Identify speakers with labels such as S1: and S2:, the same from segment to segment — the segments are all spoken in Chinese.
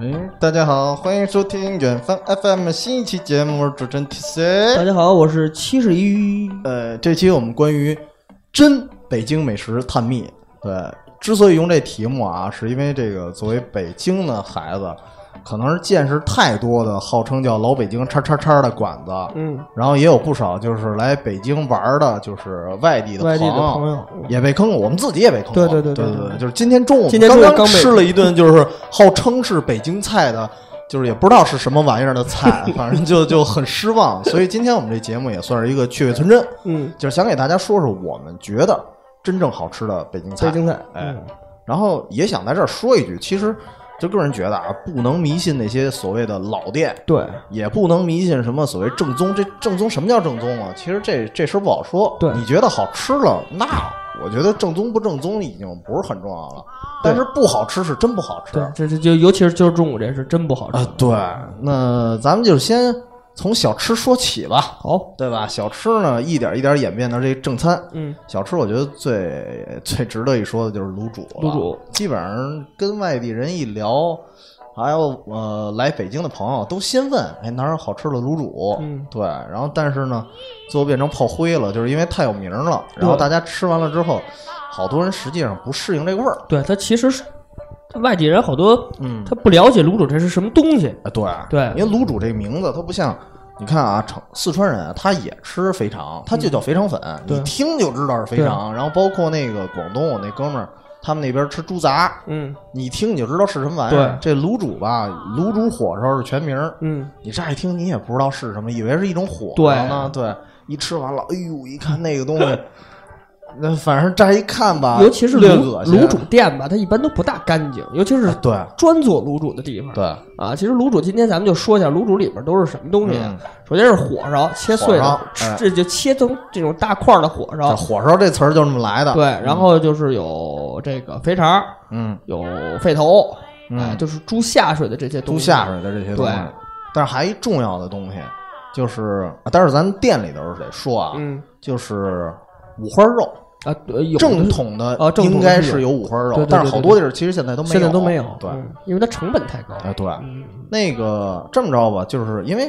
S1: 哎，大家好，欢迎收听远方 FM 新一期节目，我是主持人 TC。
S2: 大家好，我是七十一。
S1: 呃，这期我们关于真北京美食探秘。对，之所以用这题目啊，是因为这个作为北京的孩子，可能是见识太多的号称叫老北京叉叉叉的馆子，
S2: 嗯，
S1: 然后也有不少就是来北京玩儿的，就是外地的
S2: 外地的朋友
S1: 也被坑过，我们自己也被坑过。
S2: 对对
S1: 对
S2: 对对
S1: 对
S2: 对
S1: 就是今天中午
S2: 今天中午
S1: 刚
S2: 刚被
S1: 吃了一顿，就是号称是北京菜的，就是也不知道是什么玩意儿的 菜，反正就就很失望。所以今天我们这节目也算是一个趣味存真，
S2: 嗯，
S1: 就是想给大家说说我们觉得真正好吃的北京菜。
S2: 北京菜，
S1: 哎
S2: 嗯，
S1: 然后也想在这儿说一句，其实就个人觉得啊，不能迷信那些所谓的老店，
S2: 对
S1: 也不能迷信什么所谓正宗。这正宗什么叫正宗啊？其实这这事儿不好说。
S2: 对
S1: 你觉得好吃了，那我觉得正宗不正宗已经不是很重要了。但是不好吃是真不好吃
S2: 对，这这就尤其是今儿中午这是真不好吃
S1: 啊。对，那咱们就先从小吃说起吧，
S2: 好，
S1: 对吧？小吃呢，一点一点演变到这正餐。
S2: 嗯，
S1: 小吃我觉得最最值得一说的就是卤煮了，
S2: 卤煮
S1: 基本上跟外地人一聊，还有呃来北京的朋友都先问，哎哪儿有好吃的卤煮？
S2: 嗯
S1: 对，然后但是呢，最后变成炮灰了，就是因为太有名了，然后
S2: 对
S1: 大家吃完了之后，好多人实际上不适应这个味儿，
S2: 对他其实是外地人好多，
S1: 嗯
S2: 他不了解卤煮这是什么东西，
S1: 哎对
S2: 对
S1: 因为卤煮这个名字它不像。你看啊，成四川人啊他也吃肥肠，他就叫肥肠粉，
S2: 嗯对
S1: 你听就知道是肥肠。然后包括那个广东，我那哥们儿他们那边吃猪杂，
S2: 嗯
S1: 你一听你就知道是什么玩意儿。这卤煮吧，卤煮火烧是全名儿，
S2: 嗯，
S1: 你乍一听你也不知道是什么，以为是一种火
S2: 对
S1: 烧呢。对，一吃完了，哎呦，一看那个东西，那反正乍一看吧，
S2: 尤其是
S1: 啊略
S2: 卤
S1: 恶心。
S2: 卤煮店吧，它一般都不大干净，尤其是
S1: 啊对
S2: 专做卤煮的地方。
S1: 对，
S2: 啊，其实卤煮今天咱们就说一下卤煮里边都是什么东西啊。首先是火烧，切碎
S1: 嗯火烧
S2: 了，吃
S1: 哎
S2: 这就切成这种大块儿的火
S1: 这
S2: 烧。
S1: 火烧这词儿就这么来的。
S2: 对，，然后就是有这个肥肠儿，
S1: 嗯，
S2: 有肺头，
S1: 嗯
S2: 哎，就是猪下水的这些东
S1: 猪
S2: 西。
S1: 下水的这些东西
S2: 对，
S1: 但是还一重要的东西就是，啊但是咱们店里头得说啊，
S2: 嗯
S1: 就是五花肉。
S2: 啊，对有的
S1: 正统的
S2: 啊正统的
S1: 应该
S2: 是有
S1: 是有五花肉，
S2: 对对对
S1: 但是好
S2: 对对
S1: 多地儿其实现在都没有，
S2: 现在都没有，
S1: 对，
S2: 嗯因为它成本太高。
S1: 哎对，
S2: 嗯
S1: 那个这么着吧，就是因为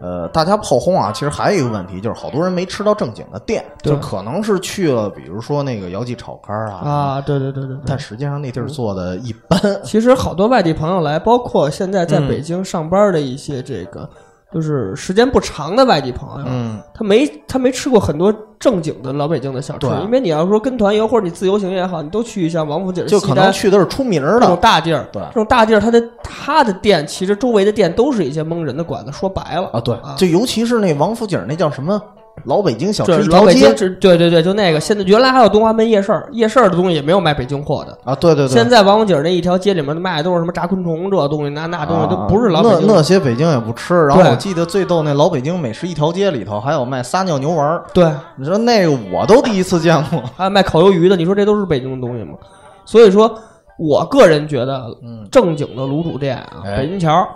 S1: 呃，大家炮轰啊，其实还有一个问题，就是好多人没吃到正经的店，
S2: 对
S1: 就可能是去了，比如说那个姚记炒肝啊，
S2: 啊，对对对对对。
S1: 但实际上那地儿做的一般，
S2: 其实好多外地朋友来，包括现在在
S1: 嗯
S2: 北京上班的一些这个，就是时间不长的外地朋友，
S1: 嗯，
S2: 他没他没吃过很多正经的老北京的小吃
S1: 对，
S2: 因为你要说跟团游或者你自由行也好，你都去一下王府井、
S1: 就
S2: 西
S1: 可
S2: 单
S1: 能去的是出名儿
S2: 这种
S1: 的，
S2: 大地儿，
S1: 对
S2: 这种大地儿，它的它的店其实周围的店都是一些蒙人的馆子。说白了
S1: 啊，对
S2: 啊，
S1: 就尤其是那王府井那叫什么老北京小
S2: 这
S1: 吃一
S2: 是老
S1: 条
S2: 北
S1: 街
S2: 京，这对对对，就那个。现在原来还有东华门夜市儿，夜市儿的东西也没有卖北京货的。
S1: 啊，对对对，
S2: 现在王府井那一条街里面卖的都是什么炸昆虫这东西，那那东西都
S1: 啊
S2: 不是老北京
S1: 那
S2: 的。
S1: 那些北京也不吃，然后
S2: 对
S1: 我记得最逗那老北京美食一条街里头还有卖撒尿牛丸儿，
S2: 对，
S1: 你说那个我都第一次见过，
S2: 还有卖烤鱿鱼的，你说这都是北京的东西吗？所以说，我个人觉得
S1: 嗯，
S2: 正经的卤煮店啊，
S1: 哎
S2: 北京桥、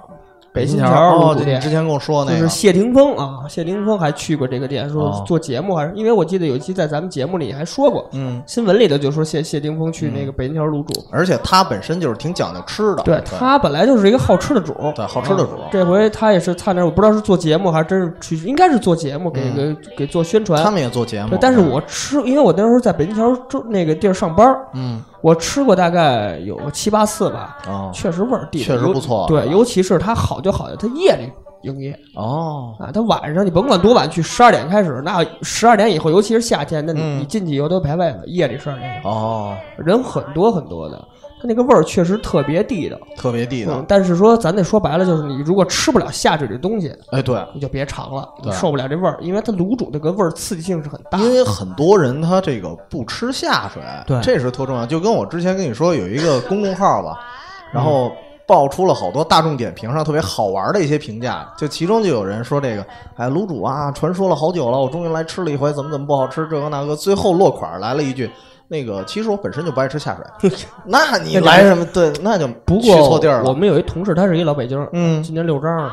S2: 北
S1: 新
S2: 新桥
S1: 哦，就
S2: 卤煮
S1: 你
S2: 店
S1: 之，前跟我说
S2: 就
S1: 那个，
S2: 是谢霆锋啊，谢霆锋还去过这个店，
S1: 哦
S2: 说做节目还是因为我记得有一期在咱们节目里还说过，
S1: 嗯，
S2: 新闻里头就说谢谢霆锋去那个北京桥卤煮，
S1: 而且他本身就是挺讲究吃的，
S2: 对他本来就是一个好吃的主儿，
S1: 对好吃的主儿
S2: 啊这回他也是差点，我不知道是做节目还是真是去，应该是做节目给
S1: 嗯
S2: 给给做宣
S1: 他
S2: 传。
S1: 们也做节目
S2: 对，，但是我吃，因为我那时候在北京桥周那个地儿上班儿，
S1: 嗯
S2: 我吃过大概有个七八次吧，
S1: 哦
S2: 确实味儿地道
S1: 确实
S2: 尤
S1: 不错
S2: 对，尤其是它好就好在它夜里营业
S1: 哦，
S2: 啊，它晚上你甭管多晚去，十二点开始，那十二点以后，尤其是夏天，那你、
S1: 嗯
S2: 你进去以后都排位了，夜里十二点以后
S1: 哦，
S2: 人很多很多的，它那个味儿确实特别地道。
S1: 特别地道
S2: 嗯，，但是说咱得说白了，就是你如果吃不了下水这东西，
S1: 哎，对，
S2: 你就别尝了，
S1: 对
S2: 你受不了这味儿，因为它卤煮那个味儿刺激性是很大。嗯
S1: 因为很多人他这个不吃下水，
S2: 对
S1: 这是特重要。就跟我之前跟你说有一个公众号吧，
S2: 嗯
S1: 然后爆出了好多大众点评上特别好玩的一些评价，就其中就有人说这个，哎，卤煮啊，传说了好久了，我终于来吃了一回，怎么怎么不好吃，这个那个，最后落款儿来了一句。那个，其实我本身就不爱吃下 水，那你来什么？对，那就
S2: 不
S1: 去错
S2: 过
S1: 地儿
S2: 我
S1: 了。
S2: 们有一同事，他是一老北京人，
S1: 嗯
S2: 今年六张了，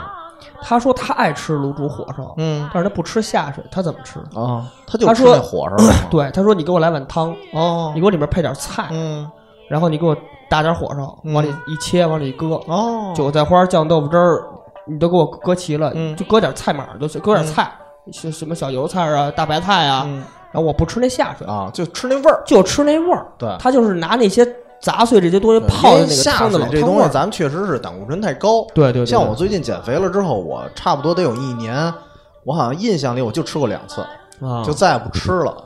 S2: 他说他爱吃卤煮火烧，
S1: 嗯
S2: 但是他不吃下水，他怎么吃？
S1: 啊，他就
S2: 他
S1: 吃
S2: 说
S1: 那火烧了嘛。
S2: 对，他说你给我来碗汤，
S1: 哦
S2: 你，给我里面配点菜，
S1: 嗯
S2: 然后你给我打点火烧，
S1: 嗯
S2: 往里一切，往里一搁，
S1: 哦，
S2: 韭菜花酱豆腐汁儿，你都给我搁齐了，
S1: 嗯
S2: 就搁点菜码儿就行，搁点菜，什、什么小油菜啊、大白菜啊，
S1: 嗯
S2: 然后我不吃那下水，
S1: 啊，就吃那味儿，
S2: 就吃那味儿。
S1: 对。
S2: 他就是拿那些杂碎这些东西泡在
S1: 因为
S2: 那个
S1: 下
S2: 汤
S1: 水
S2: 的老
S1: 这
S2: 汤
S1: 东
S2: 味
S1: 西，
S2: 儿。
S1: 咱们确实是胆固醇太高。
S2: 对对对，
S1: 像
S2: 对
S1: 我最近减肥了之后，我差不多得有一年，我好像印象里我就吃过两次，
S2: 啊，
S1: 就再也不吃了。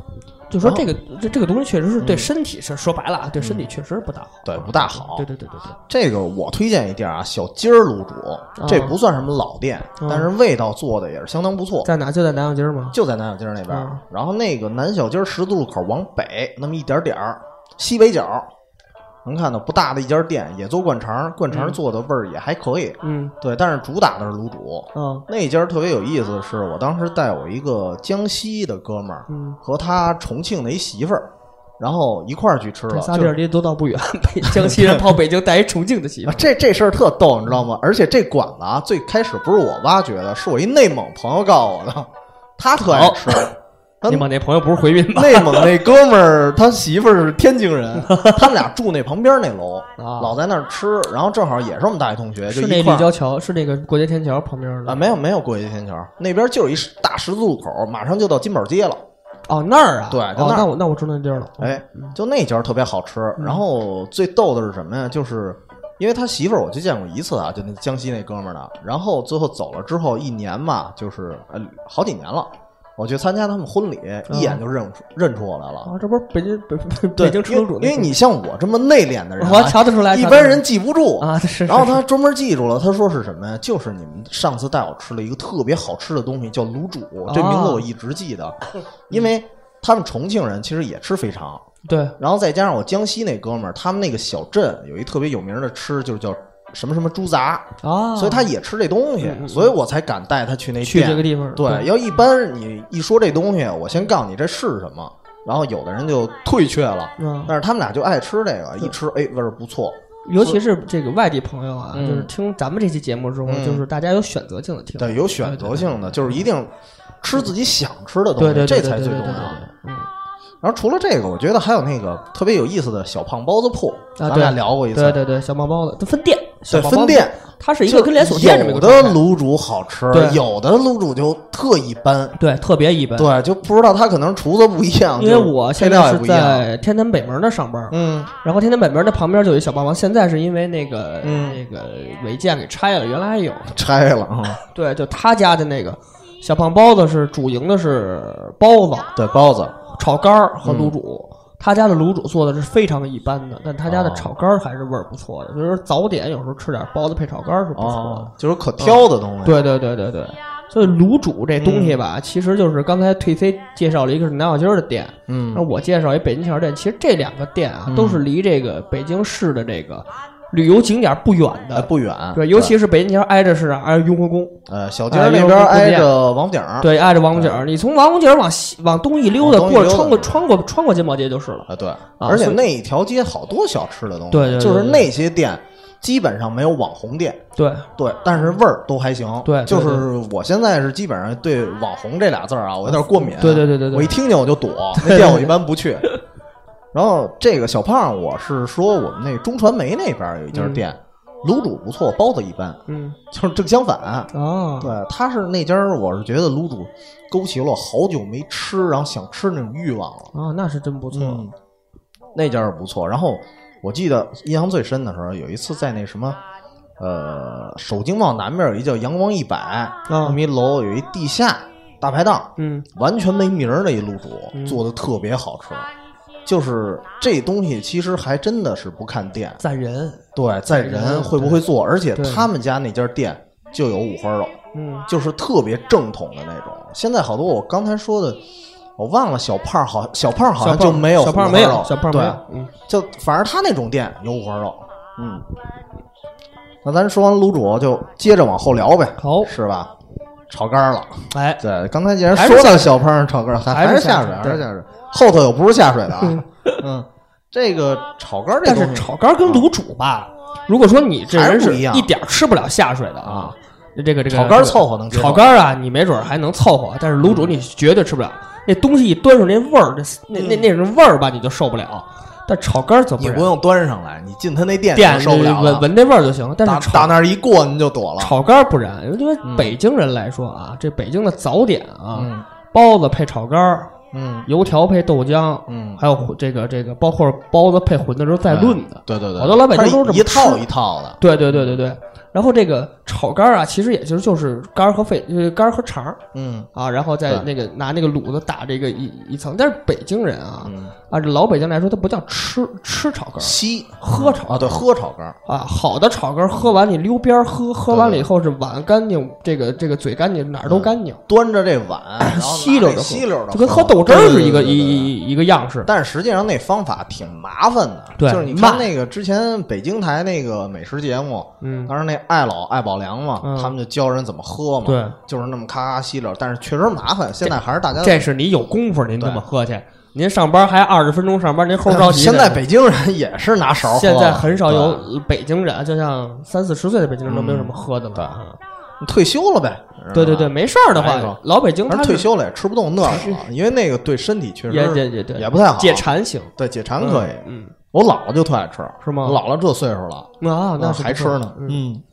S2: 就说
S1: 然后
S2: 这个这这个东西确实是对身体是说白了啊，对身体确实不大好，
S1: 对不嗯大好
S2: 对对对对对，
S1: 这个我推荐一店啊，小鸡儿卤煮，
S2: 啊
S1: 这不算什么老店，
S2: 嗯
S1: 但是味道做的也是相当不错，
S2: 在哪就在南阳街儿嘛，
S1: 就在南小街儿那边儿
S2: 嗯。
S1: 然后那个南小街儿十字路口往北那么一点点儿，西北角能看到不大的一家店，也做灌肠，灌肠做的味儿也还可以。
S2: 嗯
S1: 对，但是主打的是卤煮。
S2: 啊
S1: 那家儿特别有意思的是，我当时带我一个江西的哥们儿
S2: 嗯，
S1: 和他重庆的一媳妇儿，然后一块儿去吃了
S2: 这。仨
S1: 就
S2: 地儿离都倒不远， 北江西 人跑北京带一重庆的媳妇
S1: 啊，这这事儿特逗，你知道吗？而且这馆子啊，最开始不是我挖掘的，是我一内蒙朋友告诉我的，他特爱吃。他
S2: 儿，你把那朋友不是回民吧？
S1: 内蒙那哥们儿，他媳妇儿是天津 人，他们俩住那旁边那楼，
S2: 啊
S1: 老在那儿吃，然后正好也是我们大学同学，就是一
S2: 那
S1: 块
S2: 立
S1: 儿
S2: 交桥，是那个国街天桥旁边的
S1: 啊，没有没有过街天桥，那边就是一大十字路口，马上就到金宝街了。
S2: 哦那儿啊，
S1: 对
S2: 哦
S1: 就那儿
S2: 那我那我知道那地儿了，
S1: 哎，就那家儿特别好吃。
S2: 嗯
S1: 然后最逗的是什么呀？就是因为他媳妇儿，我就见过一次啊，就那江西那哥们儿的。然后最后走了之后一年嘛，就是呃好几年了，我去参加他们婚礼，一眼就认出认出我来了。
S2: 啊这不是北京北北
S1: 对，
S2: 嗯北京初中主
S1: 因为因为你像我这么内敛的人
S2: 我
S1: 啊、
S2: 瞧得出来，
S1: 一
S2: 瞧得
S1: 般
S2: 出来
S1: 人记不住。
S2: 啊这是，
S1: 然后
S2: 是
S1: 他专门记住了，他说是什么呀？就是你们上次带我吃了一个特别好吃的东西，叫卤煮，这名
S2: 哦
S1: 字我一直记得，因为他们重庆人其实也吃肥肠，
S2: 对
S1: 然后再加上我江西那哥们儿，他们那个小镇有一特别有名的吃，就是叫什么什么猪杂，
S2: 啊，
S1: 所以他也吃这东西
S2: 嗯嗯，嗯
S1: 所以我才敢带他去那
S2: 去这个
S1: 店。
S2: 地方
S1: 对，要一般你一说这东西，我先告诉你这是什么，然后有的人就退却了，
S2: 嗯
S1: 但是他们俩就爱吃这个，一吃哎味儿不错，
S2: 尤其是这个外地朋友啊，
S1: 嗯
S2: 就是听咱们这期节目之后，
S1: 嗯
S2: 就是大家有选择性的听，
S1: 对，有选择性的，就是一定吃自己想吃的东
S2: 对
S1: 西，
S2: 对，
S1: 这
S2: 对
S1: 才最重。
S2: 对对对
S1: 要
S2: 对。对嗯，
S1: 然后除了这个，我觉得还有那个特别有意思的小胖包子铺，咱们
S2: 啊对
S1: 俩聊过一次
S2: 对，对对，小胖包子，它分店，小
S1: 对
S2: 胖包子
S1: 分店。
S2: 它是一个跟连锁店这么一
S1: 有
S2: 个
S1: 的
S2: 状态
S1: 卤煮好吃，
S2: 对
S1: 有的卤煮就特一般，
S2: 对，特别一般。
S1: 对，就不知道他可能厨子不一样，
S2: 因为
S1: 啊就是
S2: 我
S1: 配
S2: 现
S1: 料
S2: 在
S1: 也
S2: 是
S1: 不一样，
S2: 在天坛北门那上班，
S1: 嗯
S2: 然后天坛北门那旁边就有一小霸王，现在是因为那个
S1: 嗯
S2: 那个违建给拆了，原来还有。
S1: 拆了
S2: 嗯
S1: 啊，
S2: 对，就他家的那个小胖包子是主营的是包子，
S1: 对包子，
S2: 炒肝儿和
S1: 嗯
S2: 卤煮。他家的卤煮做的是非常一般的，但他
S1: 哦
S2: 家的炒肝儿还是味儿不错的。就是早点有时候吃点包子配炒肝儿是不错
S1: 哦，就是可挑的东
S2: 的。
S1: 西，
S2: 对对对对对，所以卤煮这东西吧，其实就是刚才退飞介绍了一个是南小街儿的店，
S1: 嗯
S2: 那我介绍一北京桥店。其实这两个店啊，
S1: 嗯
S2: 都是离这个北京市的这个旅游景点儿不远
S1: 哎
S2: 的。
S1: 不远，
S2: 对，尤其是北京桥挨着是啊挨着雍和宫，
S1: 呃小街儿
S2: 哎
S1: 那
S2: 有
S1: 边
S2: 有
S1: 挨
S2: 有
S1: 着王府井儿，
S2: 对，挨着王府井儿。你从王府井儿往西往东一溜达，
S1: 啊往东一
S2: 过
S1: 溜达
S2: 穿过穿过穿过金宝街就是了。
S1: 啊对，而且
S2: 所以
S1: 那一条街好多小吃的东西，
S2: 对对对
S1: 就是
S2: 对
S1: 那些店基本上没有网红店，
S2: 对，
S1: 对，但是味儿都还行。
S2: 对对
S1: 就是我现在是基本上对“网红”这俩字儿啊，我有点过敏。
S2: 对对对对对
S1: 我一听见我就 躲，那店我一般不去。然后这个小胖，我是说我们那中传媒那边有一家店，卤煮不错，包子一般，
S2: 嗯
S1: 就是正相反。
S2: 啊，
S1: 对，他是那家儿，我是觉得卤煮勾起了我好久没吃，然后想吃那种欲望了。
S2: 啊，那是真不错。
S1: 嗯，那家儿不错。然后我记得印象最深的时候，有一次在那什么，呃，首经贸南面有一叫阳光一百那么一楼，有一地下大排档，
S2: 嗯
S1: 完全没名儿的一卤
S2: 嗯
S1: 煮，做的特别好吃。就是这东西其实还真的是不看店，
S2: 在人，
S1: 对，在人会不会做，而且
S2: 对
S1: 他们家那家店就有五花肉。
S2: 嗯，
S1: 就是特别正统的那种。现在好多我刚才说的，我忘了小胖好小胖好
S2: 小
S1: 像
S2: 胖
S1: 就没有
S2: 小
S1: 五
S2: 胖
S1: 花
S2: 没
S1: 肉
S2: 有，小胖没
S1: 对，
S2: 有，嗯，
S1: 就反正他那种店有五花肉，嗯。那咱说完卤煮，就接着往后聊呗，
S2: 好
S1: 是吧？炒肝了，
S2: 哎，
S1: 对，刚才既然
S2: 还是
S1: 说到小胖炒肝，还
S2: 还是
S1: 是下水，
S2: 下水
S1: 还是下水，后头有不是下水的啊，嗯，这个炒肝这
S2: 但
S1: 东西
S2: 是炒肝跟卤煮吧，如果说你这
S1: 还是
S2: 人
S1: 不
S2: 是
S1: 一样
S2: 一点儿吃不了下水的
S1: 啊
S2: 啊，这个这个
S1: 炒肝
S2: 这个
S1: 凑合能接受
S2: 炒肝啊，你没准儿还能凑合，但是卤煮你绝对吃不了。那东西一端上那味儿，那那那那种味儿吧，你就受不了。但炒肝儿怎么
S1: 你不用端上来，你进他那店你
S2: 点
S1: 就受不了
S2: 闻
S1: 了。
S2: 闻这味儿就行了。但
S1: 打
S2: 是
S1: 打
S2: 炒
S1: 那儿一过您就躲了。
S2: 炒肝儿不然，因为北京人来说啊，这北京的早点啊，
S1: 嗯
S2: 包子配炒肝儿，
S1: 嗯
S2: 油条配豆浆，
S1: 嗯，
S2: 还有混这个这个，包括包子配馄饨时候再论的。
S1: 对对对，
S2: 好多老北京
S1: 它
S2: 都是这么
S1: 一套
S2: 吃
S1: 一套的。
S2: 对对对对对。然后这个炒肝儿啊，其实也就是就是肝儿和肺，呃，肝儿和肠儿
S1: 嗯
S2: 啊，然后再
S1: 对
S2: 那个拿那个卤子打这个一一层。但是北京人啊，
S1: 嗯，
S2: 按照老北京来说，它不叫吃吃炒肝儿，
S1: 吸
S2: 喝炒
S1: 啊，对，喝炒肝儿，
S2: 啊，好的炒肝儿喝完你溜边儿喝，喝完了以后是碗干净，这个这个嘴干净，哪儿
S1: 嗯
S2: 都干净，
S1: 端着这 碗，然后拿
S2: 吸溜
S1: 这
S2: 着
S1: 吸溜着，
S2: 就跟喝豆汁儿是一个
S1: 嗯对对对对对
S2: 一一一个样式。
S1: 但实际上那方法挺麻烦的，
S2: 对
S1: 就是你看
S2: 慢
S1: 那个之前北京台那个美食节目，
S2: 嗯，
S1: 当时那艾老艾宝良嘛，
S2: 嗯
S1: 他们就教人怎么喝嘛，
S2: 对，
S1: 就是那么咔咔吸溜，但是确实麻烦。现在还是大家
S2: 这是你有功夫您这
S1: 对
S2: 么喝去，您上班还二十分钟上班，您后着急呢。
S1: 现在北京人也是拿勺喝，啊
S2: 现在很少有北京人，啊就像三四十岁的北京人都没有什么喝的了。
S1: 嗯对退休了呗，是吧
S2: 对对对，，没事儿的
S1: 来一口
S2: 话，老北京
S1: 但
S2: 他
S1: 是
S2: 是
S1: 退休了也吃不动那个了，因为那个对身体确实
S2: 也也也对，
S1: 也不太好
S2: 解馋行，
S1: 对解馋可以。
S2: 嗯
S1: 我姥姥就特爱吃，
S2: 是吗
S1: 我姥姥这岁数了，
S2: 嗯啊，那
S1: 啊
S2: 是
S1: 还
S2: 不
S1: 吃
S2: 错
S1: 呢，
S2: 嗯
S1: 嗯。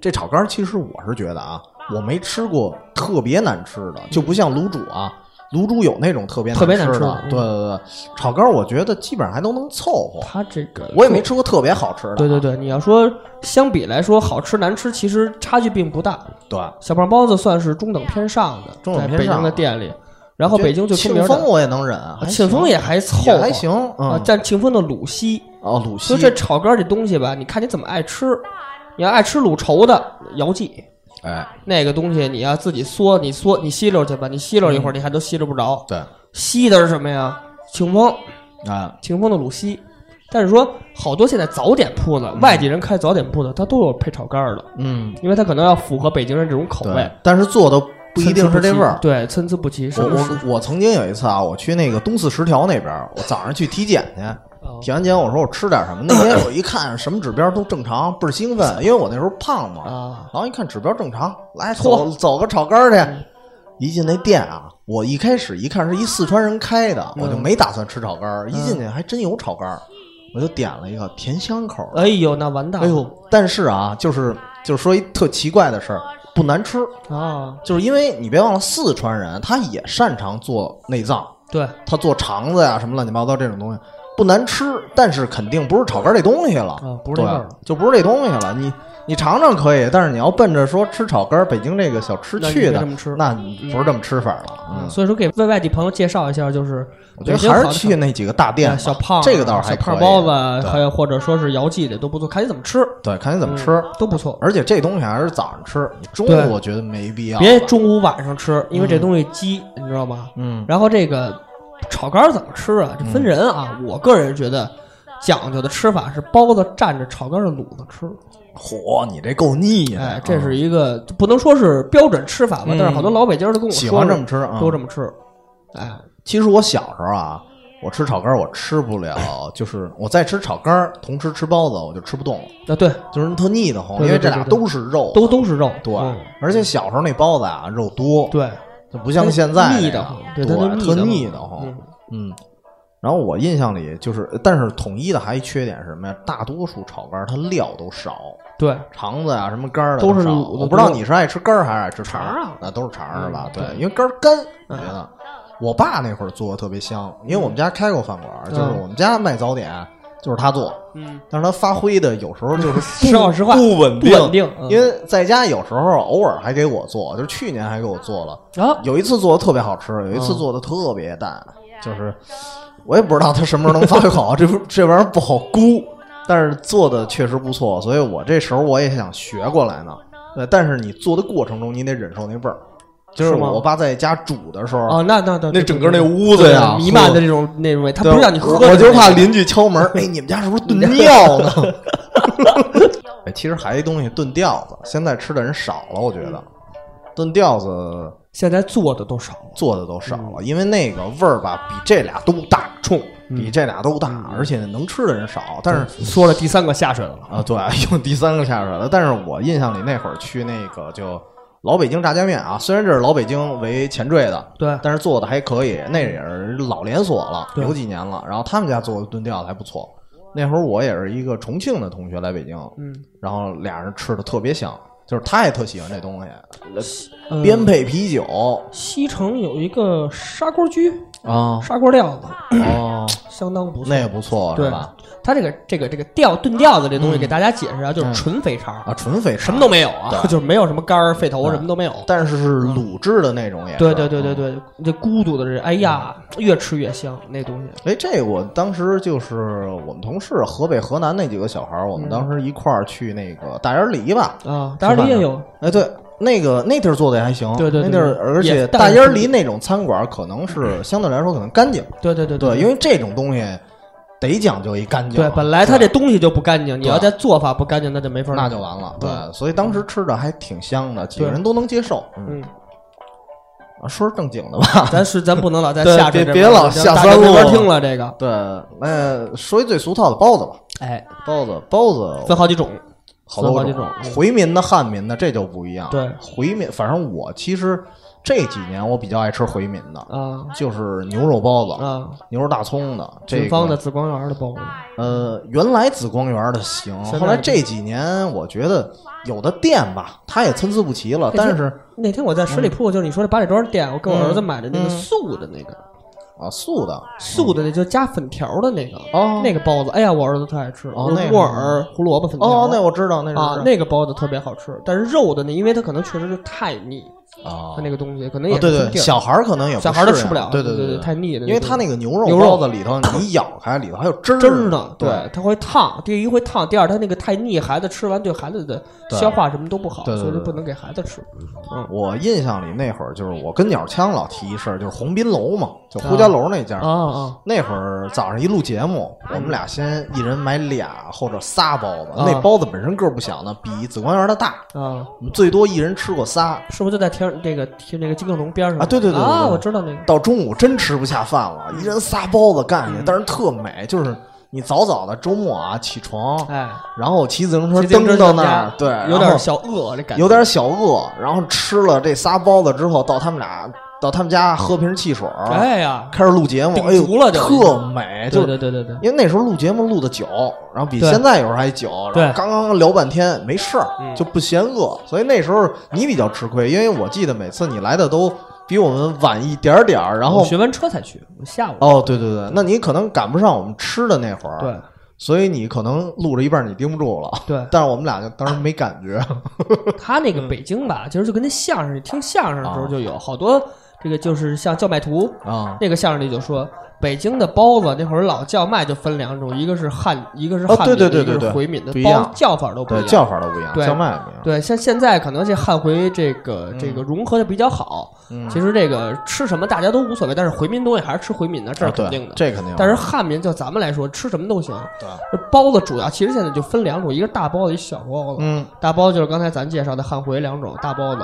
S1: 这炒肝儿其实我是觉得啊，我没吃过特别难吃的，就不像卤煮啊，卤煮有那种特别
S2: 特别
S1: 难
S2: 难
S1: 吃
S2: 吃
S1: 的
S2: 的，嗯
S1: 对对对。炒肝儿我觉得基本上还都能凑合，
S2: 他这个
S1: 我也没吃过特别好吃的啊。
S2: 对对对，你要说相比来说好吃难吃，其实差距并不大。
S1: 对，
S2: 小胖包子算是中等偏上的，
S1: 中等偏
S2: 在北
S1: 上啊
S2: 京的店里。然后北京就出
S1: 庆
S2: 名
S1: 丰
S2: 的
S1: 我也能忍，
S2: 啊
S1: 还
S2: 庆丰也还
S1: 行
S2: 凑合，
S1: 也还行
S2: 啊
S1: 嗯。。
S2: 但庆丰的卤西，
S1: 哦，鲁西
S2: 所以这炒肝这东西吧，你看你怎么爱吃。你要爱吃卤稠的，姚记
S1: 哎，
S2: 那个东西，你要自己嗦，你嗦你吸溜去吧，你吸溜一
S1: 嗯
S2: 会儿，你还都吸溜不着。
S1: 对
S2: 吸的是什么呀？庆丰，
S1: 啊，
S2: 庆丰的卤西。但是说好多现在早点铺子，外地人开早点铺子，他都有配炒肝儿的。
S1: 嗯，
S2: 因为它可能要符合北京人这种口味
S1: 对，，但是做的不一定是这味儿。
S2: 对，参差不齐。是
S1: 我
S2: 不是？
S1: 我我曾经有一次啊，我去那个东四十条那边儿，我早上去体检去，
S2: 哦
S1: 体完检我说我吃点什么，那天我一看什么指标都正常，倍儿兴奋，
S2: 哦
S1: 因为我那时候胖嘛，
S2: 啊，
S1: 然后一看指标正常，来
S2: 嚯
S1: 走
S2: 嗯
S1: 走个炒肝儿去。一进那店啊，我一开始一看是一四川人开的，我就
S2: 嗯
S1: 没打算吃炒肝儿，一进去还真有炒肝儿，我就点了一个甜香口的，
S2: 哎呦，那完蛋了！
S1: 哎呦，但是啊，就是就是说一特奇怪的事儿，不难吃。
S2: 啊，
S1: 就是因为你别忘了，四川人他也擅长做内脏，
S2: 对，
S1: 他做肠子呀、什么乱七八糟这种东西，不难吃，但是肯定不是炒肝这东西了，
S2: 啊不是那味儿了
S1: 对就不是这东西了。你你尝尝可以，但是你要奔着说吃炒肝，北京这个小吃
S2: 那你
S1: 去
S2: 别
S1: 的，
S2: 这么吃
S1: 那你不是这么吃法了。嗯，
S2: 所以说给为外地朋友介绍一下，就是
S1: 我觉得
S2: 北京
S1: 还
S2: 好
S1: 是
S2: 的
S1: 去那几个大店吧
S2: 啊小胖啊，
S1: 哎这个倒是还
S2: 小胖
S1: 可以
S2: 包子，啊
S1: 对
S2: 还有或者说是姚记的都不错，看你怎么吃，嗯
S1: 对，看你怎么吃。
S2: 都不错。
S1: 而且这东西还是早上吃，你中
S2: 对
S1: 午我觉得没必要。
S2: 别，中午晚上吃，因为这东西鸡，你知道吗？
S1: 嗯，
S2: 然后这个炒肝儿怎么吃啊？这分人啊，我个人觉得讲究的吃法是包子蘸着炒肝儿的卤子吃。
S1: 嚯，你这够腻的。
S2: 哎，这是一个就不能说是标准吃法吧，
S1: 啊嗯
S2: 但是好多老北京人都跟我说
S1: 喜欢这么吃啊
S2: 都这么吃。哎，
S1: 其实我小时候啊，我吃炒肝儿我吃不了， 就是我再吃炒肝儿，同时吃包子我就吃不动了，
S2: 那对，
S1: 就是特腻得慌，
S2: 对对
S1: 因为这俩
S2: 对对对
S1: 都是肉，
S2: 都都是肉，
S1: 对
S2: 嗯，
S1: 而且小时候那包子啊肉多，
S2: 对，
S1: 就不像现在那
S2: 腻
S1: 个
S2: 得慌
S1: 对，
S2: 对它都腻
S1: 特
S2: 得慌
S1: 腻得慌
S2: 嗯，
S1: 嗯。然后我印象里就是，但是统一的还一缺点是什么呀？大多数炒肝儿它料都少，
S2: 对，
S1: 肠子啊什么肝儿的
S2: 都是
S1: 少
S2: 卤的
S1: 我不知道你是爱吃肝儿还是爱吃肠
S2: 肠儿啊
S1: 那都是肠儿是吧？
S2: 嗯
S1: 对，
S2: 对
S1: 因为肝儿干，我
S2: 嗯
S1: 觉得。我爸那会儿做的特别香，因为我们家开过饭馆儿，就是
S2: 嗯
S1: 我们家卖早点就是他做，
S2: 嗯，
S1: 但是他发挥的有时候 就是不
S2: 实话实话
S1: 不稳
S2: 不稳定，嗯
S1: 因为在家有时候偶尔还给我做，就是去年还给我做了，
S2: 啊，
S1: 有一次做的特别好吃，有一次
S2: 嗯
S1: 做的特别淡，就是我也不知道他什么时候能发挥 好，这不这玩意儿不好估，但是做的确实不错，所以我这时候我也想学过来呢。对，但是你做的过程中，你得忍受那味儿，就是
S2: 是吗
S1: 我爸在家煮的时候，
S2: 哦，那那那
S1: 那整个那屋子呀
S2: 啊弥漫的这种那种味，他
S1: 对
S2: 不是让你喝
S1: 我
S2: 的
S1: 我就
S2: 那
S1: 怕
S2: 种
S1: 邻居敲 门，哎，你们家是不是炖尿呢？ 哎，其实还有一东西炖吊子，现在吃的人少了，我觉得炖吊子
S2: 现在做的都少了，
S1: 做的都少了，
S2: 嗯
S1: 因为那个味儿吧，比这俩都大，冲，比这俩都大，
S2: 嗯
S1: 而且能吃的人少。但是
S2: 说了第三个下水了，
S1: 啊，对，用第三个下水了。但是我印象里那会儿去那个就老北京炸酱面啊，虽然这是老北京为前缀的，
S2: 对
S1: 但是做的还可以，那也是老连锁了，
S2: 嗯对
S1: 有几年了。然后他们家做的炖吊子还不错。那会儿我也是一个重庆的同学来北京，
S2: 嗯，
S1: 然后俩人吃的特别香，就是他也特喜欢这东西，
S2: 呃
S1: 边配啤酒
S2: 西城有一个砂锅居、
S1: 啊
S2: 砂锅料子，
S1: 哦，
S2: 相当不错。
S1: 那也不错
S2: 对
S1: 是吧？？
S2: 它这个这个这个吊炖吊子这东西，
S1: 嗯
S2: 给大家解释啊，就是
S1: 嗯
S2: 纯肥肠，
S1: 啊，纯肥肠
S2: 什么都没有啊，
S1: 对
S2: 就是没有什么肝儿、肺头，
S1: 对
S2: 什么都没有。
S1: 但是是卤制的那种也是。
S2: 嗯对对对对
S1: 嗯。
S2: 对，这咕嘟的这，哎呀，越吃越香，那东西。
S1: 哎，这我当时就是我们同事河北、河南那几个小孩儿，我们当
S2: 嗯
S1: 时一块儿去那个大烟梨吧。
S2: 啊，当然
S1: 吃饭
S2: 也
S1: 呢
S2: 有，
S1: 哎，对，那个那地儿做的也还行。
S2: 对对对
S1: 那地儿而且
S2: 也
S1: 大烟梨那种餐馆可能 是相对来说可能干净。
S2: 对对对
S1: 对，因
S2: 为
S1: 为这种东西得讲究一干净啊。
S2: 对本来它
S1: 对
S2: 这东西就不干净，你要
S1: 对
S2: 再做法不干净，那就没法儿
S1: 那
S2: 弄
S1: 就完了。
S2: 对
S1: 对，所以当时吃的还挺香的，几个
S2: 对
S1: 人都能接受。嗯，
S2: 嗯，
S1: 啊说是正经的吧。
S2: 咱是咱不能老再
S1: 对
S2: 下
S1: 别
S2: 这
S1: 别老下
S2: 大
S1: 三
S2: 家没法
S1: 路
S2: 听了这个，
S1: 对，那说一最俗套的包子吧。
S2: 哎，
S1: 包子，包子
S2: 分好几种，
S1: 好多
S2: 分好几种
S1: 回民的、汉民的这就不一样。
S2: 对
S1: 回民，反正我其实这几年我比较爱吃回民的，
S2: 啊
S1: 就是牛肉包子、
S2: 啊，
S1: 牛肉大葱的，哦这个、
S2: 军方的紫光园的包子，
S1: 呃，原来紫光园的行，
S2: 现在
S1: 后来这几年我觉得有的店吧，它也参差不齐了，
S2: 哎
S1: 但是
S2: 那天我在十里铺，就是你说那八里庄店，我跟我
S1: 嗯
S2: 儿子买的那个
S1: 嗯
S2: 素的那个
S1: 啊，素
S2: 哦
S1: 的
S2: 素的，那就加粉条的那个
S1: 哦
S2: 那个包子，哎呀，我儿子特爱吃，
S1: 哦
S2: 就是
S1: 那个
S2: 木耳胡萝卜粉条。
S1: 哦，那我知道，那是
S2: 啊，那个包子特别好吃，但是肉的呢，因为它可能确实是太腻，
S1: 啊
S2: 它，那个东西可能
S1: 哦
S2: 也
S1: 对
S2: 是分
S1: 对，
S2: 地儿
S1: 小孩儿可能也
S2: 小孩儿都吃
S1: 不
S2: 不
S1: 适
S2: 了
S1: 应，对
S2: 对
S1: 对
S2: 对，太腻的，
S1: 因为它那
S2: 个
S1: 个牛肉
S2: 牛肉
S1: 包子里头，你咬开里头还有汁儿
S2: 汁儿呢，
S1: 对
S2: 它会烫，第一会烫，第二它那个太腻，孩子吃完对孩子的
S1: 对
S2: 消化什么都不好，
S1: 对对对
S2: 所以就
S1: 对
S2: 不能给孩子吃。嗯，
S1: 我印象里那会儿就是我跟鸟枪老提一事儿，就是红滨楼嘛，就呼家楼那家。
S2: 啊啊，
S1: 那会儿早上一录节目，我们俩先一人买俩或者仨包子。
S2: 啊
S1: 那包子本身个儿不小呢，比紫光园的大，
S2: 啊，
S1: 我们最多一人吃过仨。
S2: 是不是就在天这个天那个金客龙边上
S1: 啊对对对对
S2: 啊，
S1: 对
S2: 我知道那个
S1: 到中午真吃不下饭了，一人仨包子干下
S2: 嗯
S1: 去，但是特美。就是你早早的周末啊起床，
S2: 哎，
S1: 然后骑自行车
S2: 骑自行车
S1: 蹬到
S2: 到
S1: 那
S2: 家
S1: 儿，对，
S2: 有
S1: 然后
S2: 点小饿这感觉，
S1: 有点小饿，然后吃了这仨包子之后，到他们俩到他们家喝瓶汽水儿，
S2: 哎呀，
S1: 开始录节目，
S2: 顶
S1: 哎呦，
S2: 足了就
S1: 特美，就
S2: 对
S1: 是
S2: 对对对对，
S1: 因为那时候录节目录的久，然后比
S2: 对
S1: 现在有时候还久，然
S2: 对
S1: 后刚刚聊半天没事儿
S2: 嗯
S1: 就不嫌饿，所以那时候你比较吃亏，因为我记得每次你来的都比我们晚一点儿点儿，然
S2: 我
S1: 后
S2: 学完车才去，我下午
S1: 哦，对对对，那你可能赶不上我们吃的那会儿，
S2: 嗯对，
S1: 所以你可能录着一半儿你盯不住了，
S2: 对
S1: 但是我们俩就当时没感 觉，
S2: 他那个北京吧，其实就跟那相声，听相声的
S1: 哦
S2: 时候就有好多这个，就是像叫卖图
S1: 啊。
S2: 那个相声里就说，北京的包子那会儿老叫卖就分两种，一个是汉，一个是汉民
S1: 哦对
S2: 的，
S1: 对对对
S2: 一个是
S1: 对
S2: 回民的
S1: 不一，样
S2: 包叫法都不一
S1: 对
S2: 样。
S1: 叫法都不一样，
S2: 对
S1: 叫卖也不一样。
S2: 对，像现在可能这汉回这个这个融合的比较好，
S1: 嗯
S2: 其实这个吃什么大家都无所谓，但是回民东西还是吃回民的，这
S1: 啊
S2: 是肯
S1: 对
S2: 定的。
S1: 这肯定。
S2: 但是汉民就咱们来说，吃什么都行。
S1: 对，
S2: 这包子主要其实现在就分两种，一个是大包子，一个是小包子。
S1: 嗯，
S2: 大包就是刚才咱介绍的汉回两种大包子，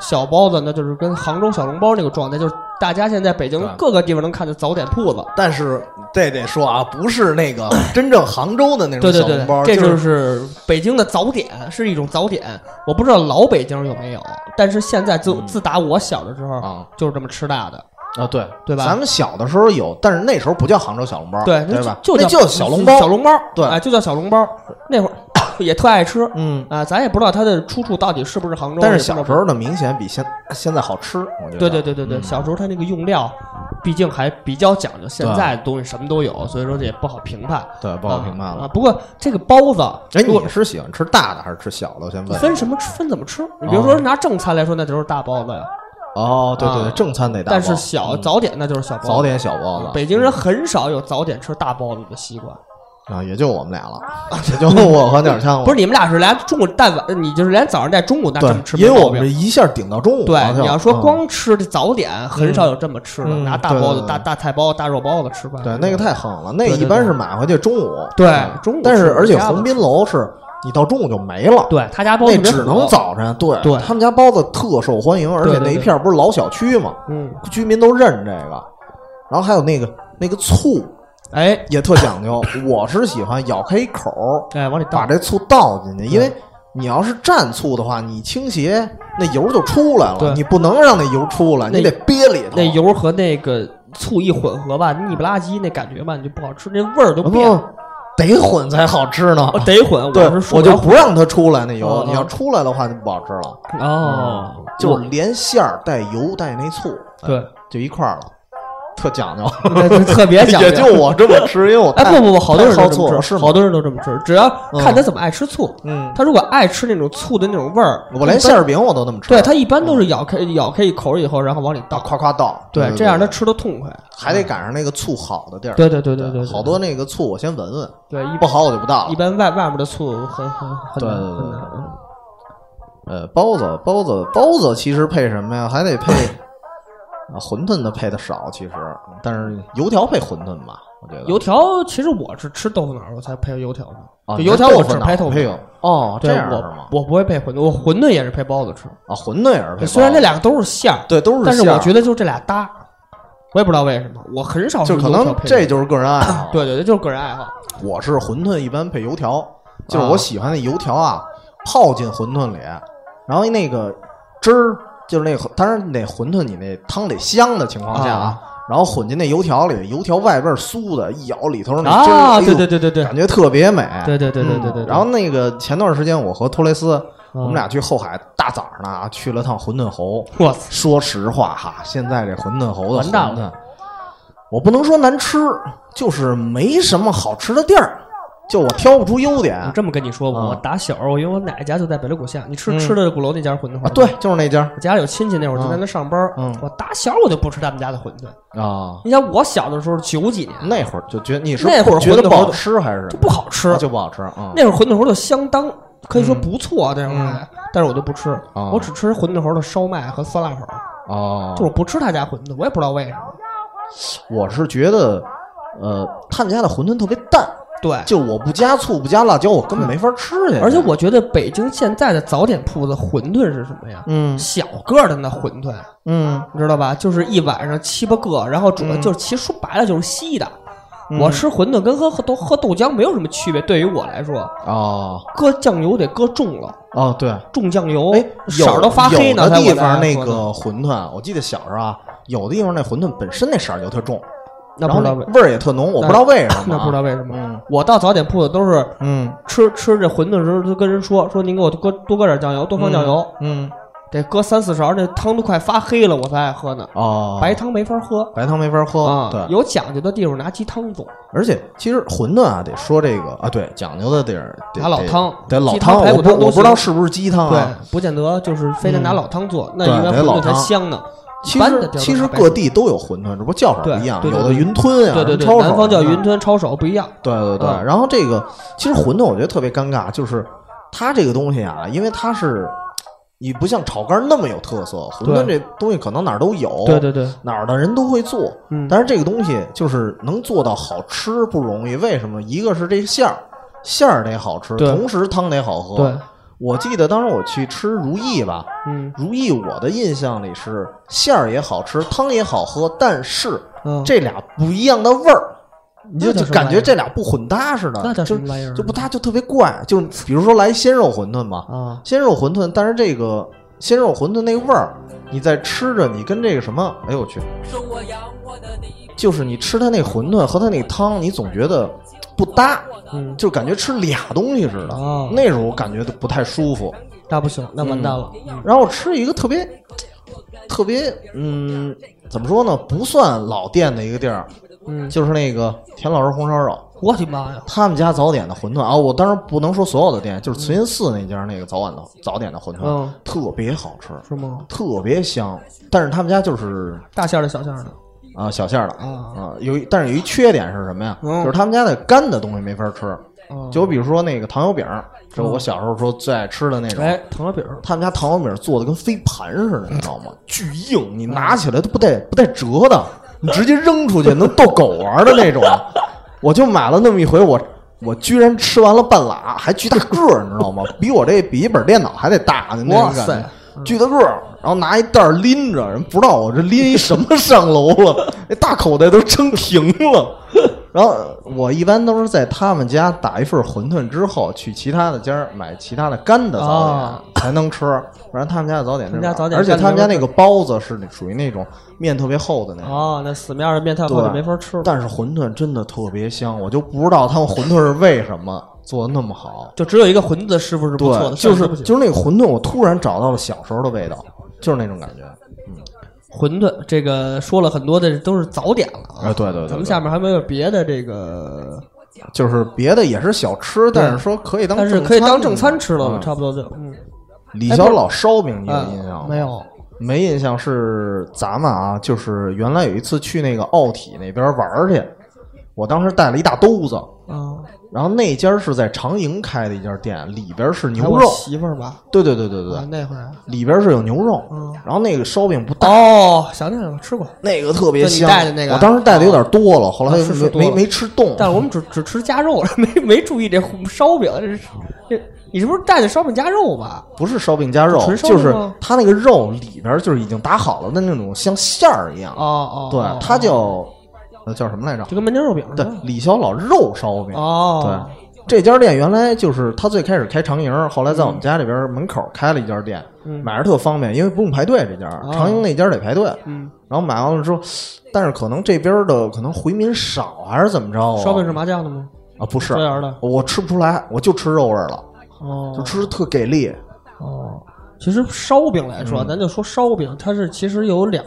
S2: 小包子那就是跟杭州小笼包那个状态，就是大家现在北京
S1: 对
S2: 各个地方能看见早点铺子。
S1: 但是这得说啊，不是那 个真正杭州的那
S2: 对
S1: 种
S2: 对
S1: 小笼包，
S2: 对，这
S1: 就是
S2: 北京的早点，是一种早点。我不知道老北京有没有，但是现在自
S1: 嗯
S2: 自打我小的时候，
S1: 啊
S2: 就是这么吃大的。
S1: 啊，对
S2: 对吧
S1: 咱们小的时候有，但是那时候不叫杭州小笼包，对
S2: 那
S1: 吧？
S2: 就
S1: 那
S2: 就
S1: 叫
S2: 叫
S1: 小笼包，
S2: 小笼包，
S1: 对
S2: 哎，就叫小笼包。那会儿 也特爱吃
S1: 嗯。
S2: 啊，咱也不知道它的出处到底是不是杭州，
S1: 但是
S2: 也不知道
S1: 小时候的明显比现现在好吃，我觉得。
S2: 对对对对对，
S1: 嗯
S2: 小时候他那个用料，毕竟还比较讲究，现在东西什么都有，所以说这也不好评判，
S1: 对，不好评判
S2: 啊。啊
S1: 了。
S2: 不过这个包子，
S1: 哎，
S2: 如果
S1: 你是喜欢吃大的还是吃小的？我先问。
S2: 分什么吃分怎么吃？你比如说拿正餐来说，那就是大包子呀，
S1: 哦，对对
S2: 啊
S1: 对，正餐得大包，
S2: 但是小
S1: 嗯
S2: 早点那就是小包子。
S1: 早点嗯小包子，
S2: 北京人很少有早点吃大包子的习惯。
S1: 啊，也就我们俩了，也就我和鸟枪了。
S2: 啊不是你们俩是连中午但晚，你就是连早上带中午带这么吃
S1: 哦对，因
S2: 没
S1: 为我
S2: 毛
S1: 们
S2: 病
S1: 这。一下顶到中午了就。
S2: 对，你要说
S1: 嗯
S2: 光吃这早点，很少有这么吃的，
S1: 嗯
S2: 拿大
S1: 对对
S2: 包子、
S1: 对
S2: 大大菜包、大肉包子吃饭。
S1: 对，那个太狠了，那
S2: 对对
S1: 一般是买回去中午。
S2: 对
S1: 嗯
S2: 中午
S1: 但
S2: 吃
S1: 是
S2: 不
S1: 而且
S2: 下了
S1: 红滨楼是你到中午就没了，，
S2: 对他家包子
S1: 那
S2: 特别
S1: 只
S2: 火
S1: 能早晨。对，
S2: 对
S1: 他们家包子特受欢迎，而
S2: 对
S1: 且
S2: 对
S1: 那一
S2: 对
S1: 片儿不是老小区嘛，
S2: 嗯，
S1: 居民都认这个。然后还有那个那个醋
S2: 哎
S1: 也特讲究，我是喜欢咬开一口儿，
S2: 哎，往里倒
S1: 把这醋倒进去，因为你要是蘸醋的话，你倾斜那油就出来了
S2: 对，
S1: 你不能让那油出来，
S2: 那
S1: 你得憋里头。
S2: 那油和那个醋一混合吧，腻不拉几那感觉吧，你就不好吃，那味儿就
S1: 啊不
S2: 变了。
S1: 得混才好吃呢
S2: 哦，。得混，
S1: 对，
S2: 是说
S1: 我就不让它出来那油
S2: 嗯，嗯
S1: 你要出来的话就不好吃了。
S2: 哦，
S1: 就是连馅儿带油带那醋，哎
S2: 我对，
S1: 就一块儿了，特讲究。
S2: 那就特别讲究。
S1: 也就我这么吃，因为我
S2: 哎，
S1: 太
S2: 不不不，好多人
S1: 太好
S2: 都这
S1: 醋
S2: 么
S1: 了
S2: 吃，
S1: 是吗
S2: 好多人都这么吃，只要看他怎么爱吃醋。
S1: 嗯，
S2: 他如果爱吃那种醋的那种味儿，
S1: 我连
S2: 一般
S1: 馅儿饼我都那么吃。嗯
S2: 对他一般都是咬开咬开一口以后，然后往里
S1: 啊，
S2: 倒，
S1: 夸夸倒。
S2: 对，这样他
S1: 的
S2: 吃的痛快。
S1: 还得赶上那个醋好的地儿。
S2: 对对对对对，对
S1: 好多那个醋我先闻闻，
S2: 对一
S1: 不好我就不倒
S2: 一
S1: 了。
S2: 般外外面的醋很很很
S1: 对
S2: 难
S1: 对对
S2: 很
S1: 对
S2: 难。嗯
S1: 呃，包子，包子，包子其实配什么呀？还得 配啊馄饨的配的少，其实，但是油条配馄饨吧，我觉得
S2: 油条其实我是吃豆腐脑儿我才配油条呢，
S1: 啊，
S2: 就油条我只
S1: 是
S2: 配豆腐
S1: 配
S2: 脑儿。
S1: 哦，这
S2: 对
S1: 样是
S2: 我
S1: 吗？
S2: 我不会配馄饨，我馄饨也是配包子吃。
S1: 啊，馄饨也是配包子，
S2: 虽然这俩都是馅儿，
S1: 对都是
S2: 但是
S1: 馅儿，
S2: 我觉得就这俩搭，我也不知道为什么，我很少
S1: 就
S2: 吃
S1: 可
S2: 哦油条
S1: 能
S2: 配
S1: 这
S2: 的。
S1: 就是个人爱好
S2: 对对对，就是个人爱好。
S1: 我是馄饨一般配油
S2: 啊
S1: 条，就是我喜欢那油条啊，泡进馄饨里，然后那个汁儿就是那个，当然那馄饨你那汤得香的情况下啊，然后混进那油条里，油条外边酥的，一咬里头那汁儿，
S2: 啊，
S1: 哎呦
S2: 对对对对对
S1: 感觉特别美。嗯
S2: 对对对对对对。
S1: 然后那个前段时间我和托雷斯，我们
S2: 嗯
S1: 俩去后海大早上呢去了趟馄饨侯，
S2: 我操，
S1: 说实话哈，现在这馄饨侯的
S2: 完蛋
S1: 馄饨，我不能说难吃，就是没什么好吃的地儿，就我挑不出优点
S2: 我
S1: 啊。
S2: 这么跟你说，我
S1: 啊
S2: 打小我因为我奶家就在北锣鼓巷，你吃
S1: 嗯
S2: 吃的鼓楼那家馄饨吗
S1: 对，，就是那家
S2: 我家有亲戚那会儿就在那上班儿，
S1: 嗯
S2: 我打小我就不吃他们家的馄饨。
S1: 啊，
S2: 你想我小的时候九几年
S1: 那会儿就觉得你是
S2: 那会儿
S1: 觉得
S2: 馄饨
S1: 不
S2: 侯
S1: 好吃还是
S2: 就不好吃
S1: 啊，就不好吃啊？
S2: 那会儿馄饨侯就相当可以说不错啊，这样
S1: 嗯
S2: 来，但是我就不吃，
S1: 啊
S2: 我只吃馄饨侯的烧麦和酸辣粉儿，
S1: 哦
S2: 就是我不吃他家馄饨，我也不知道为什么。
S1: 我是觉得，呃，他们家的馄饨特别淡，
S2: 对，
S1: 就我不加醋不加辣椒，我根本没法吃去。
S2: 而且我觉得北京现在的早点铺子馄饨是什么呀？
S1: 嗯
S2: 小个儿的那馄饨，
S1: 嗯，
S2: 你知道吧？就是一晚上七八个，然后主要
S1: 嗯
S2: 就是其实说白了就是稀的。我吃馄饨跟喝喝都喝豆浆没有什么区别，对于我来说，
S1: 哦
S2: 搁酱油得搁重了，
S1: 哦对，
S2: 重酱油
S1: 哎，，
S2: 色儿都发黑呢。
S1: 有的
S2: 在我
S1: 地方
S2: 来
S1: 那
S2: 说呢
S1: 个馄饨，我记得小时候啊，有的地方那馄饨本身那色儿就特重，
S2: 那
S1: 然
S2: 不
S1: 后
S2: 知道
S1: 那
S2: 为
S1: 味儿也特浓，我不知道为什么
S2: 那
S1: 啊。
S2: 不知道为什么，
S1: 嗯
S2: 我到早点铺子都是
S1: 嗯
S2: 吃吃这馄饨的时候都跟人说说您给我多搁多搁点酱油，多放酱油，
S1: 嗯
S2: 得搁三四勺，那汤都快发黑了我才爱喝呢，
S1: 哦，
S2: 白汤没法喝。
S1: 白汤没法喝
S2: 啊，，
S1: 对。
S2: 有讲究的地方拿鸡汤做，
S1: 而且其实馄饨啊，得说这个啊，对，讲究的地儿得
S2: 拿老
S1: 得
S2: 汤
S1: 得老
S2: 鸡汤排
S1: 我
S2: 骨
S1: 不
S2: 汤都
S1: 我不知道
S2: 行
S1: 是不是鸡汤啊。
S2: 对，不见得就是非得拿
S1: 嗯
S2: 老汤做，那
S1: 对
S2: 应该
S1: 得
S2: 馄
S1: 老
S2: 饨才
S1: 汤
S2: 香呢。
S1: 其
S2: 一般的
S1: 实
S2: 地儿
S1: 其实
S2: 都是白
S1: 各
S2: 汤
S1: 地都有馄饨，只不过叫法
S2: 对
S1: 不一样，
S2: 对对
S1: 有的
S2: 对
S1: 云吞啊，
S2: 对对
S1: 什么
S2: 对，
S1: 抄手
S2: 南方叫
S1: 的
S2: 云吞抄手不一样。
S1: 对对对，
S2: 嗯
S1: 然后这个其实馄饨我觉得特别尴尬，就是它这个东西啊，因为它是你不像炒肝那么有特色，馄饨这东西可能哪儿都有，
S2: 对对对，
S1: 哪儿的人都会做，
S2: 嗯，
S1: 但是这个东西就是能做到好吃不容易。为什么？一个是这个馅儿，馅儿得好吃，
S2: 对
S1: 同时汤得好喝。
S2: 对，
S1: 我记得当时我去吃如意吧，
S2: 嗯
S1: 如意我的印象里是馅儿也好吃，汤也好喝，但是
S2: 嗯，
S1: 这俩不一样的味儿，你就
S2: 那叫
S1: 就
S2: 什么
S1: 感
S2: 玩意
S1: 觉
S2: 儿
S1: 这俩不混搭似的，
S2: 那叫
S1: 就
S2: 什么玩意儿？
S1: 就不搭就特别怪。就比如说来鲜肉馄饨嘛，
S2: 啊，
S1: 鲜肉馄饨，但是这个鲜肉馄饨那个味儿，你在吃着，你跟这个什么，哎呦我去，
S3: 生我养我的你，
S1: 就是你吃它那馄饨和它那汤，你总觉得不搭，
S2: 嗯，
S1: 就感觉吃俩东西似的，
S2: 哦
S1: 那种我感觉都不太舒服。
S2: 那不行，那完蛋了。
S1: 然后吃一个特别特别嗯，怎么说呢，不算老店的一个地儿，
S2: 嗯，
S1: 就是那个田老师红烧肉。
S2: 我的妈呀！
S1: 他们家早点的馄饨啊，我当然不能说所有的店，就是慈云寺那家那个早晚的早点的馄饨，
S2: 嗯
S1: 特别好吃，
S2: 是吗？
S1: 特别香。但是他们家就是
S2: 大馅儿的小馅儿的，
S1: 啊、小馅儿的
S2: 啊
S1: 有一但是有一缺点是什么呀？
S2: 嗯
S1: 就是他们家的干的东西没法吃，
S2: 啊
S1: 就比如说那个糖油饼，这
S2: 嗯
S1: 我小时候说最爱吃的那种。
S2: 哎，糖油饼儿，
S1: 他们家糖油饼做的跟飞盘似的，你知道
S2: 嗯
S1: 吗？巨硬，你拿起来都不带不带折的，你直接扔出去能逗狗玩的那种。我就买了那么一回，我我居然吃完了半拉，还巨大个儿，你知道吗？比我这笔记本电脑还得大的那种
S2: 哇
S1: 感
S2: 塞
S1: 觉。巨大个儿，然后拿一袋儿拎 着，人不知道我这拎一什么上楼了，那大口袋都撑平了。然后我一般都是在他们家打一份馄饨之后，去其他的家儿买其他的干的早点、
S2: 啊
S1: 才能吃。不然他们家的早点
S2: 他
S1: 真
S2: 们家
S1: 是
S2: 早点
S1: 而且
S2: 干
S1: 他们
S2: 牛
S1: 家
S2: 肉
S1: 那个包子是那属于那种面特别厚的那种。
S2: 啊，那死面儿的面太厚
S1: 对
S2: 就没法吃了，
S1: 但是馄饨真的特别香，我就不知道他们馄饨是为什么做的那么好。
S2: 就只有一个馄饨的师傅是不错
S1: 对，
S2: 的，
S1: 就是
S2: 不行
S1: 就是那个馄饨，我突然找到了小时候的味道，就是那种感觉。
S2: 馄饨这个说了很多的都是早点了啊，
S1: 啊，对对对
S2: 咱们
S1: 对
S2: 下面还没有别的这个，
S1: 就是别的也是小吃，但是说可以当，
S2: 但是可以当正餐吃了
S1: 嘛
S2: 嘛，
S1: 嗯
S2: 差不多就嗯，
S1: 李小老烧饼，你有
S2: 啊
S1: 印象吗？
S2: 没，有？
S1: 没印象是咱们啊，就是原来有一次去那个奥体那边玩儿去，我当时带了一大兜子，
S2: 啊，
S1: 然后那家是在长营开的一家店，里边是
S2: 还有
S1: 牛
S2: 哎我
S1: 肉，
S2: 媳妇儿吧，
S1: 对对对对对，
S2: 啊那会儿
S1: 里边是有牛肉，
S2: 嗯
S1: 然后那个烧饼不大，
S2: 哦，想起来了，吃过，
S1: 那个特别
S2: 就你
S1: 香，
S2: 带的那个
S1: 我当时带的有点多了，后来
S2: 啊
S1: 没、
S2: 是是多
S1: 没
S2: 了
S1: 没吃动，
S2: 但是我们只只吃夹肉了，没没注意这烧饼，这是
S1: 哦
S2: 这你是不是带的烧饼夹肉吧？
S1: 不是烧饼加肉，
S2: 纯烧饼
S1: 就是
S2: 吗
S1: 它那个肉里边就是已经打好了的那种像馅儿一样，
S2: 哦哦，
S1: 对
S2: 哦，
S1: 它叫呃叫什么来着
S2: 就？跟门钉肉饼似
S1: 对
S2: 的，
S1: 李小老肉烧饼。
S2: 哦，
S1: 对，这家店原来就是他最开始开长营，后来在我们家里边门口开了一家店，
S2: 嗯哦
S1: 买着特方便，因为不用排队。这家长营那家得排队，
S2: 嗯，
S1: 然后买完了之后，但是可能这边的可能回民少还是怎么着啊？
S2: 烧饼是麻酱的吗？
S1: 啊，不是
S2: 椒，盐的，
S1: 我吃不出来，我就吃肉味儿了，
S2: 哦，
S1: 就吃特给力。
S2: 哦，其实烧饼来说，
S1: 嗯
S2: 咱就说烧饼，它是其实有两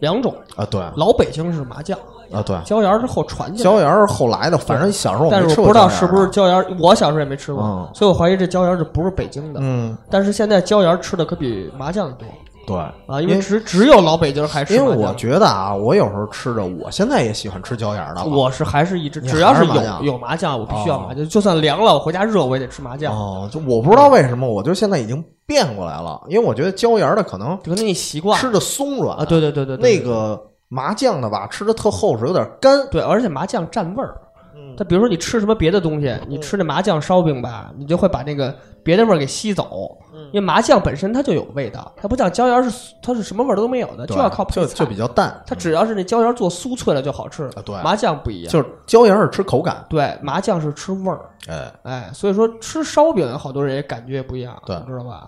S2: 两种，
S1: 啊，对，啊
S2: 老北京是麻酱，
S1: 对，
S2: 椒盐儿之后传进来。
S1: 椒盐儿是后来的，反正小时候我
S2: 但
S1: 没
S2: 是
S1: 吃
S2: 我
S1: 过，
S2: 不知道是不是，椒盐儿，我小时候也没吃过，
S1: 啊嗯
S2: 所以我怀疑这椒盐儿是不是北京的。
S1: 嗯，
S2: 但是现在椒盐儿吃的可比麻酱多
S1: 对
S2: 啊，因为只只有老北京还吃
S1: 因
S2: 麻
S1: 为
S2: 酱。
S1: 我觉得啊，我有时候吃着，我现在也喜欢吃椒盐儿的了。
S2: 我是还是一直，
S1: 你
S2: 只要
S1: 还是麻
S2: 有
S1: 酱
S2: 有麻酱，我必须要麻酱。就算凉了，我回家热我也得吃麻酱，
S1: 哦，就我不知道为什么，我就现在已经变过来了，因为我觉得椒盐儿的可能
S2: 就可能你习惯
S1: 吃的松软
S2: 啊。对对对对，对
S1: 那个麻酱的吧，吃的特厚实，有点干。
S2: 对，而且麻酱占味儿。但比如说你吃什么别的东西，你吃那麻酱烧饼吧，你就会把那个别的味儿给吸走，
S1: 嗯
S2: 因为麻酱本身它就有味道，它不像椒盐儿是它是什么味儿都没有的，
S1: 对
S2: 就要靠配
S1: 就
S2: 菜
S1: 就。比较淡，
S2: 它只要是那椒盐儿做酥脆了就好吃
S1: 啊，对
S2: 麻酱不一样，
S1: 就是椒盐儿是吃口感，
S2: 对麻酱是吃味儿，
S1: 哎，
S2: 哎，所以说吃烧饼好多人也感觉不一样，
S1: 对
S2: 你知道吧？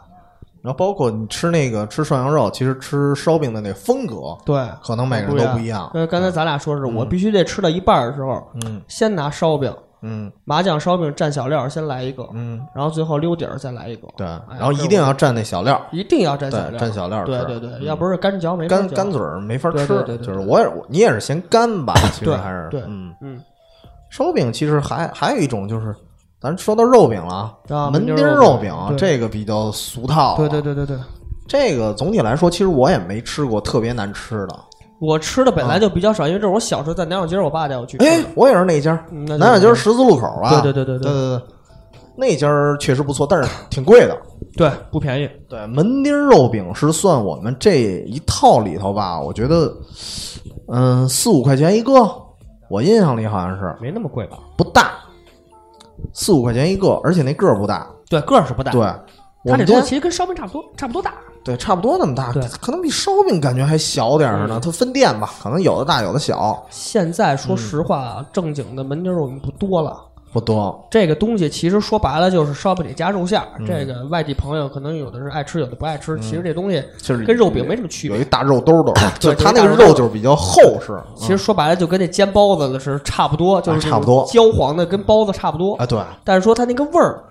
S1: 然后包括你吃那个吃涮羊肉，其实吃烧饼的那风格，
S2: 对，
S1: 可能每个人都不一样。
S2: 那呃刚才咱俩说是我必须得吃到一半儿的时候，
S1: 嗯
S2: 先拿烧饼，
S1: 嗯
S2: 麻酱烧饼蘸小料儿先来一个，
S1: 嗯，
S2: 然后最后溜底儿再来一个，
S1: 对。
S2: 哎
S1: 然后一定要蘸那小料儿，
S2: 一定要
S1: 对
S2: 蘸小料，，
S1: 蘸小料儿吃。
S2: 对对对，
S1: 嗯
S2: 要不是干嚼没法
S1: 干
S2: 嚼
S1: 干嘴儿没法
S2: 对
S1: 吃
S2: 对对对，对
S1: 就是我也我你也是嫌干 吧，其实
S2: 对
S1: 还是
S2: 对
S1: 嗯
S2: 嗯
S1: 烧饼其实还还有一种就是，咱说到肉饼了
S2: 啊
S1: 门钉
S2: 门钉
S1: 儿
S2: 儿
S1: 肉
S2: 肉
S1: 饼
S2: 饼对
S1: 这个比较俗套，啊
S2: 对对，对对对，
S1: 这个总体来说其实我也没吃过特别难吃的，
S2: 我吃的本来就比较少，因为这是我小时候在南小街儿，我爸带我去吃
S1: 嗯哎
S2: 的。，
S1: 我也是那家
S2: 嗯那就
S1: 南小街十字路口啊，
S2: 对对
S1: 对
S2: 对对对
S1: 对对，那家儿确实不错，但是挺贵的。
S2: 对，不便宜。
S1: 对，门钉儿肉饼是算我们这一套里头吧，我觉得，嗯，四五块钱一个，我印象里好像是
S2: 没那么贵吧？
S1: 不大，四五块钱一个，而且那个儿不大。
S2: 对，个儿是不大，
S1: 对，我
S2: 它这
S1: 们
S2: 东
S1: 家
S2: 西其实跟烧饼差不多，差不多大。
S1: 对差不多那么大
S2: 对，嗯
S1: 可能比烧饼感觉还小点儿呢。它分店吧，可能有的大，有的小，
S2: 现在
S1: 嗯
S2: 说实话啊，正经的门钉肉饼不多了。
S1: 不多。
S2: 这个东西其实说白了就是烧饼里加肉馅
S1: 嗯
S2: 儿。这个外地朋友可能有的是爱吃，有的不爱吃。其实这东西
S1: 就是
S2: 跟肉饼没什么区
S1: 有
S2: 别啊
S1: 一。大肉兜兜， 就
S2: 对
S1: 它
S2: 就
S1: 那
S2: 一
S1: 个
S2: 大肉兜
S1: 肉就是比较厚实。嗯
S2: 其实说白了就跟那煎包子的是差不多，就是
S1: 啊差不
S2: 那种
S1: 多
S2: 焦黄的，跟包子差不多。
S1: 啊，对，
S2: 但是说它那个味儿，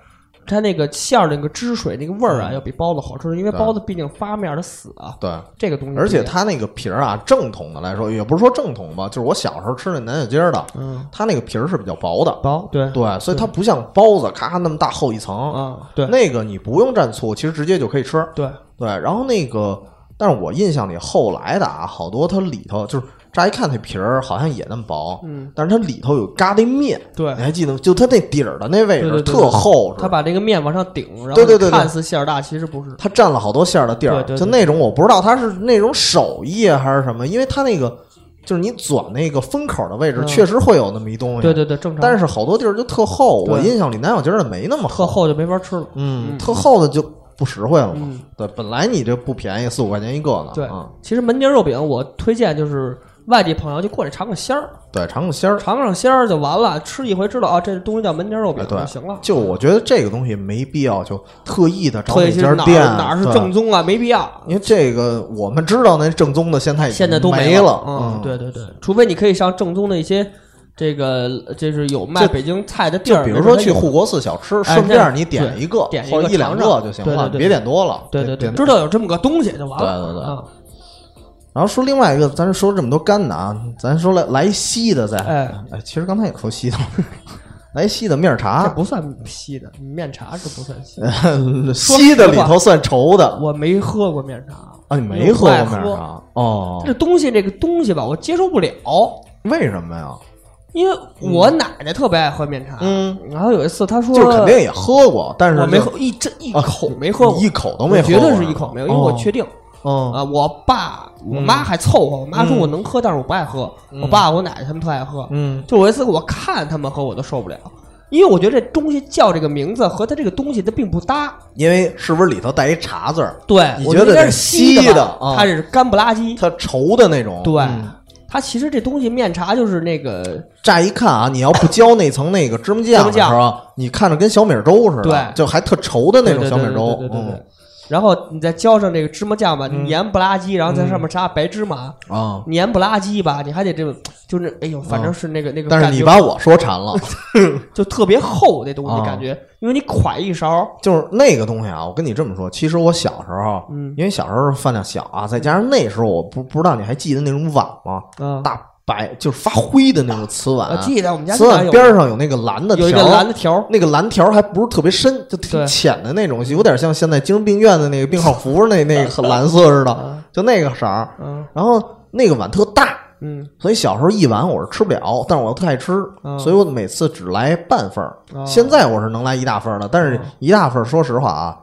S2: 它那个馅儿那个汁水那个味儿啊，要比包子好吃，因为包子毕竟发面的死啊，
S1: 对，
S2: 这个东西不一样。
S1: 而且它那个皮儿啊，正统的来说，也不是说正统吧，就是我小时候吃那南小街儿的，
S2: 嗯，
S1: 它那个皮儿是比较薄的，
S2: 薄对
S1: 对，所以它不像包子咔那么大厚一层，
S2: 啊嗯对
S1: 那个你不用蘸醋，其实直接就可以吃。
S2: 对
S1: 对，然后那个，但是我印象里后来的啊，好多它里头就是乍一看那皮儿好像也那么薄，
S2: 嗯，
S1: 但是它里头有嘎的面，
S2: 对
S1: 你还记得吗？就它那底儿的那位
S2: 对
S1: 置
S2: 对对
S1: 特厚实，
S2: 它把这个面往上顶，然后
S1: 对对对对
S2: 看似馅儿大，其实不是。
S1: 它占了好多馅儿的地儿，
S2: 对对对
S1: 就那种我不知道它是那种手艺啊还是什么，因为它那个就是你转那个封口的位置，
S2: 嗯
S1: 确实会有那么一东西，
S2: 对对对，正常。
S1: 但
S2: 是
S1: 是好多地儿就特厚，
S2: 对
S1: 我印象里南小街儿的没那么厚，
S2: 特厚就没法吃了。
S1: 嗯，
S2: 嗯
S1: 特厚的就不实惠了嘛。
S2: 嗯
S1: 啊对，本来你这不便宜，四五块钱一个呢。
S2: 对
S1: 嗯，
S2: 其实门钉肉饼我推荐就是外地朋友就过来尝个鲜儿，
S1: 对，尝个鲜儿。
S2: 尝尝鲜儿就完了，吃一回知道啊，这东西叫门帘肉饼
S1: 哎对
S2: 就行了。
S1: 就我觉得这个东西没必要就特意的找
S2: 特
S1: 哪
S2: 意去
S1: 家
S2: 哪儿
S1: 店
S2: 哪儿是
S1: 对
S2: 正宗啊？没必要，
S1: 因为这个我们知道那正宗的现在已经
S2: 现在都
S1: 没
S2: 了。
S1: 嗯，
S2: 对对对，除非你可以上正宗的一些这个就是有卖
S1: 就
S2: 北京菜的地儿，
S1: 比如说
S2: 它
S1: 去
S2: 有
S1: 护国寺小吃，
S2: 哎
S1: 顺便
S2: 那
S1: 你点
S2: 对
S1: 一个
S2: 点一
S1: 或者
S2: 个
S1: 一两
S2: 尝尝
S1: 就行
S2: 对
S1: 了，
S2: 对对
S1: 别点多了。
S2: 对对对，
S1: 点
S2: 知道有这么个东西就完了。
S1: 对对对
S2: 啊
S1: 然后说另外一个，咱说这么多干的啊，咱说来来西的再，
S2: 哎
S1: 其实刚才也说西的了， 来西的面
S2: 这
S1: 茶，
S2: 不算稀的，面茶是不算稀的。
S1: 西嗯的里头算稠的
S2: 我没喝过面茶，
S1: 啊，你没喝过
S2: 我不
S1: 面
S2: 爱喝
S1: 茶哦？
S2: 这东西这个东西吧，我接受不了，
S1: 为什么呀？
S2: 因为我奶奶特别爱喝面茶。
S1: 嗯，
S2: 然后有一次她说，
S1: 就是肯定也喝过，但是
S2: 我没
S1: 就
S2: 喝一这一
S1: 啊
S2: 口没喝过，
S1: 一口都没喝过
S2: 我绝对是一口没有，因为我
S1: 哦
S2: 确定
S1: 嗯
S2: 啊，我爸我妈还凑合，我妈说我能喝，但是我不爱喝，我爸我奶奶他们特爱喝，
S1: 嗯
S2: 就有一次我看他们喝我都受不了，因为我觉得这东西叫这个名字和它这个东西它并不搭。
S1: 因为是不是里头带一茶字儿？
S2: 对，
S1: 你
S2: 我
S1: 觉得
S2: 应该
S1: 这
S2: 是
S1: 稀
S2: 稀
S1: 的
S2: 吧
S1: 啊
S2: 它是干不拉几。
S1: 它稠的那种，
S2: 对
S1: 嗯，
S2: 它其实这东西面茶就是那个
S1: 乍一看啊，你要不浇那层那个芝麻酱的时
S2: 芝
S1: 候，你看着跟小米粥似的，
S2: 对
S1: 就还特稠的那种
S2: 对对
S1: 小米粥，
S2: 对对对对对
S1: 嗯
S2: 然后你再浇上这个芝麻酱吧，你黏不拉几，然后在上面插白芝麻，
S1: 啊。
S2: 黏不拉几吧，你还得这么就是哎呦，反正是那个那个
S1: 嗯但
S2: 感觉，
S1: 是你把我说馋 了，
S2: 就特别厚那东
S1: 啊
S2: 西感觉，因为你㧟一勺，
S1: 就是那个东西啊。我跟你这么说，其实我小时候，
S2: 嗯
S1: 因为小时候饭量小啊，再加上那时候我不不知道你还记得那种碗吗？
S2: 嗯，
S1: 大白就是发灰的那种瓷碗
S2: 我，啊记得我们家
S1: 瓷
S2: 那
S1: 碗
S2: 有
S1: 边上有那个蓝的条，
S2: 有一个蓝的条儿，
S1: 那个蓝条还不是特别深，就挺
S2: 对
S1: 浅的那种，有点像现在精神病院的那个病号服那那个蓝色似的
S2: 啊，
S1: 就那个色儿。
S2: 嗯
S1: 然后那个碗特大，
S2: 嗯
S1: 所以小时候一碗我是吃不了，但是我又特爱吃，
S2: 嗯
S1: 所以我每次只来半份儿。
S2: 哦
S1: 现在我是能来一大份儿的，但是一大份儿，说实话啊，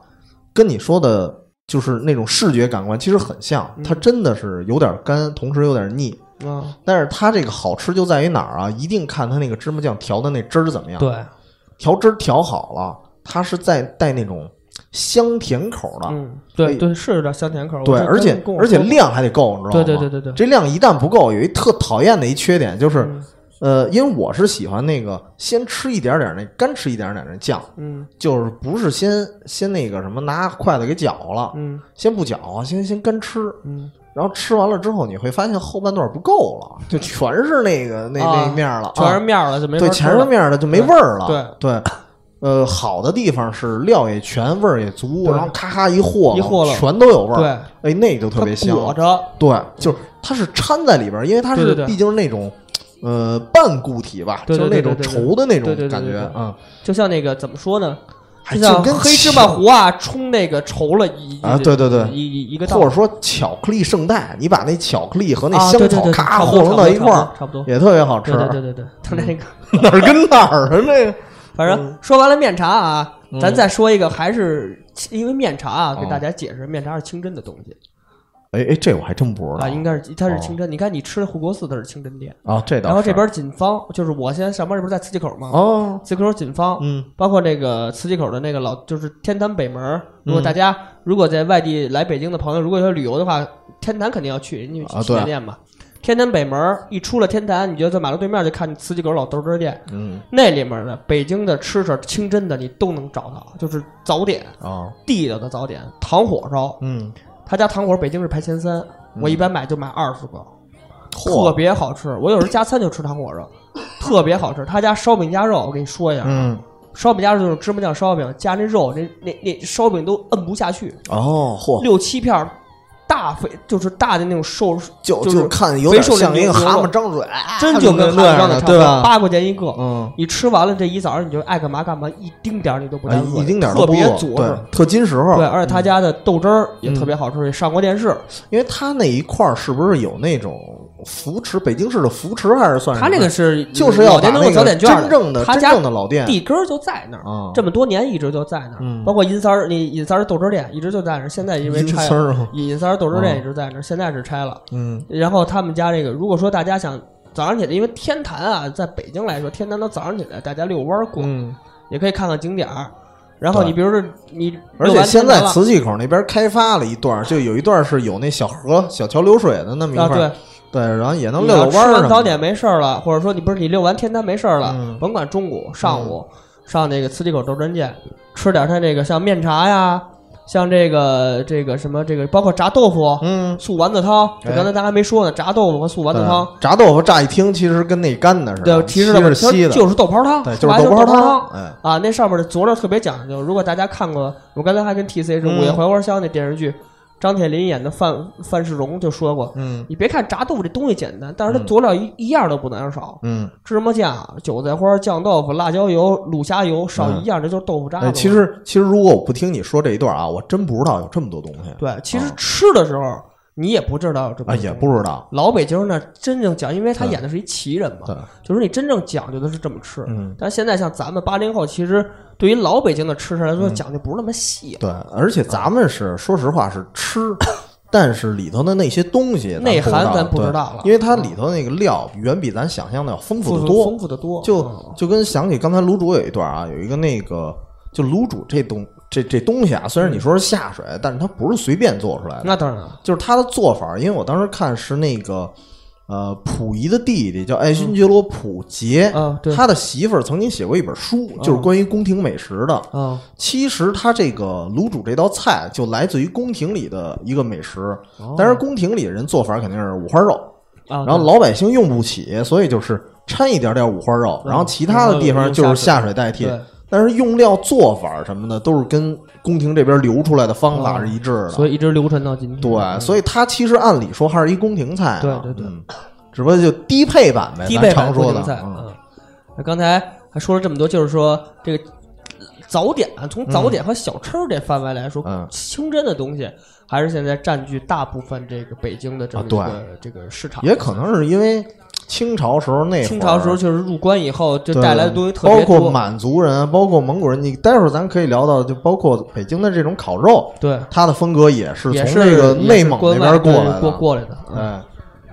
S1: 跟你说的就是那种视觉感官其实很像，它真的是有点干，同时有点腻。
S2: 嗯，
S1: 但是它这个好吃就在于哪儿啊？一定看它那个芝麻酱调的那汁儿怎么样。啊
S2: 对，
S1: 调汁儿调好了，它是在带那种香甜口的，
S2: 嗯
S1: 所
S2: 对
S1: 以
S2: 对是有点香甜口儿，
S1: 对，
S2: 我就
S1: 而且
S2: 跟我
S1: 而且
S2: 说
S1: 量还得够，你知道吗？
S2: 对对对对对
S1: 这量一旦不够，有一特讨厌的一缺点就是，
S2: 嗯
S1: 呃，因为我是喜欢那个先吃一点点那干吃一点点那酱，
S2: 嗯
S1: 就是不是先先那个什么拿筷子给搅了，
S2: 嗯
S1: 先不搅啊，先先干吃。
S2: 嗯，
S1: 然后吃完了之后，你会发现后半段不够了，就全是那个那、
S2: 啊
S1: 那面儿了，
S2: 全
S1: 啊
S2: 是面儿了就没法
S1: 对，
S2: 吃
S1: 全是
S2: 了
S1: 面儿的就没味儿了。对对，呃，好的地方是料也全，味儿也足，
S2: 对
S1: 然后咔咔一和
S2: 一和了
S1: 全都有味儿。
S2: 对，
S1: 对，哎，那就特别
S2: 它裹
S1: 香。
S2: 着，
S1: 对，就是它是掺在里边儿，因为它是
S2: 对对对
S1: 毕竟是那种呃半固体吧，就
S2: 对
S1: 是
S2: 对
S1: 那
S2: 对
S1: 种
S2: 对对
S1: 稠的那种
S2: 对对对
S1: 感觉
S2: 对对
S1: 啊，
S2: 就像那个怎么说呢？
S1: 还
S2: 就
S1: 就
S2: 像
S1: 跟
S2: 黑芝麻糊啊，冲那个稠了一
S1: 啊
S2: 一
S1: 对对对
S2: 一一一个道
S1: 或
S2: 理
S1: 者说巧克力圣代，你把那巧克力和那
S2: 啊
S1: 香
S2: 对对
S1: 草
S2: 对
S1: 咔
S2: 差不
S1: 和拢
S2: 多差不
S1: 到
S2: 多
S1: 一块儿，
S2: 差不多。差
S1: 也特别好吃嗯
S2: 不。多对对对对对，它那
S1: 哪
S2: 个，
S1: 儿跟哪儿啊？那个
S2: 反正说完了面茶啊，
S1: 嗯
S2: 咱再说一个，还是因为面茶啊，给
S1: 哦
S2: 大家解释，面茶是清真的东西
S1: 哎哎，这我还真不知
S2: 啊，应
S1: 道
S2: 该是它是清真。你看你吃的护国寺，它是清真店，
S1: 啊，这倒
S2: 然后这
S1: 是
S2: 边锦芳，就是我现在上班这不是在磁器口吗？
S1: 哦，
S2: 磁器口锦芳，
S1: 嗯。
S2: 包括那个磁器口的那个老，就是天坛北门儿。
S1: 嗯
S2: 如果大家、如果在外地来北京的朋友，如果要旅游的话，天坛肯定要去，因为
S1: 啊
S2: 去旗舰店嘛。天坛北门儿一出了天坛，你就在马路对面就看磁器口老豆汁儿店，
S1: 嗯
S2: 那里面的北京的吃食清真的你都能找到，就是早点
S1: 啊，
S2: 地道的早点，糖火烧，
S1: 嗯，
S2: 他家糖火北京是排前三，我一般买就买二十个，特别好吃。我有时候加餐就吃糖火烧，特别好吃。他家烧饼夹肉，我跟你说一下，
S1: 嗯，
S2: 烧饼夹肉就是芝麻酱烧饼，加那肉，那那那烧饼都摁不下去，
S1: 哦，嚯，
S2: 六七片儿大肥就是大的那种瘦，
S1: 就
S2: 就是
S1: 看有点像一个
S2: 肥瘦的牛
S1: 蛤
S2: 牛
S1: 蟆
S2: 肉
S1: 张嘴，啊
S2: 真就跟
S1: 那
S2: 汉堡
S1: 样
S2: 包的
S1: 的，
S2: 差不
S1: 对
S2: 多，
S1: 吧？
S2: 八块钱一个。
S1: 嗯，
S2: 你吃完了这一早上，你就爱干嘛干嘛，一丁点儿你都不
S1: 哎
S2: 耽误，
S1: 一丁点儿都
S2: 特
S1: 不
S2: 别
S1: 饿
S2: 足
S1: 对嗯
S2: 实。，
S1: 特金时候
S2: 对，，而且他家的豆汁儿也特别好吃，也上过电视。
S1: 因为它那一块儿是不是有那种扶持北京市的扶持，还是算什
S2: 他
S1: 么
S2: 那个是
S1: 就是要
S2: 老
S1: 把
S2: 店
S1: 那
S2: 弄早
S1: 个
S2: 点券
S1: 真正的
S2: 他
S1: 真
S2: 家
S1: 正的老店
S2: 地根儿就在那儿，
S1: 啊，
S2: 这么多年一直就在那儿。
S1: 嗯
S2: 包括银三儿，你银三儿豆汁儿店一直啊就在那儿，现在因为
S1: 阴
S2: 拆
S1: 丝
S2: 了，
S1: 儿吗，
S2: 银三儿豆汁儿店
S1: 嗯
S2: 一直在那儿，现在是拆了。
S1: 嗯
S2: 然后他们家这个，如果说大家想早上起来，因为天坛啊，在北京来说，天坛都早上起来大家遛弯儿逛，
S1: 嗯，
S2: 也可以看看景点儿。然后
S1: 对
S2: 你比如说你，
S1: 而且现在
S2: 了
S1: 磁器口那边开发了一段儿，就有一段儿是有那小河、小桥流水的那么一
S2: 啊，
S1: 块儿
S2: 对，
S1: 对，然后也能
S2: 你
S1: 遛
S2: 要
S1: 遛弯
S2: 吃
S1: 儿什
S2: 完
S1: 么
S2: 早
S1: 的
S2: 点没事儿了，或者说你不是你遛完天坛没事儿了，
S1: 嗯
S2: 甭管中午、上午、上那个磁器口豆针店吃点儿它这个像面茶呀，像这个这个什么这个包括炸豆腐、
S1: 嗯，
S2: 素丸子汤，
S1: 哎
S2: 就刚才咱还没说呢，炸豆腐和素丸子
S1: 对
S2: 汤，
S1: 炸豆腐乍一听其实跟那干的似的，
S2: 对，其实
S1: 稀是
S2: 呢
S1: 稀的，
S2: 就是豆泡汤，
S1: 对，
S2: 说
S1: 就是
S2: 白
S1: 豆
S2: 豆
S1: 花
S2: 泡
S1: 汤，哎，
S2: 啊，那上面的佐料特别讲究。如果大家看过，我刚才还跟 T C 是《
S1: 嗯
S2: 午夜槐花香》那电视剧，张铁林演的范范世荣就说过，
S1: 嗯
S2: 你别看炸豆腐这东西简单，但是它
S1: 嗯
S2: 佐料一一样都不能少，
S1: 嗯，
S2: 芝麻酱、韭菜花、酱豆腐、辣椒油、卤虾油，少
S1: 嗯
S2: 一样这就是豆腐渣子
S1: 哎，
S2: 嘛。
S1: 其实其实如果我不听你说这一段啊，我真不知道有这么多东西
S2: 对，其实
S1: 啊
S2: 吃的时候你也不知道有这么
S1: 啊，也不知道，
S2: 老北京呢真正讲，因为他
S1: 对
S2: 演的是一奇人嘛，
S1: 对，
S2: 就是你真正讲究的是这么吃。
S1: 嗯。
S2: 但现在像咱们八零后，其实对于老北京的吃食来说，
S1: 嗯
S2: 讲究不是那么细啊了。
S1: 对，而且咱们是、说实话是吃，但是里头的那些东西咱
S2: 内涵咱
S1: 不
S2: 不
S1: 知道
S2: 知道了
S1: 对因为它里头那个料远比咱想象的要丰富的
S2: 丰富
S1: 多
S2: 丰。富的多。嗯
S1: 就就跟想起刚才卤煮有一段啊，有一个那个就卤煮这东这这东西啊，虽然你说是下水，但是它不是随便做出来的，
S2: 那当然了，
S1: 就是它的做法。因为我当时看是那个呃溥仪的弟弟叫艾勋杰罗溥杰，
S2: 啊对
S1: 他的媳妇儿曾经写过一本书，
S2: 嗯
S1: 就是关于宫廷美食的。
S2: 啊，
S1: 其实它这个卤煮这道菜就来自于宫廷里的一个美食，但是宫廷里人做法肯定是五花肉，
S2: 哦啊，
S1: 然后老百姓用不起，所以就是掺一点点五花肉，
S2: 嗯
S1: 然后其他的地方就是下水代替
S2: 对。
S1: 但是用料做法什么的都是跟宫廷这边流出来的方
S2: 啊
S1: 法是一致的，
S2: 所以一直流传到今天。嗯
S1: 对，所以它其实按理说还是一宫廷菜啊，
S2: 对对对
S1: 嗯，只不过就低配版呗，
S2: 低配
S1: 咱常
S2: 版
S1: 说
S2: 说
S1: 的
S2: 菜，
S1: 嗯
S2: 嗯，那刚才还说了这么多，就是说这个早点啊，从早点和小吃这范围来说
S1: 嗯，
S2: 清真的东西还是现在占据大部分这个北京的这么一
S1: 啊
S2: 个这个市场，
S1: 也可。能是因为清朝时候那会儿
S2: 清朝时候就是入关以后，就
S1: 对
S2: 带来的东西特别
S1: 包括
S2: 多。
S1: 满族人，包括蒙古人。你待会儿咱可以聊到，就包括北京的这种烤肉，
S2: 对，
S1: 它的风格也是
S2: 也
S1: 从
S2: 是
S1: 那个
S2: 也是
S1: 内蒙那
S2: 关
S1: 边
S2: 外
S1: 过
S2: 对
S1: 来的。
S2: 过过来的。嗯
S1: 哎，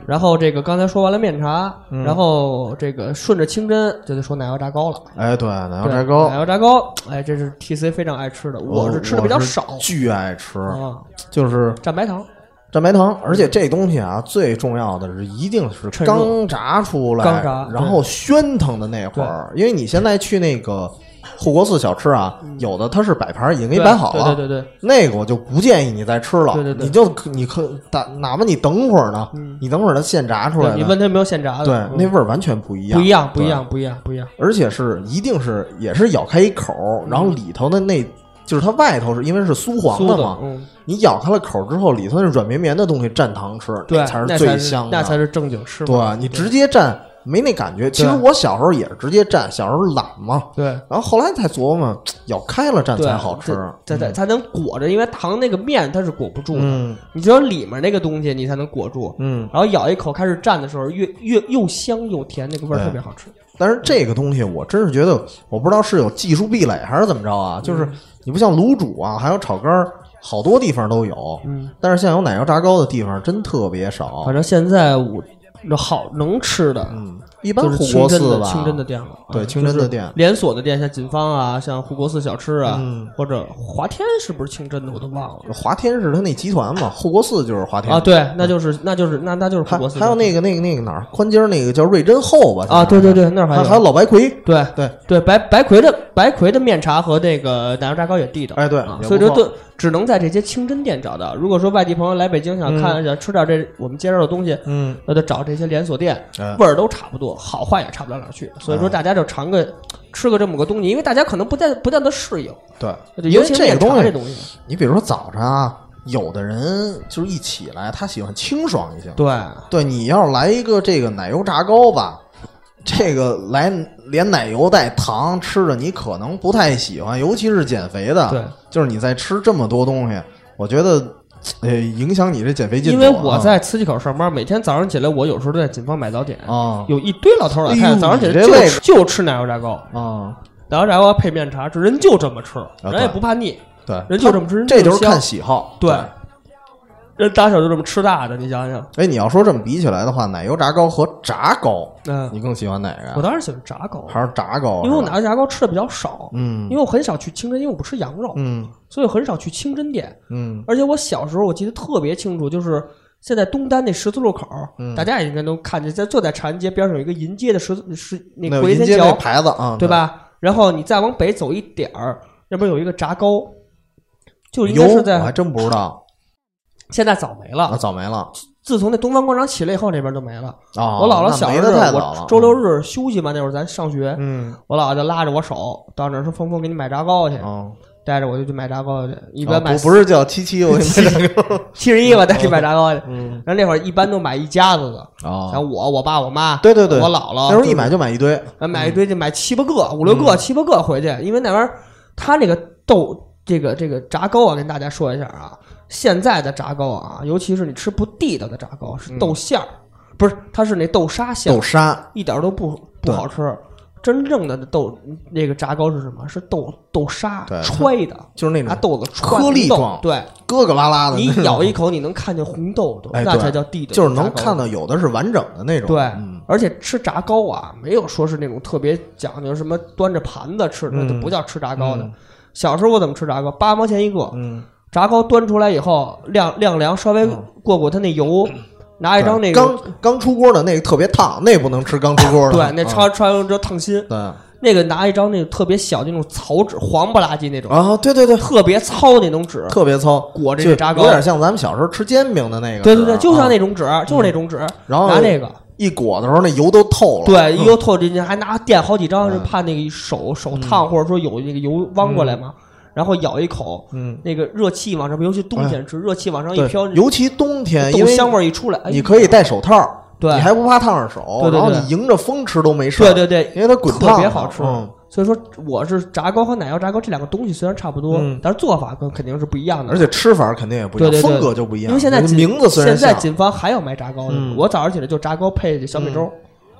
S2: 然后这个刚才说完了面茶，
S1: 嗯
S2: 然后这个顺着清真就得说奶油炸糕了。
S1: 哎，对，奶油
S2: 对
S1: 炸糕
S2: 奶，油炸糕，哎，这是 T C 非常爱吃的，我是吃的比较少
S1: 我是巨爱吃，
S2: 啊，
S1: 就是
S2: 蘸白糖，
S1: 蘸白糖。而且这东西啊，最重要的是一定是
S2: 趁热
S1: 刚炸出来，
S2: 刚炸
S1: 然后喧腾的那会儿，因为你现在去那个。护国寺小吃啊，有的它是摆盘儿已经给你摆好了，
S2: 嗯
S1: 啊
S2: 对对对对，
S1: 那个我就不建议你再吃了，
S2: 对对对
S1: 你就可你可打，哪怕你等会儿呢，
S2: 嗯
S1: 你等会儿它现炸出来的，
S2: 对你问他有没有现炸的，
S1: 对、
S2: 嗯
S1: 那味儿完全不一样，
S2: 不一样，不一
S1: 对，
S2: 样，不一样，不一样，
S1: 而且是一定是也是咬开一口，然后里头的那就是它外头是因为是酥黄
S2: 嗯酥
S1: 的
S2: 的
S1: 嘛，
S2: 嗯，
S1: 你咬开了口之后，里头那软绵绵的东西蘸糖吃，
S2: 对，
S1: 那
S2: 那
S1: 才
S2: 是
S1: 最香的，
S2: 那才是正经吃法，
S1: 对你直接蘸没那感觉。其实
S2: 对
S1: 我小时候也是直接蘸，小时候懒嘛，
S2: 对。
S1: 然后后来才琢磨咬开了蘸
S2: 对，
S1: 才好吃，
S2: 才才才能裹着，因为糖那个面它是裹不住的，
S1: 嗯
S2: 你只有里面那个东西你才能裹住，
S1: 嗯。
S2: 然后咬一口开始蘸的时候，越越又香又甜，那个味儿
S1: 对
S2: 特别好吃。
S1: 但是这个东西，我真是觉得，我不知道是有技术壁垒还是怎么着啊。就是
S2: 嗯
S1: 你不像卤煮啊，还有炒肝儿，好多地方都有，
S2: 嗯，啊
S1: 但是像有奶油炸糕的地方真特别少
S2: 反。正现在我好能吃的，
S1: 嗯，一般
S2: 就是
S1: 护
S2: 清
S1: 国
S2: 真
S1: 寺
S2: 的
S1: 吧，
S2: 清真的店了，
S1: 对
S2: 嗯
S1: 清真的
S2: 就是
S1: 店
S2: 连锁的店，像锦芳啊，像护国寺小吃啊
S1: 嗯，
S2: 或者华天是不是清真的我都忘了
S1: 华天是他那集团嘛，护国寺就是华天
S2: 啊，。对，那就是那就是那那就是护
S1: 还
S2: 国寺，
S1: 还有那个那个那个哪儿宽街儿那个叫瑞珍后吧
S2: 啊，对对，对，那儿
S1: 还还
S2: 还
S1: 有老白魁，
S2: 对
S1: 对
S2: 对白白魁的白魁的面茶和那个奶油炸糕也地道，
S1: 哎对
S2: 啊
S1: 也
S2: 所以
S1: 不
S2: 说
S1: 错
S2: 都只能在这些清真店找到。如果说外地朋友来北京想看想吃点这我们介绍的东西，
S1: 嗯，
S2: 那就找这些连锁店
S1: 哎，
S2: 味儿都差不多，好坏也差不到哪儿去。所以说大家就尝个吃个这么个东西，因为大家可能不太不断的适应，
S1: 对，因
S2: 尤
S1: 为
S2: 其是
S1: 这个
S2: 面
S1: 东
S2: 茶这
S1: 西，
S2: 东西，
S1: 你比如说早晨啊，有的人就是一起来，他喜欢清爽一些，
S2: 对，
S1: 对，你要是来一个这个奶油炸糕吧，这个来连奶油带糖吃着，你可能不太喜欢，尤其是减肥的。
S2: 对，
S1: 就是你在吃这么多东西，我觉得呃影响你这减肥进
S2: 因
S1: 度啊。
S2: 为我在磁器口上班，每天早上起来，我有时候都在锦芳买早点，
S1: 啊
S2: 有一堆老头老太
S1: 哎
S2: 太
S1: 呦
S2: 早上起来
S1: 你这
S2: 就
S1: 胃
S2: 吃就吃奶油炸糕，
S1: 啊，
S2: 奶油炸糕配面茶，这人就这么吃，
S1: 对
S2: 人也不怕腻，
S1: 对，
S2: 人啊就这么吃，人
S1: 这就
S2: 就是香
S1: 看喜好。
S2: 对，人打小就这么吃大的，你想想，
S1: 哎，你要说这么比起来的话，奶油炸糕和炸糕，
S2: 嗯，
S1: 你更喜欢哪个呀
S2: 我？当然喜欢炸糕，
S1: 还是炸糕？
S2: 因为我
S1: 是吧
S2: 奶油炸糕吃的比较少，
S1: 嗯
S2: 因为我很少去清真，因为我不吃羊肉，
S1: 嗯
S2: 所以很少去清真店。
S1: 嗯
S2: 而且我小时候我记得特别清楚，就是现在东单那十字路口，
S1: 嗯
S2: 大家也应该都看见，在坐在长安街边上有一个银街的十字十那
S1: 那
S2: 个
S1: 有
S2: 国
S1: 银
S2: 营
S1: 街
S2: 天
S1: 那
S2: 桥，
S1: 牌子啊，
S2: 对？吧？然后你再往北走一点儿，那边有一个炸糕，就应
S1: 有，
S2: 该是
S1: 我还
S2: 在
S1: 真不知道
S2: 现在早没
S1: 啊，
S2: 了。
S1: 早没了
S2: 自从那东方广场起来以后，那边就没了。
S1: 啊。
S2: 我姥姥
S1: 那
S2: 小
S1: 没
S2: 时
S1: 得
S2: 候
S1: 太，早了啊
S2: 我周六，日休息嘛，那会儿咱上学，
S1: 嗯，
S2: 我姥姥就拉着我手到那儿说：“峰峰，给你买炸糕去。
S1: 哦，
S2: 带着我就去买炸糕去，嗯一
S1: 一
S2: 般
S1: 嗯
S2: 买
S1: 啊不不是叫七七，我
S2: 七十一吧，带去买炸糕去。
S1: 嗯
S2: 然后那会儿一般都买一家子的，像
S1: 哦，
S2: 我、我爸、我妈，
S1: 对对对，
S2: 我姥姥
S1: 那时候一买就买一堆，
S2: 呃买一堆就买七八个、五六个、
S1: 嗯
S2: 七八个回去，因为那玩意儿它那个豆这个这个炸糕啊，跟大家说一下啊，现在的炸糕啊，尤其是你吃不地道的炸糕，是豆馅儿，不是它是那豆沙馅
S1: 嗯
S2: 儿
S1: 豆，沙，
S2: 一点儿都不不
S1: 对
S2: 好吃。真正的豆那个炸糕是什么？是豆豆沙
S1: 对
S2: 揣的，
S1: 就是那
S2: 拿
S1: 种
S2: 豆子揣
S1: 颗粒
S2: 红豆
S1: 状
S2: 对，
S1: 疙疙拉拉的，
S2: 你咬一口，你能看见红豆豆，
S1: 哎
S2: 那
S1: 对
S2: 才叫地道的炸糕，
S1: 就是能看到有的是完整的那种，
S2: 对
S1: 嗯，
S2: 而且吃炸糕啊，没有说是那种特别讲究什么端着盘子吃的，那
S1: 嗯
S2: 就不叫吃炸糕的
S1: 嗯。
S2: 小时候我怎么吃炸糕？八毛钱一个，
S1: 嗯，
S2: 炸糕端出来以后晾晾凉，稍微
S1: 嗯
S2: 过过它那油，拿一张那个，
S1: 刚刚出锅的那个特别烫，那不能吃刚出锅的，
S2: 对，那
S1: 嗯
S2: 穿穿完之后烫心，
S1: 对
S2: 那个拿一张那种特别小的那种草纸，黄不拉几那种，
S1: 啊，对对对，
S2: 特别糙那种纸，
S1: 特别糙，
S2: 裹着
S1: 就
S2: 这炸糕
S1: 有。点像咱们小时候吃煎饼的那个，
S2: 对对
S1: 是
S2: 对，
S1: 吧嗯哦
S2: 就像
S1: 啊
S2: 那种纸，就是那种纸，
S1: 然后
S2: 拿那个，
S1: 一裹的时候，那油都透了，
S2: 对，油透进去，还拿垫好几张，
S1: 嗯
S2: 就怕那个手手烫，或者说有那个油汪过来嘛。然后咬一口，
S1: 嗯，
S2: 那个热气往上，尤其冬天吃，热气往上一
S1: 哎对
S2: 飘，，
S1: 尤其冬天，因
S2: 豆
S1: 为
S2: 香味儿一出来，哎
S1: 你可以戴手套，
S2: 对
S1: 你还不怕烫着手，
S2: 对对对
S1: 然后你迎着风吃都没事，
S2: 对，对对，
S1: 因为它滚烫，
S2: 特别好吃
S1: 嗯，。
S2: 所以说，我是炸糕和奶油炸糕这两个东西虽然差不多
S1: 嗯，
S2: 但是做法跟肯定是不一样的。
S1: 而且吃法肯定也不一
S2: 对
S1: 样，
S2: 对对
S1: 风格就不一样，
S2: 因为现在
S1: 这个
S2: 锦
S1: 名字虽然
S2: 现在
S1: 像，
S2: 锦芳还有卖炸糕的
S1: 嗯，
S2: 我早上起来就炸糕配这小米粥，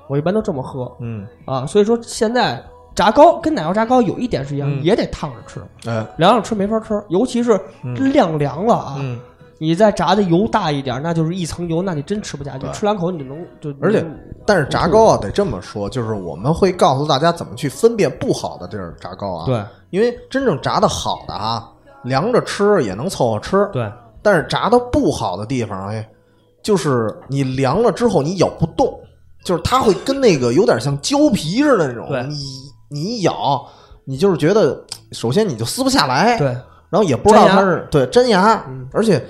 S2: 我一般都这么喝
S1: 嗯，
S2: 啊。所以说现在炸糕跟奶油炸糕有一点是一样，
S1: 嗯
S2: 也得烫着吃。
S1: 哎，
S2: 凉了吃没法吃，尤其是
S1: 嗯
S2: 晾凉了啊，
S1: 嗯，
S2: 你再炸的油大一点，那就是一层油，那你真吃不下去
S1: 对，
S2: 吃两口你就能就
S1: 而且但是炸糕啊，得这么说，就是我们会告诉大家怎么去分辨不好的这种炸糕啊，，
S2: 对
S1: 因为真正炸的好的啊，凉着吃也能凑合吃，
S2: 对
S1: 但是炸的不好的地方，哎，就是你凉了之后你咬不动，就是它会跟那个有点像胶皮似的那
S2: 对
S1: 种，你你一咬，你就是觉得首先你就撕不下来，
S2: 对
S1: 然后也不知道
S2: 粘牙
S1: 它是对粘牙
S2: 嗯，
S1: 而且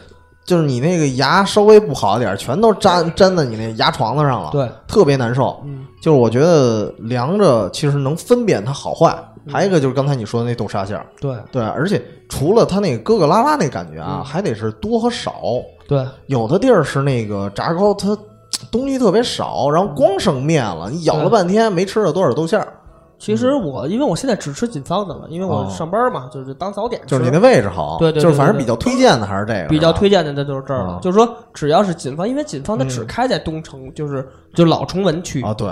S1: 就是你那个牙稍微不好点儿，全都粘粘在你那牙床子上了，
S2: 对，
S1: 特别难受。
S2: 嗯，
S1: 就是我觉得凉着其实能分辨它好坏，还有一个就是刚才你说的那豆沙馅儿，
S2: 对
S1: 对，而且除了它那个疙疙拉拉那感觉啊，
S2: 嗯
S1: 还得是多和少。
S2: 对
S1: 有的地儿是那个炸糕，它东西特别少，然后光剩面了，你咬了
S2: 对
S1: 半天没吃到多少豆馅儿，
S2: 其实我因为我现在只吃锦芳的了，因为我
S1: 哦
S2: 上班嘛，就是当早点吃。
S1: 就是你那位置好，
S2: 对对对
S1: 就是反正
S2: 对对
S1: 比较推荐的还是这个，
S2: 比较
S1: 是吧
S2: 推荐的，那就是这儿了。
S1: 嗯
S2: 就是说，只要是锦芳，因为锦芳它只
S1: 嗯
S2: 开在东城，就是就老崇文区
S1: 啊，对，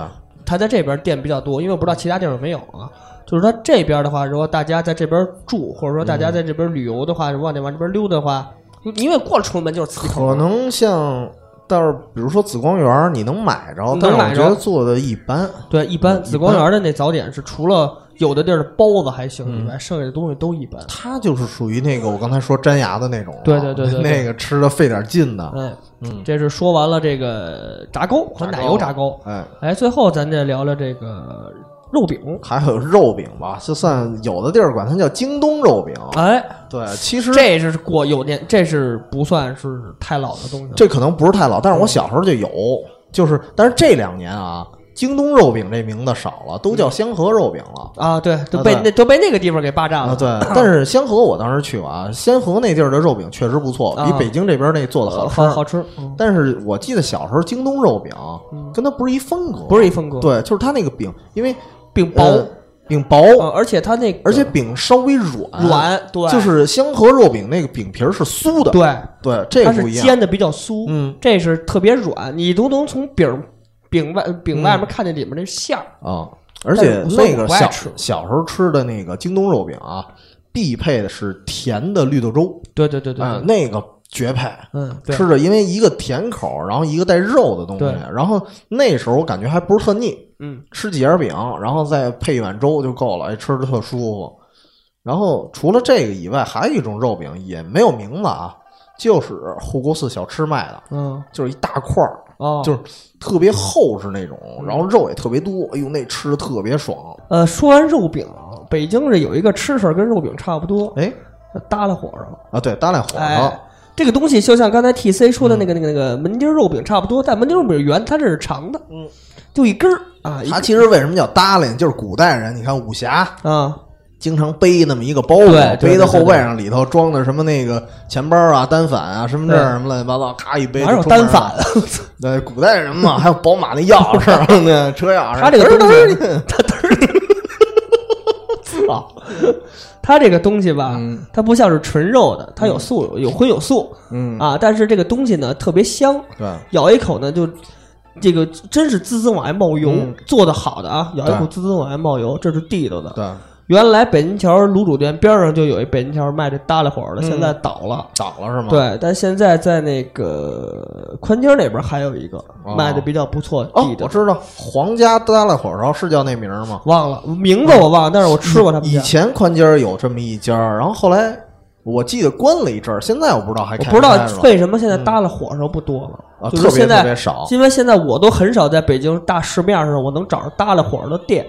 S2: 它在这边店比较多，因为我不知道其他地方有没有啊。就是它这边的话，如果大家在这边住，或者说大家在这边旅游的话，往那往这边溜达的话，因为过了崇文门就是磁口
S1: 可能像。但是，比如说紫光园儿，你能买着，
S2: 能
S1: 但是我
S2: 买着
S1: 觉得做的一般。
S2: 对，一般紫光园的那早点是除了有的地儿的包子还行以外，剩下的东西都一般。
S1: 它就是属于那个我刚才说粘牙的那种了，
S2: 对对对对对
S1: 那个吃的费点劲的。
S2: 哎，
S1: 嗯，
S2: 这是说完了这个炸糕和奶油炸糕，
S1: 哎，
S2: 哎，最后咱再聊聊这个肉饼。
S1: 还有肉饼吧，就算有的地儿管它叫京东肉饼。
S2: 哎，
S1: 对，其实
S2: 这是过有年，这是不算是太老的东西了。
S1: 这可能不是太老，但是
S2: 嗯
S1: 我小时候就有，就是但是这两年啊，京东肉饼这名字少
S2: 嗯
S1: 了，都叫香河肉饼了。
S2: 啊，对，都
S1: 啊
S2: 被
S1: 对
S2: 那都被那个地方给霸占
S1: 啊，
S2: 了。
S1: 对，但是香河我当时去过啊，香河那地儿的肉饼确实不错，比
S2: 啊
S1: 北京这边那做的好吃。
S2: 好好吃，嗯
S1: 但是我记得小时候京东肉饼跟它不是一风格，
S2: 不是一风格，，
S1: 对，就是它那个饼，因为
S2: 饼薄，
S1: 呃饼薄，
S2: 嗯而且它那个
S1: 而且饼稍微软，
S2: 软，对，
S1: 就是香河肉饼那个饼皮儿是酥的，
S2: 对，
S1: 对，这
S2: 它
S1: 个
S2: 是
S1: 不一样。
S2: 煎的比较酥，
S1: 嗯
S2: 这是特别软，你都能从饼饼外饼
S1: 嗯
S2: 外面看见里面那馅儿，
S1: 啊，而
S2: 但
S1: 且
S2: 是所以
S1: 那
S2: 我
S1: 个
S2: 不爱
S1: 小
S2: 吃
S1: 小时候吃的那个京东肉饼啊，必配的是甜的绿豆粥，
S2: 对对对对，
S1: 啊，
S2: 对
S1: 那个绝配。
S2: 嗯，对
S1: 吃着，因为一个甜口，然后一个带肉的东西
S2: 对，
S1: 然后那时候我感觉还不是特腻，
S2: 嗯，
S1: 吃几样饼，然后再配一碗粥就够了，哎，吃着特舒服。然后除了这个以外，还有一种肉饼也没有名字啊，就是护国寺小吃卖的，
S2: 嗯，
S1: 就是一大块儿，
S2: 哦，嗯
S1: 就是特别厚实那种，然后肉也特别多，哎呦，那吃的特别爽。
S2: 呃，说完肉饼，北京这有一个吃食儿跟肉饼差不多，
S1: 哎，
S2: 搭了火烧。
S1: 啊，对，搭俩火
S2: 哎
S1: 烧，，
S2: 这个东西就像刚才 T C 说的
S1: 嗯
S2: 那个、那个那个门钉肉饼差不多，但门钉肉饼圆，它这是长的，
S1: 嗯，
S2: 就一根儿啊，一
S1: 它其实为什么叫搭呢？就是古代人，你看武侠
S2: 啊，
S1: 经常背那么一个包
S2: 对
S1: 袱，
S2: 对
S1: 背到
S2: 对
S1: 后背
S2: 对
S1: 上，里头装的什么那个钱包啊、单反啊、身份证
S2: 对
S1: 什么乱七八糟，咔一背就
S2: 哪有
S1: 出门
S2: 单
S1: 了
S2: 反啊？
S1: 对，古代人嘛，还有宝马那钥 匙，那车钥匙，
S2: 他这个东
S1: 噔
S2: 西
S1: 噔噔，
S2: 它嘚儿， 操！它这个东西吧，
S1: 嗯
S2: 它不像是纯肉的，它有素有有荤有素
S1: 嗯，
S2: 啊，但是这个东西呢特别香，
S1: 对，
S2: 咬一口呢就。这个真是滋滋往外冒油，
S1: 嗯
S2: 做的好的啊，咬一口
S1: 对
S2: 滋滋往外冒油，这是地道的。
S1: 对，
S2: 原来北京桥卤煮店边上就有一北京桥卖这搭了火的，
S1: 嗯
S2: 现在倒了。
S1: 倒了是吗？，
S2: 对，但现在在那个宽街那边还有一个
S1: 哦
S2: 卖的比较不错的
S1: 哦
S2: 地，道，
S1: 我知道皇家搭了火烧是叫那名儿吗？
S2: 忘了名字我忘了，但是我吃过他们
S1: 以
S2: 家。
S1: 前宽街儿有这么一家儿，然后后来我记得关了一阵儿，现在我不知道还
S2: 我
S1: 开
S2: 不知道
S1: 开是吧
S2: 为什么现在搭了火烧不多了，
S1: 嗯啊，
S2: 就
S1: 特
S2: 是
S1: 别
S2: 现
S1: 特别
S2: 在，
S1: 少。
S2: 因为现在我都很少在北京大市面上我能找着搭了火烧的店。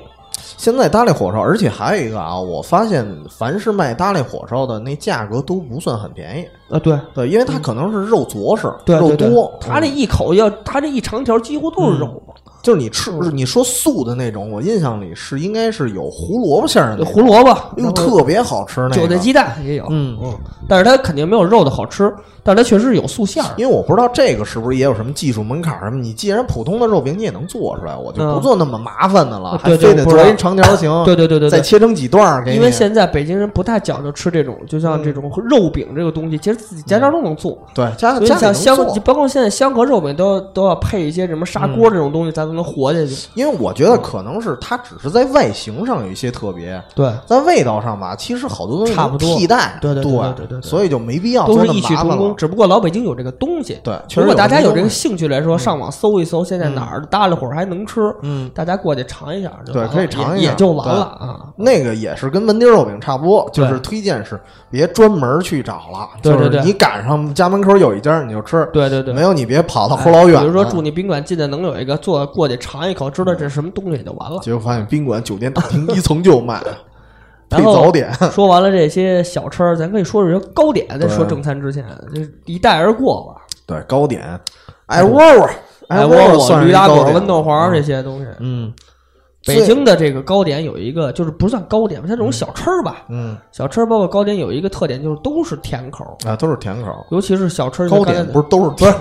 S1: 现在搭了火烧，而且还有一个啊，我发现凡是卖搭了火烧的，那价格都不算很便宜。
S2: 啊，对
S1: 对，因为它可能是肉着实，
S2: 对
S1: 肉
S2: 对对
S1: 多，，
S2: 他这
S1: 嗯
S2: 一口要，他这一长条几乎都是肉嘛，
S1: 就是你吃，你说素的那种，我印象里是应该是有胡萝卜馅儿的那种
S2: 胡萝卜，
S1: 哟，嗯哎特别好吃那个
S2: 韭菜鸡蛋也有，
S1: 嗯
S2: 嗯，但是它肯定没有肉的好吃，但是它确实是有素馅儿。
S1: 因为我不知道这个是不是也有什么技术门槛儿什么，你既然普通的肉饼你也能做出来，我就不
S2: 嗯
S1: 做那么麻烦的了，
S2: 啊
S1: 还
S2: 对对
S1: 非得
S2: 我不知
S1: 做
S2: 道
S1: 一长条形，
S2: 对对对对
S1: 再
S2: 对，
S1: 切成几段儿给你。嗯
S2: 因为现在北京人不太讲究吃这种，就像这种肉饼这个东西，其实自己家常都能做。
S1: 对家啊家
S2: 所以你
S1: 里能
S2: 像香
S1: 做，，嗯
S2: 包括现在香河肉饼都要都要配一些什么砂锅这种东西，才能活下去。
S1: 因为我觉得可能是它只是在外形上有一些特别，
S2: 对，
S1: 在味道上吧，其实好多东西
S2: 差
S1: 能
S2: 不多
S1: 替代，
S2: 对
S1: 对
S2: 对对对对对对
S1: 所以就没必要
S2: 都
S1: 做
S2: 是
S1: 那
S2: 异
S1: 么
S2: 曲
S1: 麻
S2: 同
S1: 烦
S2: 工，
S1: 了。
S2: 只不过老北京有这个东西。
S1: 对，确实
S2: 如果大家有
S1: 这
S2: 这
S1: 个
S2: 个，兴趣来说，上网搜一搜，现在哪儿搭了会儿还能吃，
S1: 嗯，
S2: 大家过去尝一下就完了，
S1: 对可以尝一
S2: 也
S1: 下
S2: 也就完
S1: 对
S2: 了啊。
S1: 那个也是跟门钉肉饼差不多，就是
S2: 对
S1: 推荐是别专门去找了，
S2: 对对
S1: 就
S2: 对
S1: 是你赶上家门口有一家你就吃，
S2: 对对对，哎
S1: 没有你别跑到后老远了。
S2: 比如说住你宾馆近的能有一个坐过去尝一口，知道这是什么东西就完了。
S1: 结果发现宾馆酒店大厅一层就 卖，配
S2: 然后
S1: 早点。
S2: 说完了这些小吃儿，咱可以说说糕点。在说正餐之前，就是一带而过吧。
S1: 对，糕点，哎窝窝，
S2: 哎，
S1: 窝
S2: 窝
S1: 算
S2: 窝、
S1: 是
S2: 驴
S1: 一
S2: 打
S1: 糕
S2: 滚、
S1: 点
S2: 豌豆黄这，些东西。
S1: 嗯，最
S2: 北京的这个糕点有一个，就是不算糕点，它这种小吃儿吧，
S1: 嗯
S2: 小吃儿包括糕点有一个特点，就是都是甜口儿，
S1: 啊都是甜口，
S2: 尤其是小吃儿。就
S1: 糕
S2: 刚才
S1: 点不是都是甜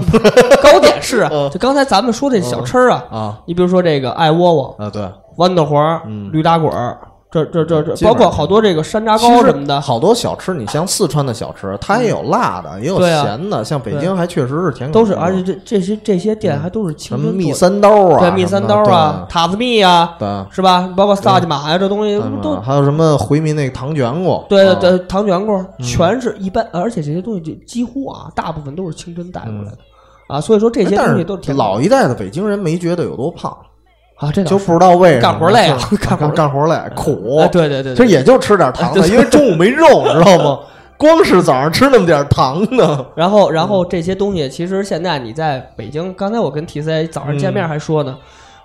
S2: 糕点是啊，
S1: 嗯
S2: 就刚才咱们说这小吃儿啊，
S1: 啊
S2: 你比如说这个爱窝窝、
S1: 啊对，
S2: 豌豆
S1: 嗯
S2: 黄、驴打滚儿，这这这
S1: 基
S2: 这，
S1: 本
S2: 包括
S1: 上
S2: 好多这个山楂
S1: 其
S2: 糕
S1: 实
S2: 什么的，
S1: 好多小吃，你像四川的小吃，它也有辣的，也有
S2: 对啊
S1: 咸的，像北
S2: 对
S1: 京还确实是甜口的，
S2: 都是，而且这这些这些店还都是
S1: 什
S2: 清
S1: 么
S2: 真
S1: 蜜
S2: 做的
S1: 三刀啊，
S2: 对蜜三刀啊、，塔子蜜啊，
S1: 对，
S2: 是吧？包括萨其玛呀，这东西
S1: 嗯
S2: 都
S1: 还有什么回民那个糖卷果，
S2: 对
S1: 啊嗯
S2: 对，对，糖卷果全是一般，而且这些东西就几乎啊，大部分都是清真带过来的啊，所以说这
S1: 哎
S2: 些
S1: 嗯但
S2: 东西
S1: 是
S2: 都是甜
S1: 老一代的北京人没觉得有多胖，
S2: 啊，这
S1: 就
S2: 倒是
S1: 不知道为什么
S2: 干活累啊
S1: 就
S2: 干活
S1: 干
S2: 累
S1: 干活累苦
S2: 啊，，对对对，哎
S1: 其实
S2: 对
S1: 也就吃点糖的，因为中午没肉，知道吗？光是早上吃那么点糖呢，
S2: 然后，然
S1: 嗯
S2: 后这些东西，其实现在你在北京，刚才我跟 T C 早上见面还说呢，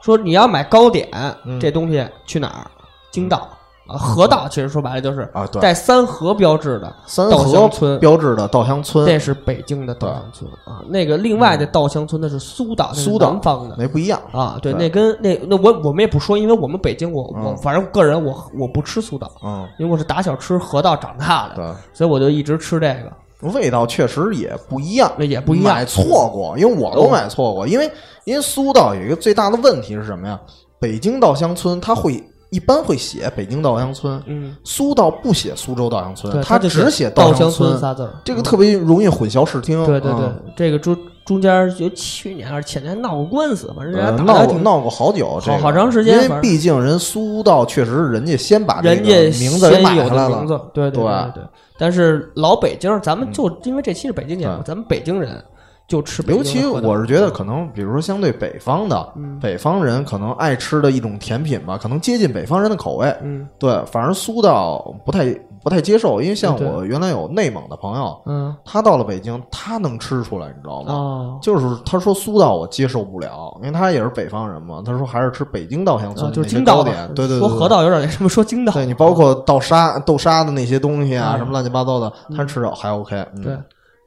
S2: 说你要买糕点
S1: 嗯
S2: 这东西去哪儿？京道啊，河道，其实说白了就是
S1: 啊对
S2: 带三河标志的
S1: 三
S2: 稻
S1: 河
S2: 香村，
S1: 标志的稻香村
S2: 那是北京的稻香村啊。那个另外的稻香村，那是苏岛，那是
S1: 苏岛
S2: 南方的
S1: 那不一样，
S2: 啊。对，
S1: 对
S2: 那跟那那我我们也不说，因为我们北京我我
S1: 嗯
S2: 反正个人我我不吃苏岛，
S1: 嗯，
S2: 因为我是打小吃河道长大的，
S1: 对，
S2: 所以我就一直吃这个，
S1: 味道确实也不一样，
S2: 那也不一样嗯
S1: 买错过，因为我都买错过，因为因为苏道有一个最大的问题是什么呀？北京稻香村它会一般会写北京稻香村，
S2: 嗯。
S1: 苏道不写苏州稻香
S2: 对，
S1: 村，
S2: 它就
S1: 只
S2: 写
S1: 写
S2: 稻
S1: 香
S2: 村仨字儿，
S1: 这个特别容易混淆视听。
S2: 对对对
S1: 嗯，
S2: 这个中中间有去年还是前年闹过官司，反正人
S1: 呃
S2: 家打
S1: 闹
S2: 的
S1: 过
S2: 挺。
S1: 闹过好久，这个
S2: 好长时间
S1: 因为毕竟人苏道确实是人家先把这
S2: 人
S1: 个
S2: 家
S1: 名字给
S2: 先
S1: 买
S2: 有
S1: 下来
S2: 的
S1: 了
S2: 名，字，对对
S1: 对嗯
S2: 对。但是老北京，咱们就因为这期是北京节目，
S1: 对
S2: 咱们北京人就吃北京
S1: 尤
S2: 的
S1: 其
S2: 河南
S1: 我是觉得，可能比如说相对北方的、
S2: 嗯
S1: 北方人，可能爱吃的一种甜品吧，可能接近北方人的口味。
S2: 嗯，
S1: 对，反而苏道不太不太接受，因为像
S2: 对对
S1: 我原来有内蒙的朋友，
S2: 嗯
S1: 他到了北京，他能吃出来，你知道吗？
S2: 哦，
S1: 就是他说苏道我接受不了，因为他也是北方人嘛。他说还是吃北京稻香村
S2: 啊
S1: 的
S2: 就是
S1: 那些
S2: 京
S1: 糕
S2: 道
S1: 点，
S2: 吧
S1: 对对对
S2: 说河
S1: 对
S2: 道有点那什么，说京道，
S1: 对你包括豆沙、豆沙的那些东西啊，
S2: 嗯
S1: 什么乱七八糟的，他吃着还 OK。嗯
S2: 对，，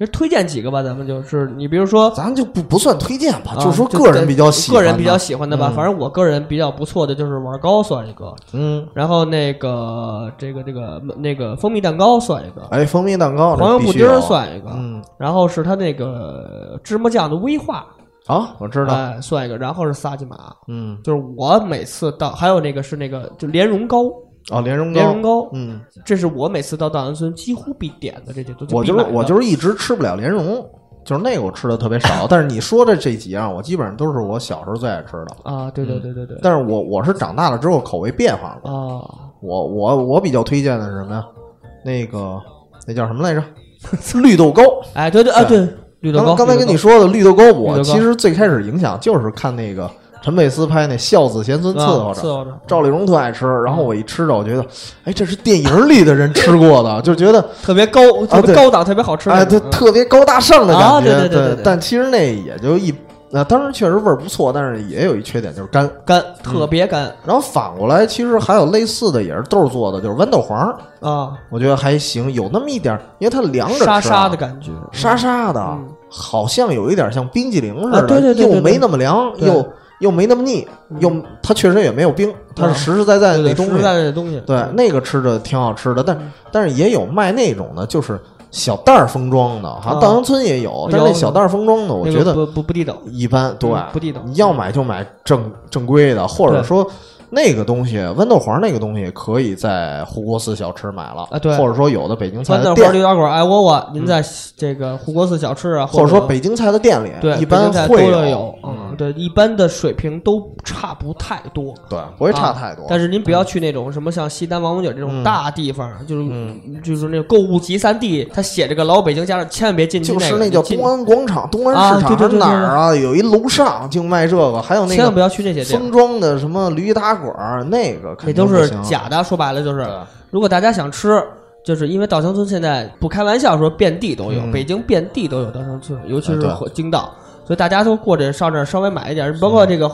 S2: 就推荐几个吧，咱们就是你比如说，
S1: 咱就不不算推荐吧，
S2: 啊
S1: 就是说个人比较喜欢，
S2: 个人比较，喜欢的吧
S1: 嗯，
S2: 反正我个人比较不错的就是玩糕算一个，
S1: 嗯，
S2: 然后那个这个这个那个蜂蜜蛋糕算一个，
S1: 哎，蜂蜜蛋糕，
S2: 黄油
S1: 这必
S2: 布
S1: 须
S2: 丁
S1: 有
S2: 儿，算一个，
S1: 嗯，
S2: 然后是它那个芝麻酱的微化，
S1: 啊，我知道，
S2: 哎，算一个，然后是萨琪玛，
S1: 嗯，
S2: 就是我每次到，还有那个是那个就莲蓉糕，
S1: 哦，莲蓉
S2: 啊莲蓉
S1: 糕，
S2: 糕，
S1: 嗯，
S2: 这是我每次到大安村几乎必点的这些都
S1: 我
S2: 就
S1: 就是我
S2: 是
S1: 就是一直吃不了莲蓉，就是那个我吃的特别少，但是你说的这几样，我基本上都是我小时候最爱吃的。
S2: 啊，对对对对对，
S1: 但是我我是长大了之后口味变化了，
S2: 啊，
S1: 我我我比较推荐的是什么呀？那个那叫什么来着？绿豆糕。
S2: 哎，对对啊，对 绿豆
S1: 刚
S2: 糕，
S1: 刚才
S2: 绿豆
S1: 跟你
S2: 糕
S1: 说的绿豆糕，我
S2: 绿豆糕
S1: 其实最开始影响就是看那个陈佩斯拍那《孝子贤孙伺候
S2: 啊
S1: 着》
S2: 伺候着，
S1: 赵丽蓉特爱吃，然后我一吃着，我觉
S2: 嗯
S1: 得，哎，这是电影里的人吃过 的，就觉得
S2: 特别高，特别
S1: 啊对
S2: 高档，特别好吃那
S1: 哎，
S2: 种，
S1: 它
S2: 嗯
S1: 特别高大上的
S2: 啊
S1: 感觉。
S2: 对对对对对
S1: 但其实那也就一，呃，当然确实味儿不错，但是也有一缺点就是干。
S2: 嗯干，特别干
S1: 然后反过来，其实还有类似的，也是豆儿做的，就是豌豆黄儿，
S2: 啊，
S1: 我觉得还行，有那么一点儿，因为它嗯凉着吃、啊
S2: 沙沙的，感觉，
S1: 沙啊沙的，
S2: 嗯
S1: 好像有一点像冰激凌似的，
S2: 啊对对对对
S1: 又没那么凉，
S2: 对
S1: 又又没那么腻，又它确实也没有冰，它是实实在在
S2: 嗯对
S1: 的那
S2: 对，
S1: 东
S2: 实
S1: 西。
S2: 实在在的东嗯西，嗯
S1: 对，那个吃着挺好吃的，但但是也有卖那种的，就是小袋儿封装的，好像
S2: 啊
S1: 稻香村也有，但是那
S2: 有
S1: 小袋儿封装的，我
S2: 那
S1: 觉得
S2: 个不不不地道，嗯
S1: 一般。对，
S2: 不地道
S1: 你要买就买正正规的，或者
S2: 对
S1: 说那个东西豌豆黄那个东西可以在护国寺小吃买了
S2: 啊对
S1: 或者说有的北京菜
S2: 酸
S1: 的
S2: 豆嗯
S1: 店嗯
S2: 花驴，打滚，哎窝窝，您在这个护国寺小吃啊，
S1: 或者说北京菜的店里，
S2: 对
S1: 一般
S2: 北京菜
S1: 会
S2: 都
S1: 有，
S2: 有，嗯，对，一般的水平都差不太多。
S1: 对，不会差
S2: 啊
S1: 太多。
S2: 但是您不要去那种什么像西单王府井这种
S1: 嗯
S2: 大地方，就是就是那种购物集散地，它写着个老北京家长，千万别进去
S1: 就
S2: 个。
S1: 是
S2: 那
S1: 叫东安广场、东
S2: 啊
S1: 安市场还
S2: 对
S1: 是
S2: 对对
S1: 哪儿啊？有一楼上就卖这个，还有那
S2: 千万不
S1: 个
S2: 要去那些地儿，
S1: 封装的什么驴打滚儿，那个
S2: 那
S1: 肯定
S2: 都
S1: 不
S2: 是
S1: 行
S2: 假的。说白了就是
S1: 对，
S2: 如果大家想吃，就是因为稻香村现在不开玩笑说遍地都有，
S1: 嗯
S2: 北京遍地都有稻香村，尤其
S1: 啊
S2: 是
S1: 对
S2: 和京道，所以大家都过这上这儿稍微买一点，包括这个。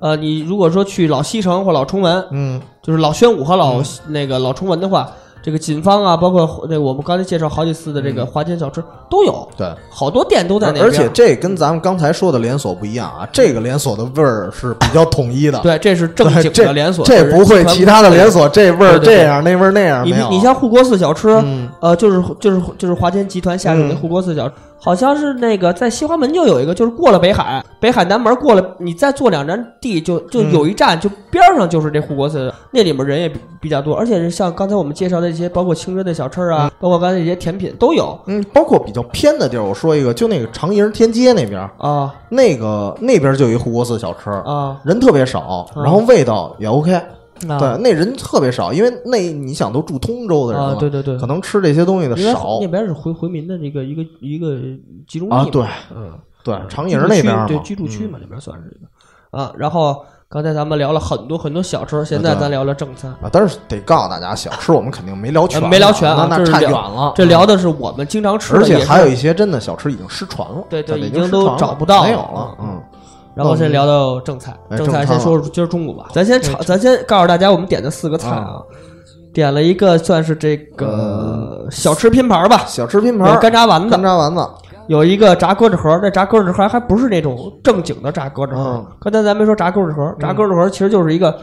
S2: 呃，你如果说去老西城或老崇文，
S1: 嗯，
S2: 就是老宣武和老、那个老崇文的话，这个锦芳啊，包括那个我们刚才介绍好几次的这个华天小吃都有，
S1: 对。
S2: 好多店都在那边。
S1: 而且这跟咱们刚才说的连锁不一样啊，这个连锁的味儿是比较统一的，
S2: 对，这是正 经
S1: 这
S2: 的连锁，
S1: 这
S2: 就是
S1: 不会
S2: 集团
S1: 其他的连锁这味儿
S2: 对对对
S1: 这样那味儿那样
S2: 你
S1: 没有。啊
S2: 你像护国寺小吃，
S1: 嗯
S2: 呃，就是就是就是华天集团下属的
S1: 嗯
S2: 护国寺小吃，好像是那个在西华门就有一个，就是过了北海，北海南门过了，你再坐两站地就就
S1: 嗯
S2: 有一站，就边儿上就是这护国寺，那里面人也比比较多，而且是像刚才我们介绍的一些，包括清真的小吃啊，包括刚才一些甜品都有
S1: 嗯，包括比较偏的地儿，我说一个，就那个长营天街那边儿，
S2: 啊
S1: 那个那边儿就有一护国寺小吃，
S2: 啊
S1: 人特别少，
S2: 嗯
S1: 然后味道也 OK，
S2: 啊！
S1: 对，那人特别少，因为那你想都住通州的人
S2: 啊
S1: 了，，
S2: 对对对
S1: 可，能吃这些东西的
S2: 因为
S1: 少
S2: 那边是回回民的一个一个一个集中地
S1: 啊
S2: 嘛。
S1: 对
S2: 嗯。
S1: 对，长营那边儿嘛嗯
S2: 对居住区嘛，那边算是一个啊。然后刚才咱们聊了很多很多小吃，现在
S1: 对
S2: 咱聊聊正餐，
S1: 啊，但是得告诉大家，小吃我们肯定没聊全
S2: 呃
S1: 啊，
S2: 没聊全啊，
S1: 那
S2: 这
S1: 那
S2: 是
S1: 差远
S2: 聊
S1: 了，嗯
S2: 这聊的是我们经常吃的，
S1: 而且
S2: 也是
S1: 还有一些真的小吃已经失传了，
S2: 对对
S1: 在北
S2: 已
S1: 京
S2: 经
S1: 失
S2: 都
S1: 传
S2: 找不到
S1: 没有
S2: 了
S1: 了，嗯，
S2: 然后先聊到正菜，
S1: 哎
S2: 正
S1: 正
S2: 菜
S1: 餐
S2: 先
S1: 了
S2: 说说今儿中午吧，咱先炒，咱先告诉大家我们点的四个菜啊，点了一个算是这个小吃拼盘吧，
S1: 呃小吃拼盘
S2: 有
S1: 儿
S2: 干啊炸丸子
S1: 干，炸丸子，
S2: 有一个炸鸽子盒，那炸鸽子盒还不是那种正经的炸鸽子盒。
S1: 嗯
S2: 刚才咱没说炸鸽子盒，炸鸽子盒其实就是一个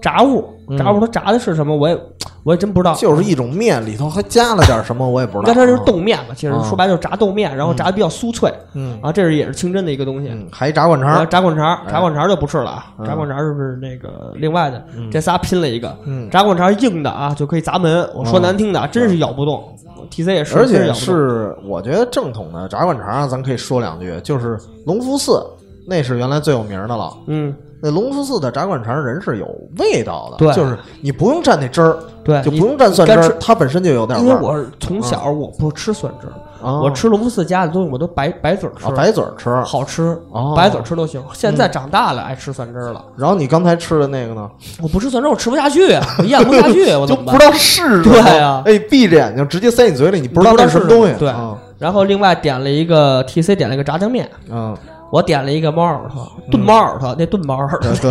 S2: 炸物，
S1: 嗯
S2: 炸物它炸的是什么，我也我也真不知道。
S1: 就是一种面里头还加了点什么，我也不知道。
S2: 刚才就是豆面嘛，其实
S1: 嗯
S2: 说白了就是炸豆面，然后炸的比较酥脆，
S1: 嗯，
S2: 啊，这是也是清真的一个东西。
S1: 嗯，还炸灌肠
S2: 然后
S1: 儿，
S2: 炸灌肠，
S1: 哎
S2: 炸灌肠就不吃了啊，
S1: 嗯
S2: 炸灌肠是那个另外的，这仨拼了一个。
S1: 嗯，
S2: 炸灌肠硬的啊，就可以砸门。我说难听的啊，真是咬不动。T C 也是，
S1: 而
S2: 真是
S1: 且
S2: 咬不动
S1: 是我觉得正统的炸灌肠儿，咱可以说两句，就是隆福寺那是原来最有名儿的了。
S2: 嗯，
S1: 那龙福寺的炸灌肠人是有味道的，
S2: 对
S1: 就是你不用蘸那汁儿，
S2: 对，
S1: 就
S2: 你
S1: 不用蘸蒜汁
S2: 干
S1: 儿
S2: 吃，
S1: 它本身就有点
S2: 因
S1: 味
S2: 为
S1: 儿。嗯
S2: 我是从小我不吃蒜汁儿，
S1: 啊
S2: 我吃龙福寺家的东西我都白白嘴儿吃
S1: 啊，白嘴儿吃，
S2: 好吃
S1: 哦，嗯
S2: 白嘴儿吃都行。现在长大了爱吃蒜汁儿了，
S1: 然后你刚才吃的那个呢，
S2: 我不吃蒜汁儿我吃不下去啊，我咽不下去， 我
S1: 就
S2: 怎么
S1: 不
S2: 办
S1: 知？道是什么，
S2: 对啊
S1: 哎，闭着眼睛直接塞你嘴里，你不知道
S2: 不知
S1: 那
S2: 道
S1: 是什么
S2: 是
S1: 东西，
S2: 对
S1: 啊
S2: 然后另外点了一个 T C 点了一个炸酱面，
S1: 嗯，
S2: 我点了一个猫耳朵炖猫耳朵，那炖猫耳朵
S1: 啊对，对，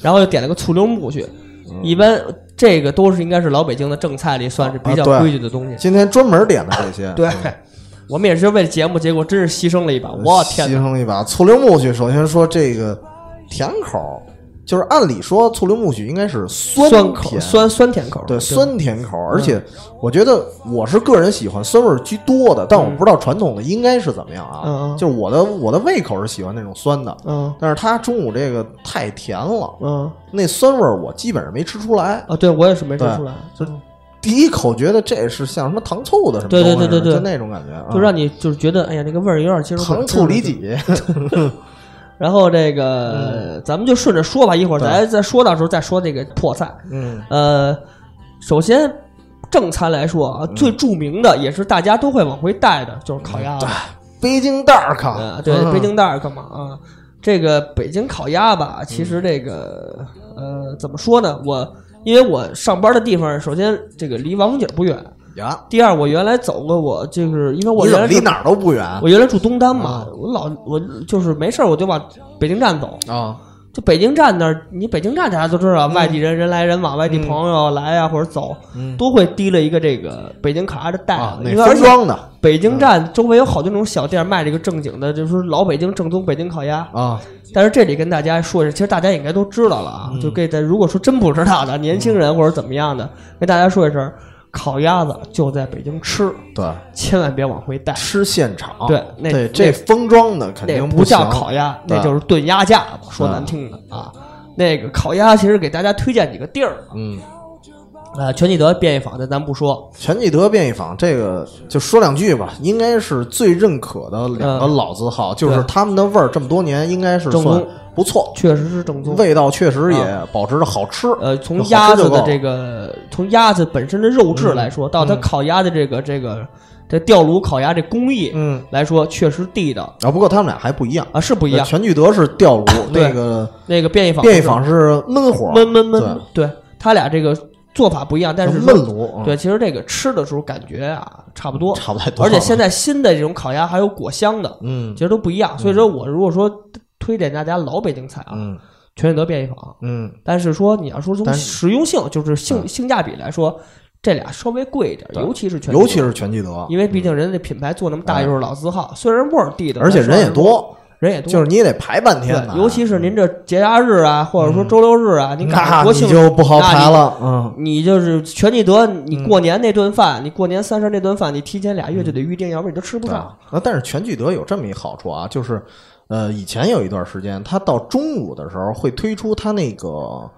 S2: 然后又点了个醋溜木须。一般这个都是应该是老北京的正菜里算是比较
S1: 啊对嗯
S2: 规矩的东西。
S1: 今天专门点的这些，
S2: 对，我们也是为了节目，结果真是牺牲了一
S1: 呃
S2: 把。我天
S1: 牺
S2: 哪！
S1: 牲了一把醋溜木须。首先说这个甜口儿，就是按理说醋溜木须应该是酸
S2: 酸口，
S1: 甜，
S2: 酸酸甜口，
S1: 对酸甜口
S2: 嗯
S1: 儿，而且我觉得我是个人喜欢酸味儿居多的，但我不知道传统的应该是怎么样啊。
S2: 嗯嗯
S1: 就是我的我的胃口是喜欢那种酸的，
S2: 嗯
S1: 但是它中午这个太甜了，
S2: 嗯
S1: 那酸味儿我基本上没吃出来。
S2: 啊，对我也是没吃
S1: 对嗯
S2: 出来，
S1: 就是第一口觉得这是像什么糖醋的什么
S2: 对
S1: 东西
S2: 对
S1: 似的，
S2: 对对对
S1: 就那种感觉啊，
S2: 就让你就是觉得哎呀那个味儿有点接受不了
S1: 糖醋里。脊。
S2: 然后这个咱们就顺着说吧，一会儿
S1: 嗯对
S2: 咱再说到时候再说这个破菜。
S1: 嗯，
S2: 呃，首先正餐来说啊，
S1: 嗯
S2: 最著名的也是大家都会往回带的，就是烤
S1: 嗯
S2: 鸭子。
S1: 北京蛋儿烤
S2: 呃，对，北京蛋儿干嘛啊？这个北京烤鸭吧，其
S1: 嗯
S2: 实这个呃，怎么说呢？我因为我上班的地方，首先这个离王府井不远，
S1: 嗯呀，
S2: 第二我原来走过，我就是因为我
S1: 你怎
S2: 原
S1: 么
S2: 来
S1: 离啊
S2: 住
S1: 哪儿都不远
S2: 我原来住东单嘛，我老我就是没事儿我就往北京站走，
S1: 啊？
S2: 就北京站那儿，你北京站大家都知道，外地人人来人往，外地朋友来啊或者走，
S1: 嗯
S2: 都会提了一个这个北京烤鸭的袋
S1: 啊，
S2: 子，
S1: 那
S2: 哎因为而
S1: 分
S2: 且
S1: 装的
S2: 北京站周围有好多那种小店卖这个正经的，就是说老北京正宗北京烤鸭。
S1: 啊，
S2: 但是这里跟大家说一下，其实大家应该都知道了啊，
S1: 嗯
S2: 就给大如果说真不知道的年轻人或者怎么样的，跟大家说一声，烤鸭子就在北京吃，
S1: 对，
S2: 千万别往回带。
S1: 吃现场。
S2: 对那
S1: 对，这封装的肯
S2: 那
S1: 定
S2: 不叫
S1: 行
S2: 烤鸭，
S1: 对
S2: 那就是炖鸭架子，说难听的啊。那个烤鸭其实给大家推荐几个地儿啊
S1: 嗯，，
S2: 呃全聚德便宜坊的咱不说，
S1: 全聚德便宜坊这个就说两句吧，应该是最认可的两个
S2: 嗯
S1: 老字号，就是
S2: 对
S1: 他们的味儿这么多年应该是
S2: 正宗
S1: 算不错，
S2: 确实是正宗。
S1: 味道确实也保持着好吃。
S2: 呃，从
S1: 好吃
S2: 鸭子
S1: 就
S2: 的嗯
S1: 够
S2: 这个，从鸭子本身的肉质来说，到它烤鸭的这个这个这吊炉烤鸭这工艺
S1: 嗯
S2: 来说，确实地道
S1: 啊，不过他们俩还不一样，呃
S2: 啊，是不一样。
S1: 全聚德是吊炉，
S2: 对
S1: 那个
S2: 那个便宜坊
S1: 便宜
S2: 是
S1: 坊是焖火，
S2: 焖焖焖，对，它俩这个做法不一样，但是
S1: 焖
S2: 说
S1: 炉嗯
S2: 对，其实这个吃的时候感觉啊差不多，
S1: 差不太多。
S2: 而且现在新的这种烤鸭还有果香的，
S1: 嗯
S2: 其实都不一样。所以说我如果说推荐大家老北京菜啊，
S1: 嗯
S2: 全聚德便宜坊，
S1: 嗯，
S2: 但是说你要说从
S1: 但是嗯
S2: 实用性，就是性性价比来说，这俩稍微贵一点，
S1: 对
S2: 尤其是全，
S1: 尤其。是全聚德，
S2: 因为毕竟人家这品牌做那么大，又是老字号，虽然味儿地道，
S1: 而且人也多，
S2: 但是人也多，
S1: 就是你也得排半天呢
S2: 对，。尤其是您这节假日啊，或者说周六日啊，您赶
S1: 那
S2: 上国
S1: 你
S2: 庆
S1: 就不好排。
S2: 那
S1: 了，嗯，
S2: 你你就是全聚德，你过年那顿饭，你过年三十那顿饭，你提前俩月就得预定，要不然你都吃不
S1: 对
S2: 上。。
S1: 啊那但是全聚德有这么一好处啊，就是，呃，以前有一段时间，它到中午的时候会推出它那个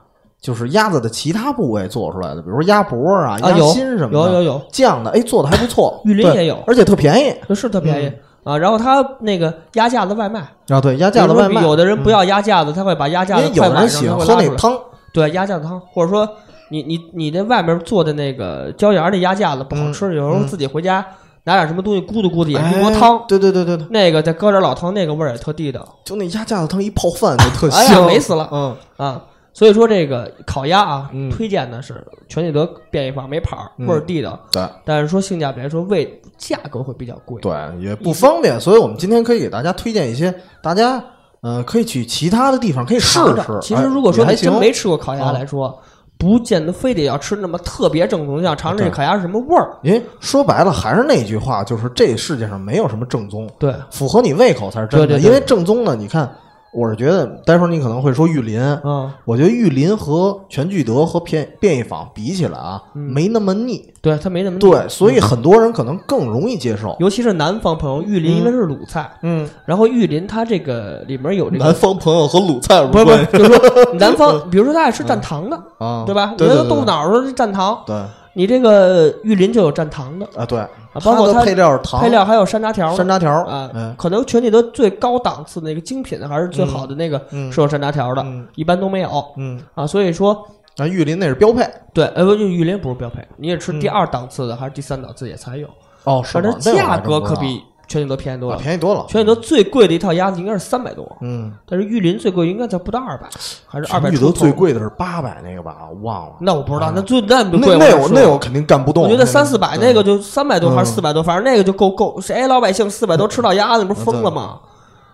S1: 就是鸭子的其他部位做出来的，比如说鸭脖啊、
S2: 啊
S1: 鸭
S2: 有
S1: 心什么的，
S2: 有有有，
S1: 酱的，哎，做的还不错
S2: 玉林
S1: 对
S2: 也有
S1: 而且特便宜
S2: 就是特便宜、
S1: 嗯
S2: 啊。然后他那个鸭架子外卖，
S1: 啊。对，鸭架子
S2: 比如
S1: 外
S2: 说
S1: 卖，嗯
S2: 有的人不要鸭架子，他会把鸭架
S1: 因
S2: 子
S1: 为有
S2: 快
S1: 人
S2: 板上
S1: 喜
S2: 他
S1: 欢
S2: 会
S1: 喝
S2: 拉
S1: 那
S2: 出来
S1: 汤，
S2: 对鸭架子汤，或者说你你你那外面做的那个椒盐儿那鸭架子不
S1: 嗯
S2: 好吃，有时候自己回家拿点什么东西咕嘟咕嘟也是一锅
S1: 哎
S2: 汤，
S1: 对对对对对，
S2: 那个再搁点老汤，那个味儿也特地道
S1: 就那鸭架子汤一泡饭就特
S2: 哎呀
S1: 香，
S2: 美死了
S1: 嗯
S2: 啊。所以说这个烤鸭啊，
S1: 嗯
S2: 推荐的是全聚德便宜坊没跑儿，
S1: 嗯
S2: 味儿地道，
S1: 对
S2: 但是说性价比来说，味价格会比较贵。
S1: 对，也不方便，所以我们今天可以给大家推荐一些大家呃可以去其他的地方可以试
S2: 尝着
S1: 试。
S2: 其实如果说
S1: 哎也
S2: 你
S1: 还行
S2: 真没吃过烤鸭
S1: 啊
S2: 来说，不见得非得要吃那么特别正宗，想尝尝这
S1: 对
S2: 烤鸭是什么味儿。
S1: 因为说白了还是那句话，就是这世界上没有什么正宗，
S2: 对，
S1: 符合你胃口才是真的。
S2: 对对对
S1: 因为正宗呢，你看，我是觉得待会儿你可能会说玉林，
S2: 嗯，
S1: 我觉得玉林和全聚德和便便宜坊比起来啊，
S2: 嗯
S1: 没那么腻。
S2: 对，它没那么腻
S1: 对，，所以很多人可能更容易接受。
S2: 尤其是南方朋友，玉林因为是鲁菜，
S1: 嗯，
S2: 然后玉林它这个里面有这个，
S1: 方朋友和鲁菜
S2: 不是不是，就是说南方，比如说他爱吃蘸糖的，
S1: 啊，
S2: 对吧？
S1: 对
S2: 你
S1: 对
S2: 看
S1: 对
S2: 豆腐脑儿说是蘸糖，
S1: 对，
S2: 你这个玉林就有蘸糖的，
S1: 啊，对，
S2: 啊包括
S1: 它
S2: 它
S1: 的配料是糖、
S2: 配料还有山楂条呢，
S1: 山楂条
S2: 啊，
S1: 嗯
S2: 可能全聚德最高档次的那个精品还是最好的那个
S1: 嗯
S2: 是有山楂条的，
S1: 嗯
S2: 一般都没有
S1: 嗯，
S2: 啊。所以说，
S1: 啊，玉林那是标配
S2: 对，呃，不，玉林不是标配，你也吃
S1: 嗯
S2: 第二档次的、还是第三档次也才有，
S1: 哦，是
S2: 反
S1: 吗
S2: 正价格可比全聚德便宜
S1: 那
S2: 多
S1: 我还真不知道啊便宜多
S2: 了。
S1: 了，
S2: 全聚德最贵的一套鸭子应该是三百多，
S1: 嗯，
S2: 但是玉林最贵应该才不到二百，还是二百。
S1: 玉德最，贵的是八百那个吧，我忘了，
S2: 那我不知道，那最那
S1: 那
S2: 么贵，
S1: 那
S2: 我
S1: 我
S2: 就
S1: 那
S2: 说
S1: 我肯定干不动，嗯
S2: 我觉得三四百
S1: 对
S2: 那个就三百多还是
S1: 嗯
S2: 四百多，反正那个就够够。谁老百姓四百多吃到鸭子，你不是疯了吗？